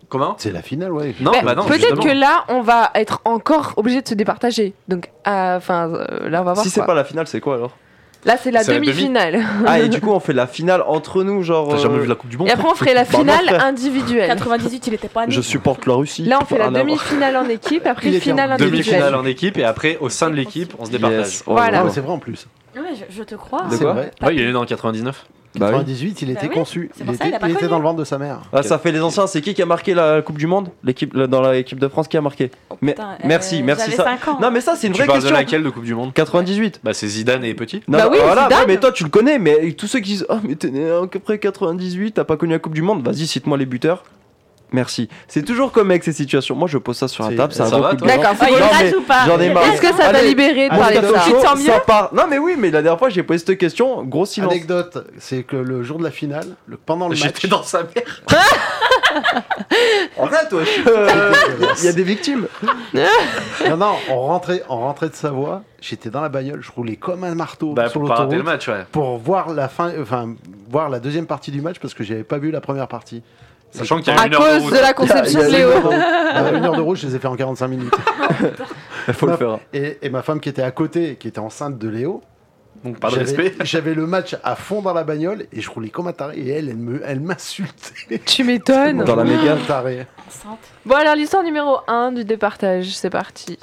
Speaker 2: Comment
Speaker 5: C'est la finale, ouais.
Speaker 2: Non,
Speaker 3: Mais
Speaker 2: bah non.
Speaker 3: Peut-être
Speaker 2: justement.
Speaker 3: que là, on va être encore obligé de se départager. Donc, euh, enfin, euh, là, on va voir.
Speaker 4: Si c'est
Speaker 3: quoi.
Speaker 4: pas la finale, c'est quoi alors
Speaker 3: Là, c'est la
Speaker 2: C'est la demi.
Speaker 3: demi-finale.
Speaker 4: Ah, et du coup, on fait la finale entre nous, genre.
Speaker 2: T'as jamais
Speaker 4: euh,
Speaker 2: vu la Coupe du Monde
Speaker 3: Et après, on ferait la
Speaker 4: Bah, moi,
Speaker 3: finale
Speaker 4: frère.
Speaker 3: individuelle.
Speaker 6: 98, il était pas né.
Speaker 4: Je supporte la Russie.
Speaker 3: Ah, Là,
Speaker 2: Ah,
Speaker 3: on fait la
Speaker 2: bah.
Speaker 4: Rien à voir.
Speaker 3: demi-finale en équipe, après
Speaker 5: Il était en
Speaker 3: finale
Speaker 2: Demi-finale
Speaker 3: individuelle.
Speaker 2: en équipe et après, au sein de l'équipe, on se départage.
Speaker 4: Yes. Oh,
Speaker 3: Voilà.
Speaker 5: Ah,
Speaker 4: wow.
Speaker 5: mais c'est vrai en plus.
Speaker 6: Ouais, je, je te crois.
Speaker 4: De
Speaker 5: C'est
Speaker 4: quoi
Speaker 5: vrai.
Speaker 2: Ouais, il est né en 99.
Speaker 4: Bah oui.
Speaker 5: 98, il
Speaker 6: Bah
Speaker 5: était
Speaker 6: oui,
Speaker 5: conçu.
Speaker 6: c'est
Speaker 5: Il
Speaker 6: pour ça,
Speaker 5: était,
Speaker 6: il a pas
Speaker 5: il était
Speaker 6: connu.
Speaker 5: dans le ventre de sa mère.
Speaker 4: Ah, ça fait les anciens. C'est qui qui a marqué la Coupe du Monde L'équipe le- dans l'équipe de France qui a marqué
Speaker 6: Oh,
Speaker 4: Mais-
Speaker 6: putain,
Speaker 4: merci, merci,
Speaker 6: J'avais
Speaker 4: ça-
Speaker 6: 5 ans.
Speaker 4: Non, mais ça, c'est une
Speaker 2: Tu
Speaker 4: vraie
Speaker 2: parles de
Speaker 4: question.
Speaker 2: laquelle de Coupe du Monde
Speaker 4: 98.
Speaker 2: Bah c'est Zidane et Petit.
Speaker 4: Non,
Speaker 3: Bah oui,
Speaker 4: voilà,
Speaker 3: Zidane.
Speaker 4: ouais, mais toi tu le connais, mais tous ceux qui disent Ah, mais t'es né après 98, t'as pas connu la Coupe du Monde, vas-y, cite-moi les buteurs. Merci. C'est toujours comme avec ces situations. Moi je pose ça sur la
Speaker 5: C'est-
Speaker 4: table, c'est un
Speaker 2: ça
Speaker 4: gros
Speaker 2: va,
Speaker 4: coup de
Speaker 2: toi
Speaker 4: blanc.
Speaker 3: D'accord,
Speaker 6: Ah,
Speaker 3: faut
Speaker 6: il
Speaker 4: Non,
Speaker 6: rate
Speaker 4: mais
Speaker 6: ou pas
Speaker 4: j'en ai marre.
Speaker 3: Est-ce que ça t'a
Speaker 4: Allez,
Speaker 3: libéré de
Speaker 4: Allez,
Speaker 3: parler de ça
Speaker 4: Tato,
Speaker 3: Tu te sens
Speaker 4: ça
Speaker 3: mieux
Speaker 4: part. Non, mais oui, mais la dernière fois j'ai posé cette question, gros silence.
Speaker 5: Anecdote, c'est que le jour de la finale, le, pendant le match,
Speaker 2: J'étais dans sa merde.
Speaker 4: En fait, ouais, je- Euh, il y a des victimes.
Speaker 5: non, non, on rentrait, on rentrait de Savoie. J'étais dans la bagnole, je roulais comme un marteau
Speaker 2: Bah
Speaker 5: sur
Speaker 2: pour pas rater le
Speaker 5: l'autoroute
Speaker 2: match ouais.
Speaker 5: pour voir la fin, enfin voir la deuxième partie du match parce que j'avais pas vu la première partie.
Speaker 2: Sachant qu'il y a
Speaker 3: À
Speaker 2: une heure de
Speaker 3: cause
Speaker 2: route.
Speaker 3: de la conception
Speaker 4: Ah, Il y
Speaker 3: de
Speaker 4: a- il y a-
Speaker 3: Léo.
Speaker 5: Euh, une heure de route, je les ai fait en 45 minutes.
Speaker 4: Faut le faire.
Speaker 5: Et, et ma femme qui était à côté, qui était enceinte de Léo,
Speaker 2: Donc pas de
Speaker 5: j'avais-
Speaker 2: respect.
Speaker 5: J'avais le match à fond dans la bagnole et je roulais comme un taré et elle, elle me, elle m'insultait.
Speaker 3: Tu m'étonnes.
Speaker 4: Dans la mégane.
Speaker 5: Comme un taré.
Speaker 6: Enceinte.
Speaker 3: Bon alors l'histoire numéro 1 du départage, c'est parti.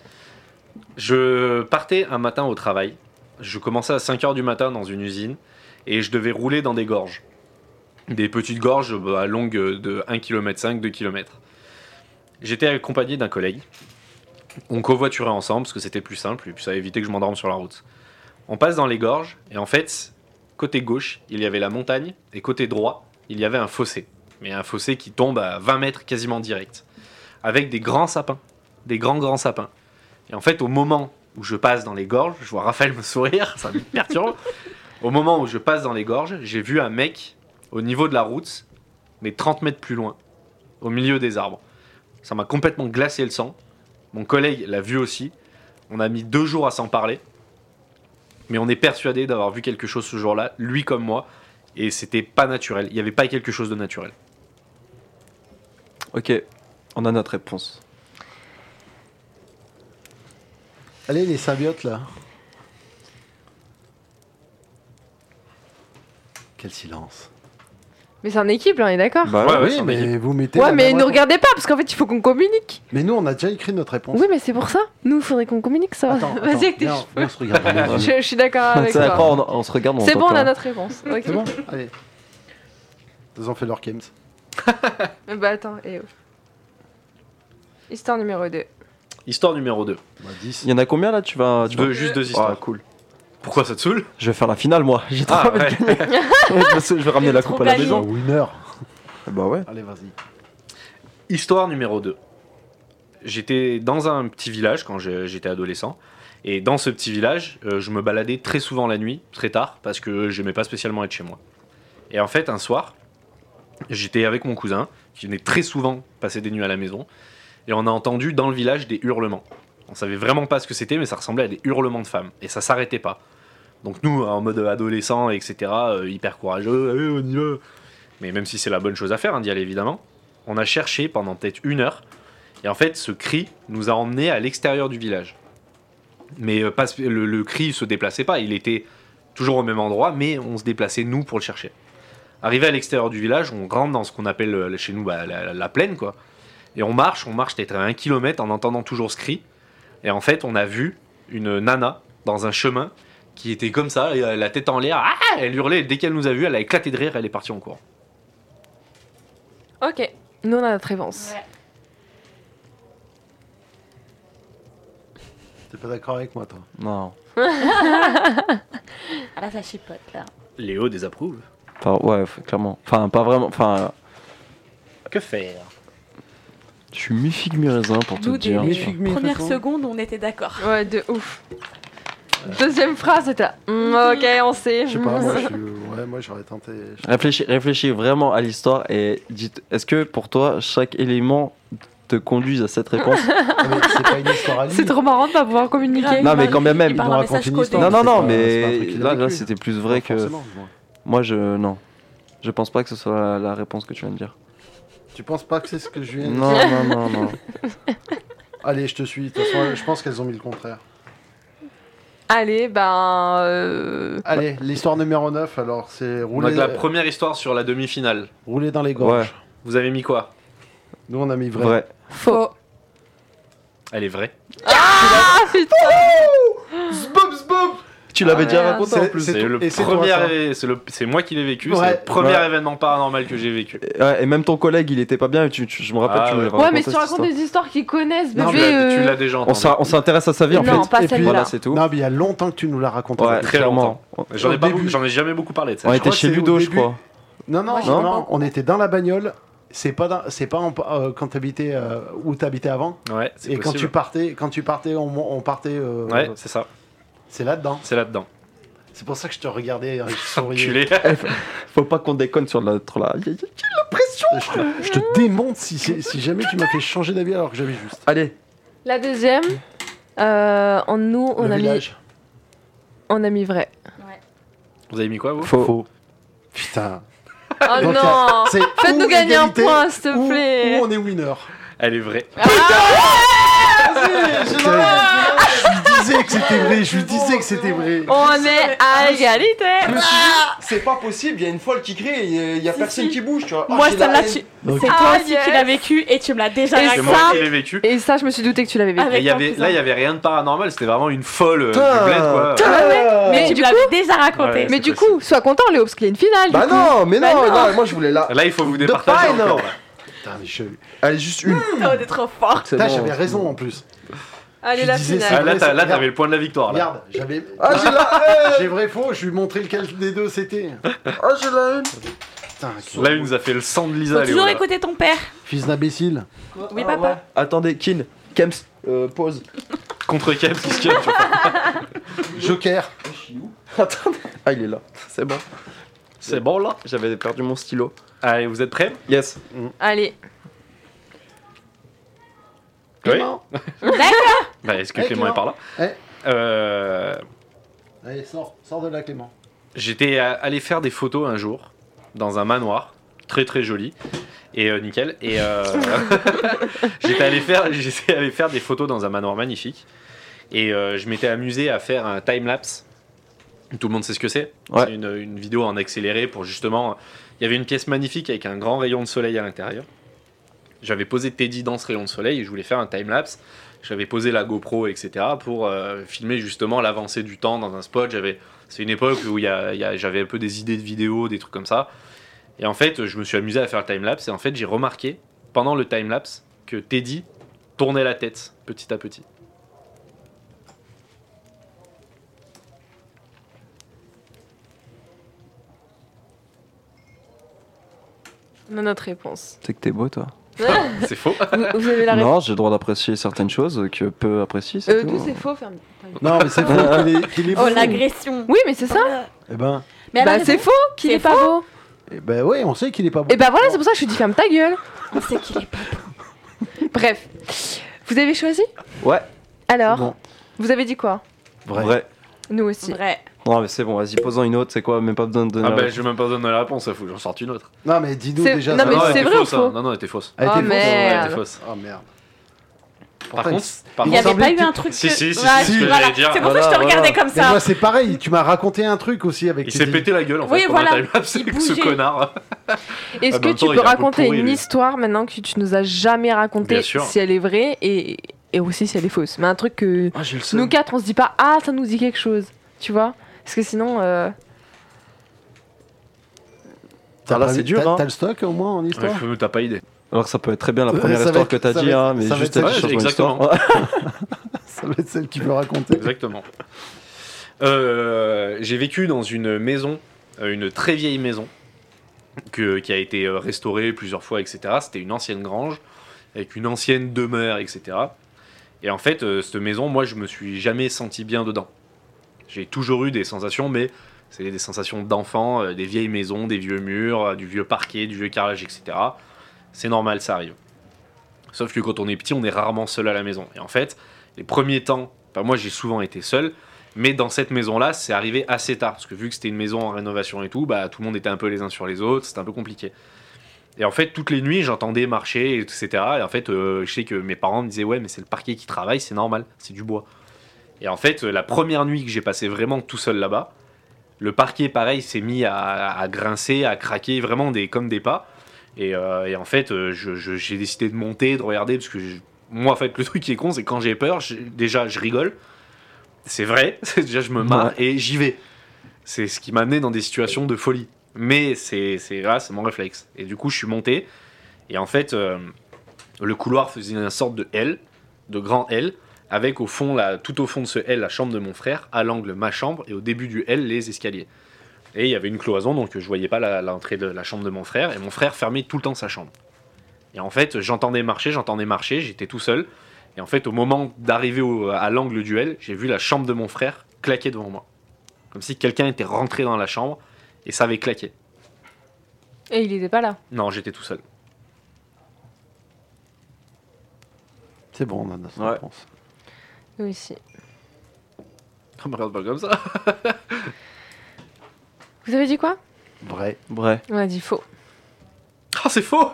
Speaker 2: Je partais un matin au travail. Je commençais à 5h du matin dans une usine et je devais rouler dans des gorges. Des petites gorges bah, longues de 1 km, 2 km. J'étais accompagné d'un collègue. On covoiturait ensemble parce que c'était plus simple et puis ça évitait que je m'endorme sur la route. On passe dans les gorges et en fait, côté gauche, il y avait la montagne et côté droit, il y avait un fossé. Mais un fossé qui tombe à 20 mètres quasiment direct. Avec des grands sapins. Des grands grands sapins. Et en fait, au moment où je passe dans les gorges, je vois Raphaël me sourire, ça me perturbe. au moment où je passe dans les gorges, j'ai vu un mec au niveau de la route, mais 30 mètres plus loin, au milieu des arbres. Ça m'a complètement glacé le sang. Mon collègue l'a vu aussi. On a mis deux jours à s'en parler. Mais on est persuadé d'avoir vu quelque chose ce jour-là, lui comme moi. Et c'était pas naturel. Il n'y avait pas quelque chose de naturel.
Speaker 4: Ok, on a notre réponse.
Speaker 5: Allez les symbiotes là. Quel silence.
Speaker 3: Mais c'est en équipe, là, on est d'accord
Speaker 4: Bah
Speaker 2: Ah ouais,
Speaker 5: oui,
Speaker 2: sans
Speaker 5: mais
Speaker 2: équipe.
Speaker 5: vous mettez.
Speaker 3: Ouais,
Speaker 5: la
Speaker 3: mais
Speaker 5: même
Speaker 3: ne
Speaker 5: réponse.
Speaker 3: regardez pas parce qu'en fait il faut qu'on communique.
Speaker 5: Mais nous, on a déjà écrit notre réponse.
Speaker 3: Oui, mais c'est pour ça. Nous, il faudrait qu'on communique ça.
Speaker 4: euh,
Speaker 5: Attends, attends,
Speaker 3: Vas-y avec tes
Speaker 5: viens,
Speaker 3: cheveux.
Speaker 5: viens, on se regarde dans les yeux.
Speaker 3: Je, je suis Ah, d'accord avec
Speaker 4: Ça, après,
Speaker 3: toi.
Speaker 4: on, on se regarde.
Speaker 3: C'est bon, on a
Speaker 4: t'entend.
Speaker 3: notre réponse. Ok.
Speaker 5: C'est bon Allez. Ils ont fait leur games.
Speaker 3: Bah attends, et oh. Histoire numéro 2.
Speaker 2: Histoire numéro 2.
Speaker 5: Bah, 10.
Speaker 4: Il y en a combien là Tu vas. Tu vas-
Speaker 2: Deux, juste deux
Speaker 4: Ah,
Speaker 2: histoires.
Speaker 4: cool.
Speaker 2: Pourquoi ça te saoule
Speaker 4: Je vais faire la finale moi. J'ai trop
Speaker 2: Ah,
Speaker 4: envie de
Speaker 2: ouais.
Speaker 4: gagner. Je vais ramener la
Speaker 6: Trop
Speaker 4: coupe à la
Speaker 6: gagné.
Speaker 5: Un
Speaker 4: maison.
Speaker 5: winner.
Speaker 4: Bah ouais.
Speaker 5: Allez, vas-y.
Speaker 2: Histoire numéro 2. J'étais dans un petit village quand je- j'étais adolescent. Et dans ce petit village, euh, je me baladais très souvent la nuit, très tard, parce que j'aimais pas spécialement être chez moi. Et en fait, un soir, j'étais avec mon cousin, qui venait très souvent passer des nuits à la maison, et on a entendu dans le village des hurlements. On savait vraiment pas ce que c'était, mais ça ressemblait à des hurlements de femmes, et ça s'arrêtait pas. Donc nous, en mode adolescent, etc., euh, hyper courageux, allez, on y va. Mais même si c'est la bonne chose à faire, hein, d'y aller évidemment, on a cherché pendant peut-être une heure. Et en fait, ce cri nous a emmenés à l'extérieur du village. Mais euh, pas spé- le, le cri ne se déplaçait pas. Il était toujours au même endroit, mais on se déplaçait, nous, pour le chercher. Arrivé à l'extérieur du village, on rentre dans ce qu'on appelle euh, chez nous bah, la, la- la plaine, quoi. Et on marche, on marche peut-être à un kilomètre en entendant toujours ce cri. Et en fait, on a vu une nana dans un chemin qui était comme ça, et, euh, la tête en l'air. Ah elle hurlait. et Dès qu'elle nous a vus, elle a éclaté de rire, elle est partie en courant.
Speaker 3: Ok. Nous, on a notre réponse.
Speaker 6: Ouais.
Speaker 5: T'es pas d'accord avec moi, toi
Speaker 4: Non.
Speaker 6: Ah là, ça chipote là.
Speaker 2: Léo désapprouve.
Speaker 4: Enfin, ouais, f- clairement. Enfin, pas vraiment. Enfin,
Speaker 2: Que faire
Speaker 4: je suis mi-figue mi-raisin pour tout
Speaker 6: Nous, des-
Speaker 4: dire.
Speaker 6: des-
Speaker 5: Mythique, mais
Speaker 6: Première
Speaker 5: façon.
Speaker 6: seconde, on était d'accord.
Speaker 3: Ouais, de ouf. Deuxième phrase, c'était là. Mm, ok, on sait.
Speaker 5: Je sais pas, moi, je suis- ouais, moi j'aurais tenté. je-
Speaker 4: Réfléchis, réfléchis vraiment à l'histoire et dites est-ce que pour toi chaque élément te conduise à cette réponse
Speaker 5: Ah, mais c'est pas une histoire à lui.
Speaker 3: C'est trop marrant de pas pouvoir communiquer.
Speaker 4: Non, mais quand bien même,
Speaker 6: Il
Speaker 4: il
Speaker 6: parle
Speaker 5: nous
Speaker 6: en
Speaker 5: raconte
Speaker 6: message
Speaker 5: une
Speaker 6: codé.
Speaker 5: histoire. c'est
Speaker 4: Non, non, non,
Speaker 5: pas- c'est pas un
Speaker 4: mais
Speaker 5: truc qu'il a
Speaker 4: là, là,
Speaker 5: vécu.
Speaker 4: c'était plus
Speaker 5: Pas
Speaker 4: vrai que.
Speaker 5: forcément, moi.
Speaker 4: Moi, je. Non. Je pense pas que ce soit la, la réponse que tu viens de dire.
Speaker 5: Tu penses pas que c'est ce que
Speaker 3: Euh,
Speaker 5: je viens de
Speaker 4: Non,
Speaker 5: dire
Speaker 4: non, non, non.
Speaker 5: Allez, je te suis. De toute façon, je pense qu'elles ont mis le contraire.
Speaker 3: Allez, ben. euh,
Speaker 5: Allez, l'histoire numéro 9, alors
Speaker 2: On a
Speaker 5: c'est rouler,
Speaker 2: de la première histoire sur la demi-finale.
Speaker 5: rouler dans les gorges.
Speaker 2: Vous avez mis quoi
Speaker 5: Nous on a mis vrai.
Speaker 4: Vrai.
Speaker 3: Faux.
Speaker 2: Elle est vraie.
Speaker 3: Ah putain
Speaker 2: Zboum, zboum
Speaker 4: Tu
Speaker 5: tu l'avais
Speaker 2: Ah,
Speaker 5: déjà
Speaker 3: merde.
Speaker 5: raconté en plus.
Speaker 2: C'est le
Speaker 5: bah, Et toi, ça.
Speaker 2: premier, c'est le- c'est moi qui l'ai vécu, c'est
Speaker 5: Ouais.
Speaker 2: le premier
Speaker 4: Ouais.
Speaker 2: événement paranormal que j'ai vécu.
Speaker 4: Et, ouais, et même ton collègue, il était pas bien. et Tu, tu- je me rappelle,
Speaker 2: Ah
Speaker 4: tu me
Speaker 2: ouais.
Speaker 4: racontais
Speaker 3: Ouais, mais si
Speaker 4: cette
Speaker 3: tu racontes
Speaker 4: histoire.
Speaker 3: des histoires qu'ils connaissent,
Speaker 5: Non,
Speaker 2: Tu
Speaker 3: bébé.
Speaker 2: l'as tu
Speaker 3: euh,
Speaker 2: l'as déjà
Speaker 4: On
Speaker 2: entendu.
Speaker 4: s''a- On s'intéresse à sa vie en
Speaker 3: Non,
Speaker 4: fait.
Speaker 3: pas
Speaker 5: et puis,
Speaker 3: celle-là.
Speaker 4: Voilà, c'est tout.
Speaker 5: Non, mais il y a longtemps que tu nous l'as raconté.
Speaker 4: Ouais,
Speaker 2: Très
Speaker 4: clairement.
Speaker 2: J'en ai
Speaker 5: au
Speaker 2: pas
Speaker 5: début.
Speaker 2: beaucoup- j'en ai jamais beaucoup parlé de ça.
Speaker 4: On
Speaker 5: je
Speaker 4: était
Speaker 5: crois
Speaker 4: chez
Speaker 5: que c'est au
Speaker 4: Ludo, je
Speaker 5: début.
Speaker 4: crois.
Speaker 5: Non, non,
Speaker 6: Moi,
Speaker 5: non,
Speaker 6: je sais
Speaker 5: non,
Speaker 6: pas.
Speaker 5: on était dans la bagnole. C'est pas dans- c'est pas en- euh, quand t'habitais euh, où t'habitais avant.
Speaker 2: Ouais, c'est
Speaker 5: Et quand tu
Speaker 2: possible.
Speaker 5: partais, quand tu partais, on, on partais. euh,
Speaker 2: Ouais, c'est ça,
Speaker 5: C'est là-dedans.
Speaker 2: c'est là-dedans.
Speaker 5: C'est pour ça que je te regardais. euh, Je souriais.
Speaker 2: Culé.
Speaker 4: Faut pas qu'on déconne sur l'autre là.
Speaker 5: Je te, je te démonte si, c'est- si jamais tu m'as fait changer d'avis alors que j'avais juste.
Speaker 4: Allez,
Speaker 3: La deuxième, euh, en nous, on
Speaker 5: le
Speaker 3: a, mis,
Speaker 5: village.
Speaker 3: on a mis vrai.
Speaker 2: Vous avez mis quoi vous
Speaker 4: faut.
Speaker 5: Faux. Putain.
Speaker 3: Oh
Speaker 5: Donc,
Speaker 3: non
Speaker 5: C'est
Speaker 3: Faites-nous
Speaker 5: ou
Speaker 3: gagner un
Speaker 5: égalité,
Speaker 3: point, s'il te
Speaker 5: ou-
Speaker 3: plaît
Speaker 5: Ou on est winner.
Speaker 2: Elle est vraie.
Speaker 5: Je lui disais que c'était vrai. Je lui disais que c'était vrai.
Speaker 3: On est à égalité
Speaker 1: C'est pas possible, il y a une folle qui crie et il y, a
Speaker 6: Si,
Speaker 1: personne
Speaker 6: si.
Speaker 1: qui bouge, tu vois. Oh,
Speaker 7: Moi,
Speaker 1: j'ai la
Speaker 7: celle-là,
Speaker 1: haine.
Speaker 7: tu-
Speaker 5: Donc,
Speaker 7: c'est
Speaker 3: Ah,
Speaker 7: toi aussi
Speaker 3: yes.
Speaker 7: qui l'as vécu et tu me l'as déjà
Speaker 3: Et
Speaker 2: C'est
Speaker 7: raconté.
Speaker 2: moi
Speaker 3: ça-
Speaker 2: qui l'ai vécu.
Speaker 3: Et ça, je me suis douté que tu l'avais vécu.
Speaker 7: Avec
Speaker 2: Et il y
Speaker 7: ton
Speaker 2: avait,
Speaker 7: cousin.
Speaker 2: là, il y avait rien de paranormal, c'était vraiment une folle euh,
Speaker 4: Putain,
Speaker 2: du bled, quoi.
Speaker 3: Mais
Speaker 7: Tu
Speaker 3: du
Speaker 7: me l'as
Speaker 3: coup,
Speaker 7: déjà raconté.
Speaker 2: Ouais.
Speaker 3: mais
Speaker 2: c'est
Speaker 3: du
Speaker 2: possible.
Speaker 3: coup, sois content, Léo, parce qu'il y a une finale. du
Speaker 1: Bah
Speaker 3: coup.
Speaker 1: non, mais
Speaker 3: Bah
Speaker 1: non,
Speaker 3: non.
Speaker 1: non, moi je voulais la.
Speaker 2: Là, il faut vous
Speaker 1: De
Speaker 2: départager
Speaker 1: paille,
Speaker 2: encore.
Speaker 1: non.
Speaker 2: là.
Speaker 5: Putain, mais je.
Speaker 1: Allez, juste une.
Speaker 7: Putain, on est trop fort.
Speaker 1: C'est
Speaker 5: Ah, Putain,
Speaker 1: bon.
Speaker 5: j'avais raison en plus.
Speaker 3: Allez,
Speaker 5: Je
Speaker 3: la
Speaker 5: disais,
Speaker 2: Ah,
Speaker 3: finale.
Speaker 2: là, t'as- là,
Speaker 5: Regarde.
Speaker 2: t'avais le point de la victoire. Là.
Speaker 5: Regarde, j'avais.
Speaker 1: Ah, j'ai la haine
Speaker 5: J'ai vrai faux, je lui montrais lequel des deux c'était.
Speaker 1: Ah, j'ai la haine
Speaker 5: Putain,
Speaker 2: Là, il nous a fait le sang de Lisa,
Speaker 7: Faut
Speaker 2: Léo.
Speaker 7: toujours
Speaker 2: là.
Speaker 7: écouter ton père.
Speaker 5: fils d'imbécile.
Speaker 7: Oui,
Speaker 1: Ah,
Speaker 7: papa.
Speaker 1: ouais. Attendez, Kin, Kems, euh, pause.
Speaker 2: Contre Kev, qui se calme, tu vois.
Speaker 5: Joker.
Speaker 1: Attendez. Ah, il est là, c'est bon.
Speaker 2: C'est bon, là
Speaker 1: J'avais perdu mon stylo.
Speaker 2: Allez, vous êtes prêts
Speaker 1: Yes.
Speaker 3: Allez.
Speaker 2: Oui.
Speaker 5: Non.
Speaker 2: Bah, est-ce que
Speaker 5: Eh,
Speaker 2: Clément est par là
Speaker 5: Eh.
Speaker 2: Euh,
Speaker 5: Allez, sors, sors de là, Clément.
Speaker 2: J'étais euh, allé faire des photos un jour, dans un manoir, très très joli. Et euh, nickel. Et euh, j'étais allé faire, j'étais allé faire des photos dans un manoir magnifique. Et euh, je m'étais amusé à faire un time lapse. Tout le monde sait ce que c'est.
Speaker 4: Ouais.
Speaker 2: C'est une, une vidéo en accéléré pour justement. Il y avait une pièce magnifique avec un grand rayon de soleil à l'intérieur. J'avais posé Teddy dans ce rayon de soleil et je voulais faire un time lapse. J'avais posé la GoPro, etc. pour euh, filmer justement l'avancée du temps dans un spot. J'avais, c'est une époque où il y a- il y a- j'avais un peu des idées de vidéos, des trucs comme ça. Et en fait, je me suis amusé à faire le timelapse. Et en fait, j'ai remarqué pendant le timelapse que Teddy tournait la tête petit à petit.
Speaker 3: On a notre réponse.
Speaker 4: C'est que t'es beau, toi.
Speaker 2: C'est faux. Ah
Speaker 3: Vous, vous avez la réponse.
Speaker 4: Non, j'ai le droit d'apprécier certaines choses que peu apprécier. c'est
Speaker 3: Euh,
Speaker 4: tout. hein.
Speaker 3: D'où c'est faux, ferme.
Speaker 5: Non, mais c'est faux qu'il est, qu'il est
Speaker 7: Oh,
Speaker 5: beau.
Speaker 7: l'agression.
Speaker 3: Oui, mais c'est ça.
Speaker 5: Eh ben,
Speaker 7: Mais elle a
Speaker 3: Bah,
Speaker 7: raison.
Speaker 3: c'est faux qu'il
Speaker 7: C'est
Speaker 3: est pas beau.
Speaker 5: eh ben ouais, on sait qu'il est pas beau.
Speaker 3: Et bah voilà, c'est pour ça que je te dis ferme ta gueule.
Speaker 7: On sait qu'il est pas.
Speaker 3: Bref. Vous avez choisi
Speaker 4: Ouais.
Speaker 3: Alors,
Speaker 5: Bon.
Speaker 3: vous avez dit quoi
Speaker 5: Vrai.
Speaker 4: Vrai.
Speaker 3: Nous aussi.
Speaker 7: Vrai.
Speaker 4: Non, mais c'est bon, vas-y, posons une autre, c'est quoi Même pas besoin de donner.
Speaker 2: Ah
Speaker 4: la
Speaker 2: bah,
Speaker 4: réponse.
Speaker 2: je vais même pas donner la réponse, ça faut que j'en sorte une autre.
Speaker 5: Non, mais dis-nous
Speaker 3: C'est-
Speaker 5: déjà.
Speaker 3: non,
Speaker 5: ça. Ah,
Speaker 3: mais
Speaker 2: non, elle
Speaker 3: c'est
Speaker 2: était
Speaker 3: vrai ou
Speaker 2: fausse, hein.
Speaker 3: faux
Speaker 2: Non, non, elle était fausse.
Speaker 5: Elle
Speaker 3: Oh,
Speaker 5: était fausse,
Speaker 3: merde.
Speaker 5: ouais.
Speaker 2: Elle était fausse.
Speaker 5: Oh merde.
Speaker 2: Par contre, par
Speaker 7: Il
Speaker 5: me
Speaker 7: n'y
Speaker 2: contre,
Speaker 7: avait
Speaker 5: semblait
Speaker 7: pas
Speaker 5: que
Speaker 7: eu
Speaker 5: tu-
Speaker 7: un truc.
Speaker 2: Si,
Speaker 7: que-
Speaker 2: si, si,
Speaker 7: Voilà,
Speaker 2: c'est ce que
Speaker 7: voilà.
Speaker 2: j'allais dire.
Speaker 7: C'est pour ça que je te
Speaker 4: Voilà,
Speaker 7: regardais comme
Speaker 5: Mais
Speaker 7: ça.
Speaker 5: moi, c'est pareil, tu m'as raconté un truc aussi avec
Speaker 2: il
Speaker 5: tes
Speaker 2: s'est
Speaker 5: dés.
Speaker 2: pété la gueule en
Speaker 7: Oui,
Speaker 2: fait pendant
Speaker 7: voilà.
Speaker 2: le timelapse
Speaker 7: Il
Speaker 2: avec ce
Speaker 7: bougeait.
Speaker 2: connard.
Speaker 3: Est-ce
Speaker 2: Ah,
Speaker 3: que
Speaker 2: dans le
Speaker 3: tu
Speaker 2: temps, il
Speaker 3: peux
Speaker 2: est un peu
Speaker 3: raconter
Speaker 2: pourri,
Speaker 3: une
Speaker 2: lui.
Speaker 3: histoire maintenant que tu nous as jamais racontée
Speaker 2: Bien sûr.
Speaker 3: si elle est vraie et, et aussi si elle est fausse Mais un truc que
Speaker 1: Ah, j'ai le seum.
Speaker 3: nous quatre on se dit pas ah ça nous dit quelque chose, tu vois Parce que sinon euh,
Speaker 5: T'as
Speaker 1: Ah, là,
Speaker 5: pas-
Speaker 1: c'est dur,
Speaker 5: t'as-
Speaker 1: hein.
Speaker 5: T'as le stock au moins en histoire
Speaker 2: Ouais, T'as pas idée.
Speaker 4: Alors que ça peut être très bien la
Speaker 5: Ouais,
Speaker 4: première
Speaker 5: ça va
Speaker 4: histoire
Speaker 5: être-
Speaker 4: que t'as
Speaker 5: ça
Speaker 4: dit,
Speaker 5: va
Speaker 4: hein,
Speaker 5: être-
Speaker 4: mais
Speaker 5: ça va
Speaker 4: juste
Speaker 5: être-
Speaker 4: t'as dit
Speaker 2: Ouais,
Speaker 4: changement
Speaker 2: exactement.
Speaker 4: d'histoire. Ouais.
Speaker 5: Ça va être celle qui peut raconter.
Speaker 2: Exactement. Euh, j'ai vécu dans une maison, euh, une très vieille maison, que- qui a été euh, restaurée plusieurs fois, etc. C'était une ancienne grange, avec une ancienne demeure, etc. Et en fait, euh, cette maison, moi, je me suis jamais senti bien dedans. J'ai toujours eu des sensations, mais c'est des sensations d'enfant, euh, des vieilles maisons, des vieux murs, euh, du vieux parquet, du vieux carrelage, etc. C'est normal, ça arrive. Sauf que quand on est petit, on est rarement seul à la maison. Et en fait, les premiers temps, enfin, moi j'ai souvent été seul, mais dans cette maison-là, c'est arrivé assez tard. Parce que vu que c'était une maison en rénovation et tout, bah, tout le monde était un peu les uns sur les autres, c'était un peu compliqué. Et en fait, toutes les nuits, j'entendais marcher, etc. Et en fait, euh, je sais que mes parents me disaient Ouais, mais c'est le parquet qui travaille, c'est normal, c'est du bois. Et en fait, euh, la première nuit que j'ai passée vraiment tout seul là-bas, le parquet, pareil, s'est mis à, à grincer, à craquer, vraiment des, comme des pas. Et, euh, et en fait, euh, je- je- j'ai décidé de monter, de regarder, parce que je- moi, en fait, le truc qui est con, c'est que quand j'ai peur, je- déjà, je rigole. c'est vrai, déjà je me marre et j'y vais. C'est ce qui m'a amené dans des situations de folie. Mais c'est c'est voilà, c'est mon réflexe. Et du coup, je suis monté. Et en fait, euh, le couloir faisait une sorte de L, de grand L, avec au fond, la, tout au fond de ce L, la chambre de mon frère, à l'angle ma chambre, et au début du L, les escaliers. Et il y avait une cloison, donc je voyais pas la- l'entrée de la chambre de mon frère, et mon frère fermait tout le temps sa chambre. Et en fait, j'entendais marcher, j'entendais marcher, j'étais tout seul. Et en fait, au moment d'arriver au- à l'angle du L, j'ai vu la chambre de mon frère claquer devant moi. Comme si quelqu'un était rentré dans la chambre et ça avait claqué.
Speaker 3: Et il était pas là.
Speaker 2: Non, j'étais tout seul.
Speaker 5: C'est bon, on a notre
Speaker 4: Ouais.
Speaker 5: réponse.
Speaker 3: Nous aussi.
Speaker 2: On me regarde pas comme ça.
Speaker 3: Vous avez dit quoi
Speaker 5: Vrai.
Speaker 4: Vrai.
Speaker 3: On a dit faux.
Speaker 2: Ah, c'est faux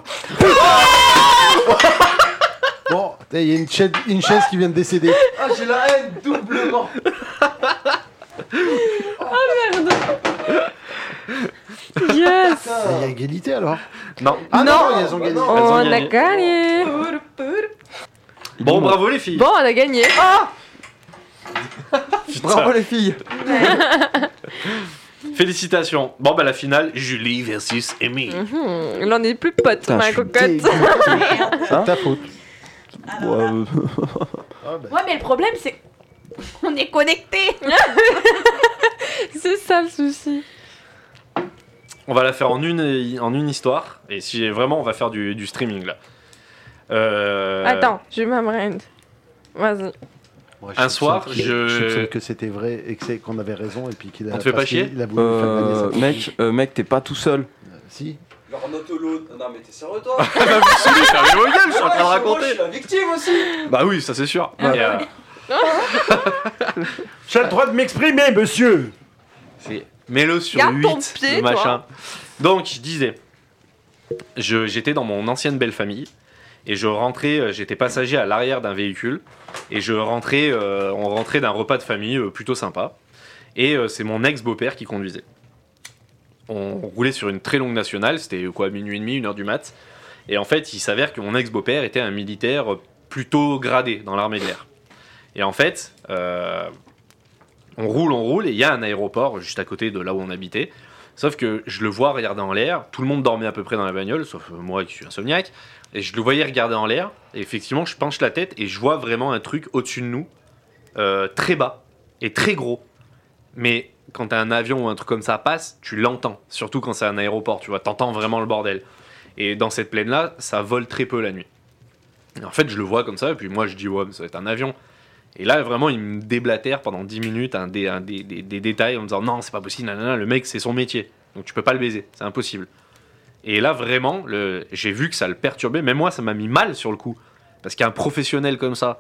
Speaker 5: Bon, eh, il y a une chaise, une chaise qui vient de décéder.
Speaker 1: Ah, j'ai la haine doublement.
Speaker 3: Yes
Speaker 5: Il y a égalité alors.
Speaker 2: Non.
Speaker 5: Ah non,
Speaker 3: Non.
Speaker 5: ils ont gagné.
Speaker 1: Bah
Speaker 2: Elles ont
Speaker 3: On a
Speaker 2: gagné.
Speaker 3: gagné
Speaker 2: Bon,
Speaker 4: bah,
Speaker 2: bravo les filles
Speaker 3: Bon, on a gagné
Speaker 4: Bravo les filles
Speaker 2: Félicitations Bon, bah la finale, Julie versus Amy.
Speaker 3: Mhm. Là, on est plus potes,
Speaker 4: Putain,
Speaker 3: ma
Speaker 4: je suis
Speaker 3: cocotte
Speaker 5: C'est ta faute.
Speaker 4: Hein
Speaker 1: Ah,
Speaker 4: Ouais, euh,
Speaker 5: Ah, bah,
Speaker 7: Ouais, mais le problème, c'est. On est connectés
Speaker 3: C'est ça le souci.
Speaker 2: On va la faire en une, en une histoire. Et si vraiment, on va faire du, du streaming là. Euh,
Speaker 3: Attends, je m'amrende. Vas-y.
Speaker 5: Moi,
Speaker 2: Un
Speaker 5: soupçonne
Speaker 2: soir,
Speaker 5: qu'il-
Speaker 2: je-
Speaker 5: soupçonne que c'était vrai et que c'est- qu'on avait raison et puis qu'il a.
Speaker 2: On te fait pas
Speaker 5: parce qu'il-
Speaker 2: chier
Speaker 5: Il a voulu faire gagner sa
Speaker 4: euh,
Speaker 5: copine.
Speaker 4: mec, euh, mec, t'es pas tout seul.
Speaker 5: Si.
Speaker 1: Leur Non, mais t'es sérieux, toi
Speaker 2: Ah, bah, vous saoulez, fermez vos gueules, je suis en train de raconter
Speaker 1: la victime aussi.
Speaker 2: Bah oui, ça c'est sûr. Et, euh,
Speaker 5: J'ai le droit de m'exprimer, monsieur.
Speaker 2: C'est Mets-le sur
Speaker 3: Garde
Speaker 2: 8,
Speaker 3: ton pied,
Speaker 2: le
Speaker 3: toi.
Speaker 2: machin. Donc, je disais, je- j'étais dans mon ancienne belle famille et je rentrais, euh, j'étais passager à l'arrière d'un véhicule et je rentrais, euh, on rentrait d'un repas de famille euh, plutôt sympa. Et euh, c'est mon ex-beau-père qui conduisait. On roulait sur une très longue nationale, c'était euh, quoi, minuit et demi, une heure du mat. Et en fait, il s'avère que mon ex-beau-père était un militaire euh, plutôt gradé dans l'armée de l'air. Et en fait, euh, on roule, on roule, et il y a un aéroport juste à côté de là où on habitait. Sauf que je le vois regarder en l'air, tout le monde dormait à peu près dans la bagnole, sauf moi qui suis insomniaque, et je le voyais regarder en l'air, et effectivement je penche la tête et je vois vraiment un truc au-dessus de nous, euh, très bas et très gros. Mais quand un avion ou un truc comme ça passe, tu l'entends, surtout quand c'est un aéroport, tu vois, t'entends vraiment le bordel. Et dans cette plaine-là, ça vole très peu la nuit. Et en fait, je le vois comme ça, et puis moi je dis, ouais, mais ça va être un avion. Et là, vraiment, il me déblatère pendant 10 minutes un dé- un dé- des, des détails en me disant non, c'est pas possible, nanana, le mec, c'est son métier. Donc tu peux pas le baiser, c'est impossible. Et là, vraiment, le- j'ai vu que ça le perturbait. Même moi, ça m'a mis mal sur le coup. Parce qu'un professionnel comme ça,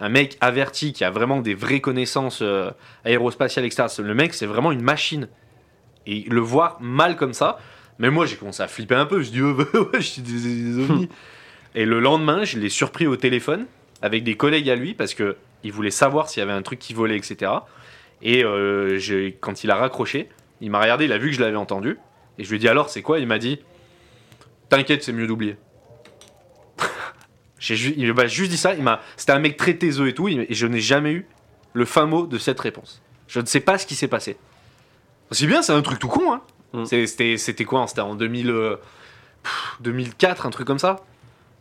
Speaker 2: un mec averti qui a vraiment des vraies connaissances euh, aérospatiales, etc., c'est- le mec, c'est vraiment une machine. Et le voir mal comme ça, mais moi, j'ai commencé à flipper un peu. Je dis, oh, bah, ouais, je suis des, des ovnis. Et le lendemain, je l'ai surpris au téléphone avec des collègues à lui parce que il voulait savoir s'il y avait un truc qui volait, etc. Et euh, j'ai- quand il a raccroché, il m'a regardé, il a vu que je l'avais entendu. Et je lui ai dit alors c'est quoi Il m'a dit T'inquiète, c'est mieux d'oublier. J'ai ju- il m'a juste dit ça, il m'a, c'était un mec très taiseux et tout, et je n'ai jamais eu le fin mot de cette réponse. Je ne sais pas ce qui s'est passé. C'est bien, c'est un truc tout con, hein.
Speaker 4: Mm.
Speaker 2: C'est- C'était, c'était quoi C'était en 2000, euh, pff, 2004, un truc comme ça.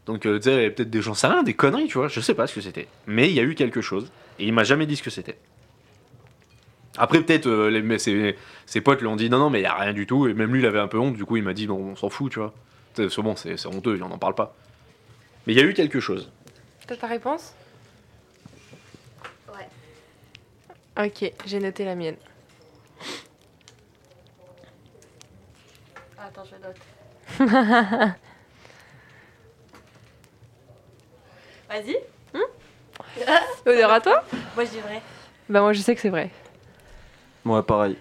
Speaker 2: Donc, euh, tu sais, il y avait peut-être des gens, ça rien, des conneries, tu vois, je sais pas ce que c'était. Mais il y a eu quelque chose, et il m'a jamais dit ce que c'était. Après, peut-être, euh, les- mais ses, ses potes lui ont dit non, non, mais il y a rien du tout, et même lui, il avait un peu honte, du coup, il m'a dit non, on s'en fout, tu vois. C'est c'est bon, c'est c'est honteux, on n'en parle pas. Mais il y a eu quelque chose.
Speaker 3: T'as ta réponse
Speaker 6: Ouais.
Speaker 3: Ok, j'ai noté la mienne.
Speaker 6: Attends, je note. Vas-y.
Speaker 3: Odeur à toi
Speaker 6: Hein Moi, je dis vrai.
Speaker 3: Bah moi je sais que c'est vrai.
Speaker 4: Ouais, pareil.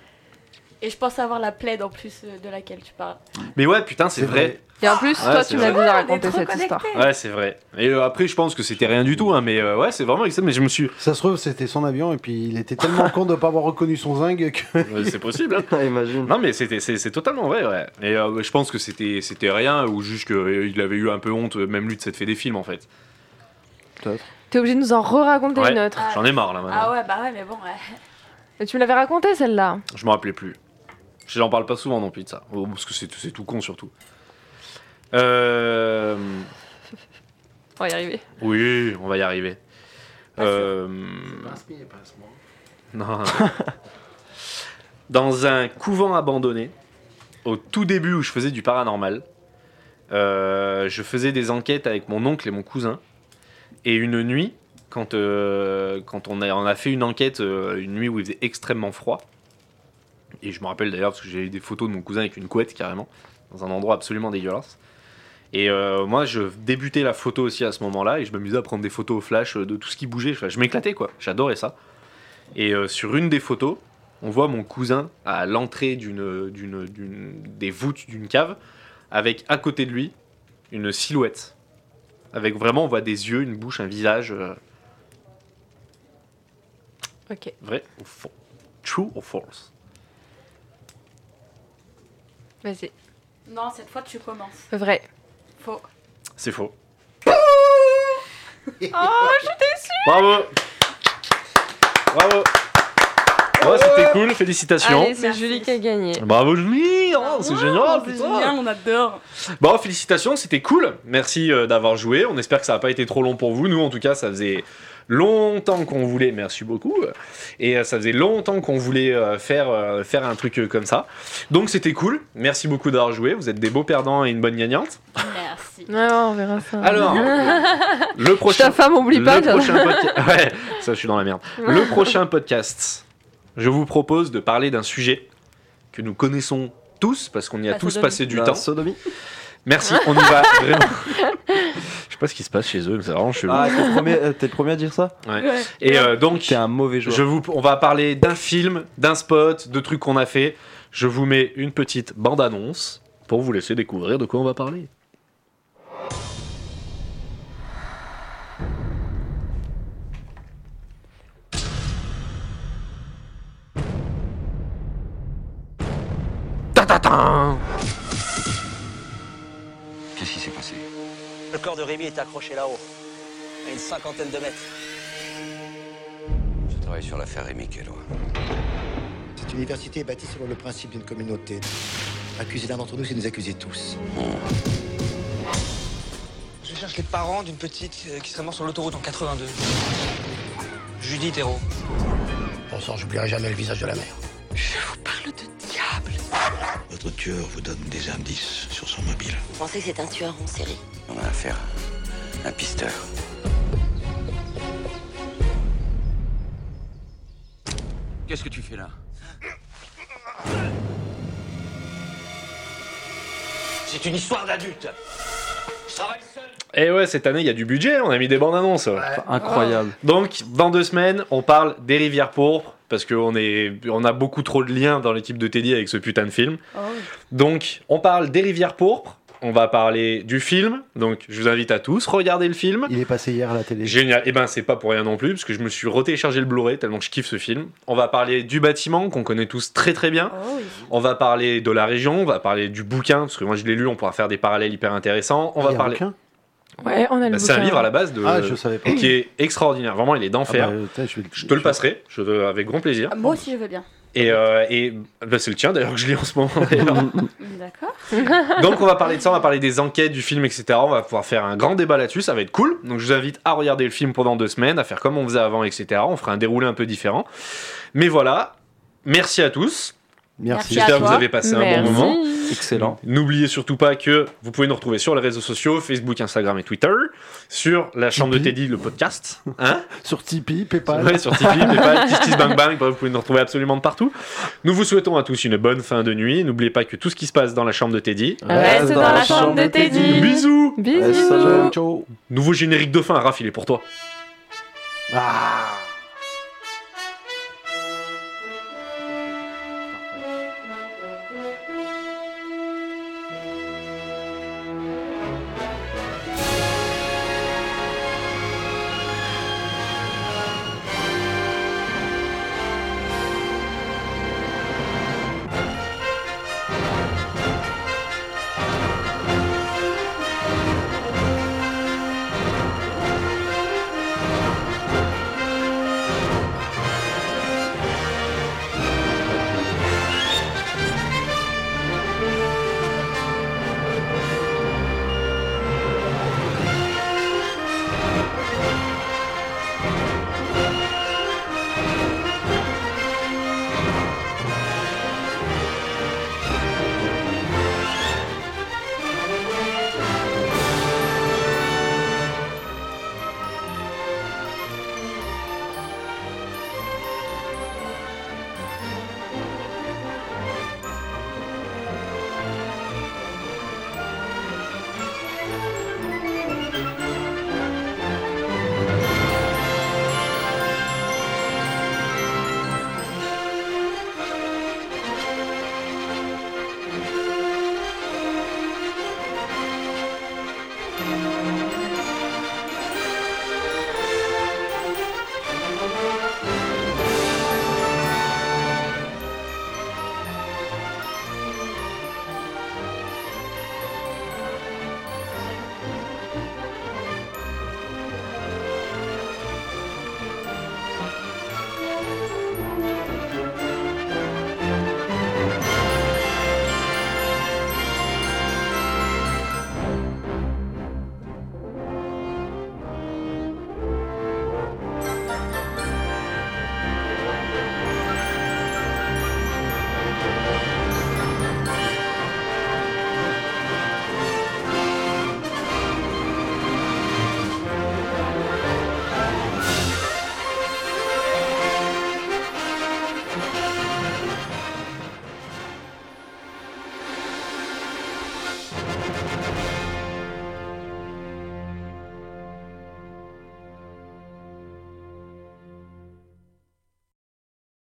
Speaker 6: Et je pense avoir la plaide en plus euh, de laquelle tu parles.
Speaker 2: Mais ouais, putain, c'est
Speaker 5: C'est
Speaker 2: vrai.
Speaker 3: Et en plus,
Speaker 2: Ouais,
Speaker 3: toi
Speaker 2: c'est
Speaker 3: tu m'as
Speaker 6: vrai.
Speaker 3: déjà
Speaker 6: Ah, on est
Speaker 3: raconté
Speaker 6: trop
Speaker 3: cette
Speaker 6: connectés.
Speaker 3: histoire.
Speaker 2: Ouais, c'est vrai. Et euh, après, je pense que c'était rien du tout, hein, mais euh, ouais, c'est vraiment exceptionnel. Mais je me suis.
Speaker 5: Ça se trouve, c'était son avion et puis il était tellement con de pas avoir reconnu son zingue que.
Speaker 2: Ouais, c'est possible, hein.
Speaker 4: Imagine.
Speaker 2: Non, mais c'était- c'est c'est totalement vrai, ouais. Et euh, je pense que c'était c'était rien, ou juste qu'il avait eu un peu honte, euh, même lui, de s'être fait des films, en fait.
Speaker 5: peut-être.
Speaker 3: T'es obligé de nous en re-raconter
Speaker 2: Ouais.
Speaker 3: une autre.
Speaker 6: Ah,
Speaker 2: J'en ai marre là maintenant.
Speaker 6: Ah ouais, bah ouais, mais bon, ouais.
Speaker 3: Et tu me l'avais raconté celle-là.
Speaker 2: Je m'en rappelais plus. J'en parle pas souvent non plus de ça. Oh, Parce que c'est tout, c'est tout con surtout. Euh,
Speaker 3: On va y arriver.
Speaker 2: Oui, on va y arriver.
Speaker 6: Pas sûr.
Speaker 2: Euh,
Speaker 5: Inspire, passe-moi.
Speaker 2: Non. Dans un couvent abandonné, au tout début où je faisais du paranormal, euh, je faisais des enquêtes avec mon oncle et mon cousin. Et une nuit, quand, euh, quand on, a, on a fait une enquête, euh, une nuit où il faisait extrêmement froid, et je me rappelle d'ailleurs parce que j'ai eu des photos de mon cousin avec une couette carrément, dans un endroit absolument dégueulasse. Et euh, moi, je débutais la photo aussi à ce moment-là, et je m'amusais à prendre des photos au flash euh, de tout ce qui bougeait. Je je m'éclatais quoi, j'adorais ça. Et euh, sur une des photos, on voit mon cousin à l'entrée d'une, d'une, d'une- des voûtes d'une cave, avec à côté de lui une silhouette. Avec vraiment, on voit des yeux, une bouche, un visage. euh,
Speaker 3: Ok.
Speaker 2: vrai ou faux True or false
Speaker 3: Vas-y.
Speaker 6: Non, cette fois, tu commences.
Speaker 3: Vrai.
Speaker 6: Faux.
Speaker 2: C'est faux.
Speaker 3: Oh,
Speaker 2: Bravo Bravo Ouais, c'était cool, félicitations.
Speaker 3: Allez, c'est
Speaker 6: Merci.
Speaker 3: Julie qui a gagné.
Speaker 2: Bravo Julie, oh, c'est
Speaker 6: Wow,
Speaker 2: génial,
Speaker 6: C'est
Speaker 2: putain.
Speaker 6: génial, Ah, on adore.
Speaker 2: Bon, félicitations, c'était cool. Merci euh, d'avoir joué. On espère que ça n'a pas été trop long pour vous. Nous, en tout cas, ça faisait longtemps qu'on voulait. Merci beaucoup. Et euh, ça faisait longtemps qu'on voulait euh, faire, euh, faire un truc euh, comme ça. Donc, c'était cool. Merci beaucoup d'avoir joué. Vous êtes des beaux perdants et une bonne gagnante.
Speaker 6: Merci.
Speaker 3: Ouais, ouais, on verra ça.
Speaker 2: Alors, le prochain.
Speaker 3: ta femme, oublie pas.
Speaker 2: le
Speaker 3: t'as-
Speaker 2: prochain podca- Ouais, ça, je suis dans la merde. Le prochain podcast, je vous propose de parler d'un sujet que nous connaissons tous parce qu'on y
Speaker 3: Bah,
Speaker 2: a
Speaker 6: La
Speaker 2: tous
Speaker 6: sodomie.
Speaker 2: passé du
Speaker 4: La
Speaker 2: temps.
Speaker 4: sodomie.
Speaker 2: Merci, on y va vraiment. Je sais pas ce qui se passe chez eux, mais c'est vraiment chelou.
Speaker 4: Ah, t'es le premier- euh, t'es le premier à dire ça
Speaker 2: Et euh, donc,
Speaker 4: T'es un mauvais joueur.
Speaker 2: je vous, on va parler d'un film, d'un spot, de trucs qu'on a fait. Je vous mets une petite bande-annonce pour vous laisser découvrir de quoi on va parler. Ta-ta-tan
Speaker 8: Qu'est-ce qui s'est passé
Speaker 9: Le corps de Rémi est accroché là-haut, à une cinquantaine de mètres.
Speaker 8: Je travaille sur l'affaire Rémi Kellois.
Speaker 10: Cette université est bâtie selon le principe d'une communauté. Accuser l'un d'entre nous, c'est nous accuser tous.
Speaker 9: Je cherche les parents d'une petite euh, qui serait morte sur l'autoroute en 82. Judith Hérault.
Speaker 10: Bon sang, j'oublierai jamais le visage de la mère.
Speaker 8: Votre tueur vous donne des indices sur son mobile.
Speaker 11: Vous pensez que c'est un tueur en série
Speaker 8: On a affaire à un pisteur. Qu'est-ce que tu fais là
Speaker 9: C'est une histoire d'adulte. Je travaille seul.
Speaker 2: Et Eh ouais, cette année, il y a du budget, on a mis des bandes annonces.
Speaker 4: Enfin, incroyable.
Speaker 2: Donc, dans deux semaines, on parle des rivières pourpres, parce qu'on est- on a beaucoup trop de liens dans l'équipe de Teddy avec ce putain de film.
Speaker 6: Oh,
Speaker 2: Donc, on parle des rivières pourpres, on va parler du film, donc je vous invite à tous, regardez le film.
Speaker 5: Il est passé hier à la télé.
Speaker 2: Génial, et ben c'est pas pour rien non plus, parce que je me suis retéléchargé le Blu-ray tellement je kiffe ce film. On va parler du bâtiment, qu'on connaît tous très très bien.
Speaker 6: oh oui.
Speaker 2: On va parler de la région, on va parler du bouquin, parce que moi je l'ai lu, on pourra faire des parallèles hyper intéressants. On
Speaker 5: Il y a
Speaker 2: va
Speaker 5: un
Speaker 2: parler...
Speaker 5: bouquin
Speaker 3: Ouais, on a le
Speaker 2: Bah, c'est un
Speaker 3: bouquin.
Speaker 2: livre à la base de...
Speaker 5: Ah, je savais pas.
Speaker 2: qui est extraordinaire, vraiment il est
Speaker 5: Ah
Speaker 2: d'enfer.
Speaker 5: bah, putain, je, vais
Speaker 2: Je te le passerai, je veux, avec grand plaisir.
Speaker 6: Ah, Moi aussi, je veux bien.
Speaker 2: Et, euh, et bah, c'est le tien d'ailleurs que je lis en ce moment. d'ailleurs.
Speaker 6: D'accord.
Speaker 2: Donc on va parler de ça, on va parler des enquêtes du film, etc. On va pouvoir faire un grand débat là-dessus, ça va être cool. Donc je vous invite à regarder le film pendant deux semaines, à faire comme on faisait avant, etc. On fera un déroulé un peu différent. Mais voilà, merci à tous.
Speaker 5: Merci.
Speaker 6: Merci à
Speaker 2: J'espère que vous
Speaker 6: toi.
Speaker 2: avez passé un bon
Speaker 3: Merci.
Speaker 2: moment.
Speaker 4: Excellent.
Speaker 2: N'oubliez surtout pas que vous pouvez nous retrouver sur les réseaux sociaux, Facebook, Instagram et Twitter, sur la chambre de
Speaker 5: Tipeee.
Speaker 2: Teddy, le podcast. Hein
Speaker 5: Sur Tipeee, PayPal.
Speaker 2: Ouais, sur Tipeee, mais pas Kiss Kiss Bang Bang, bah, vous pouvez nous retrouver absolument de partout. Nous vous souhaitons à tous une bonne fin de nuit. N'oubliez pas que tout ce qui se passe dans la chambre de Teddy.
Speaker 3: Reste dans la chambre de Teddy.
Speaker 2: Bisous
Speaker 3: Bisous.
Speaker 4: Ouais, ça, j'aime.
Speaker 5: Ciao.
Speaker 2: Nouveau générique de fin, Raph, il est pour toi.
Speaker 5: Ah.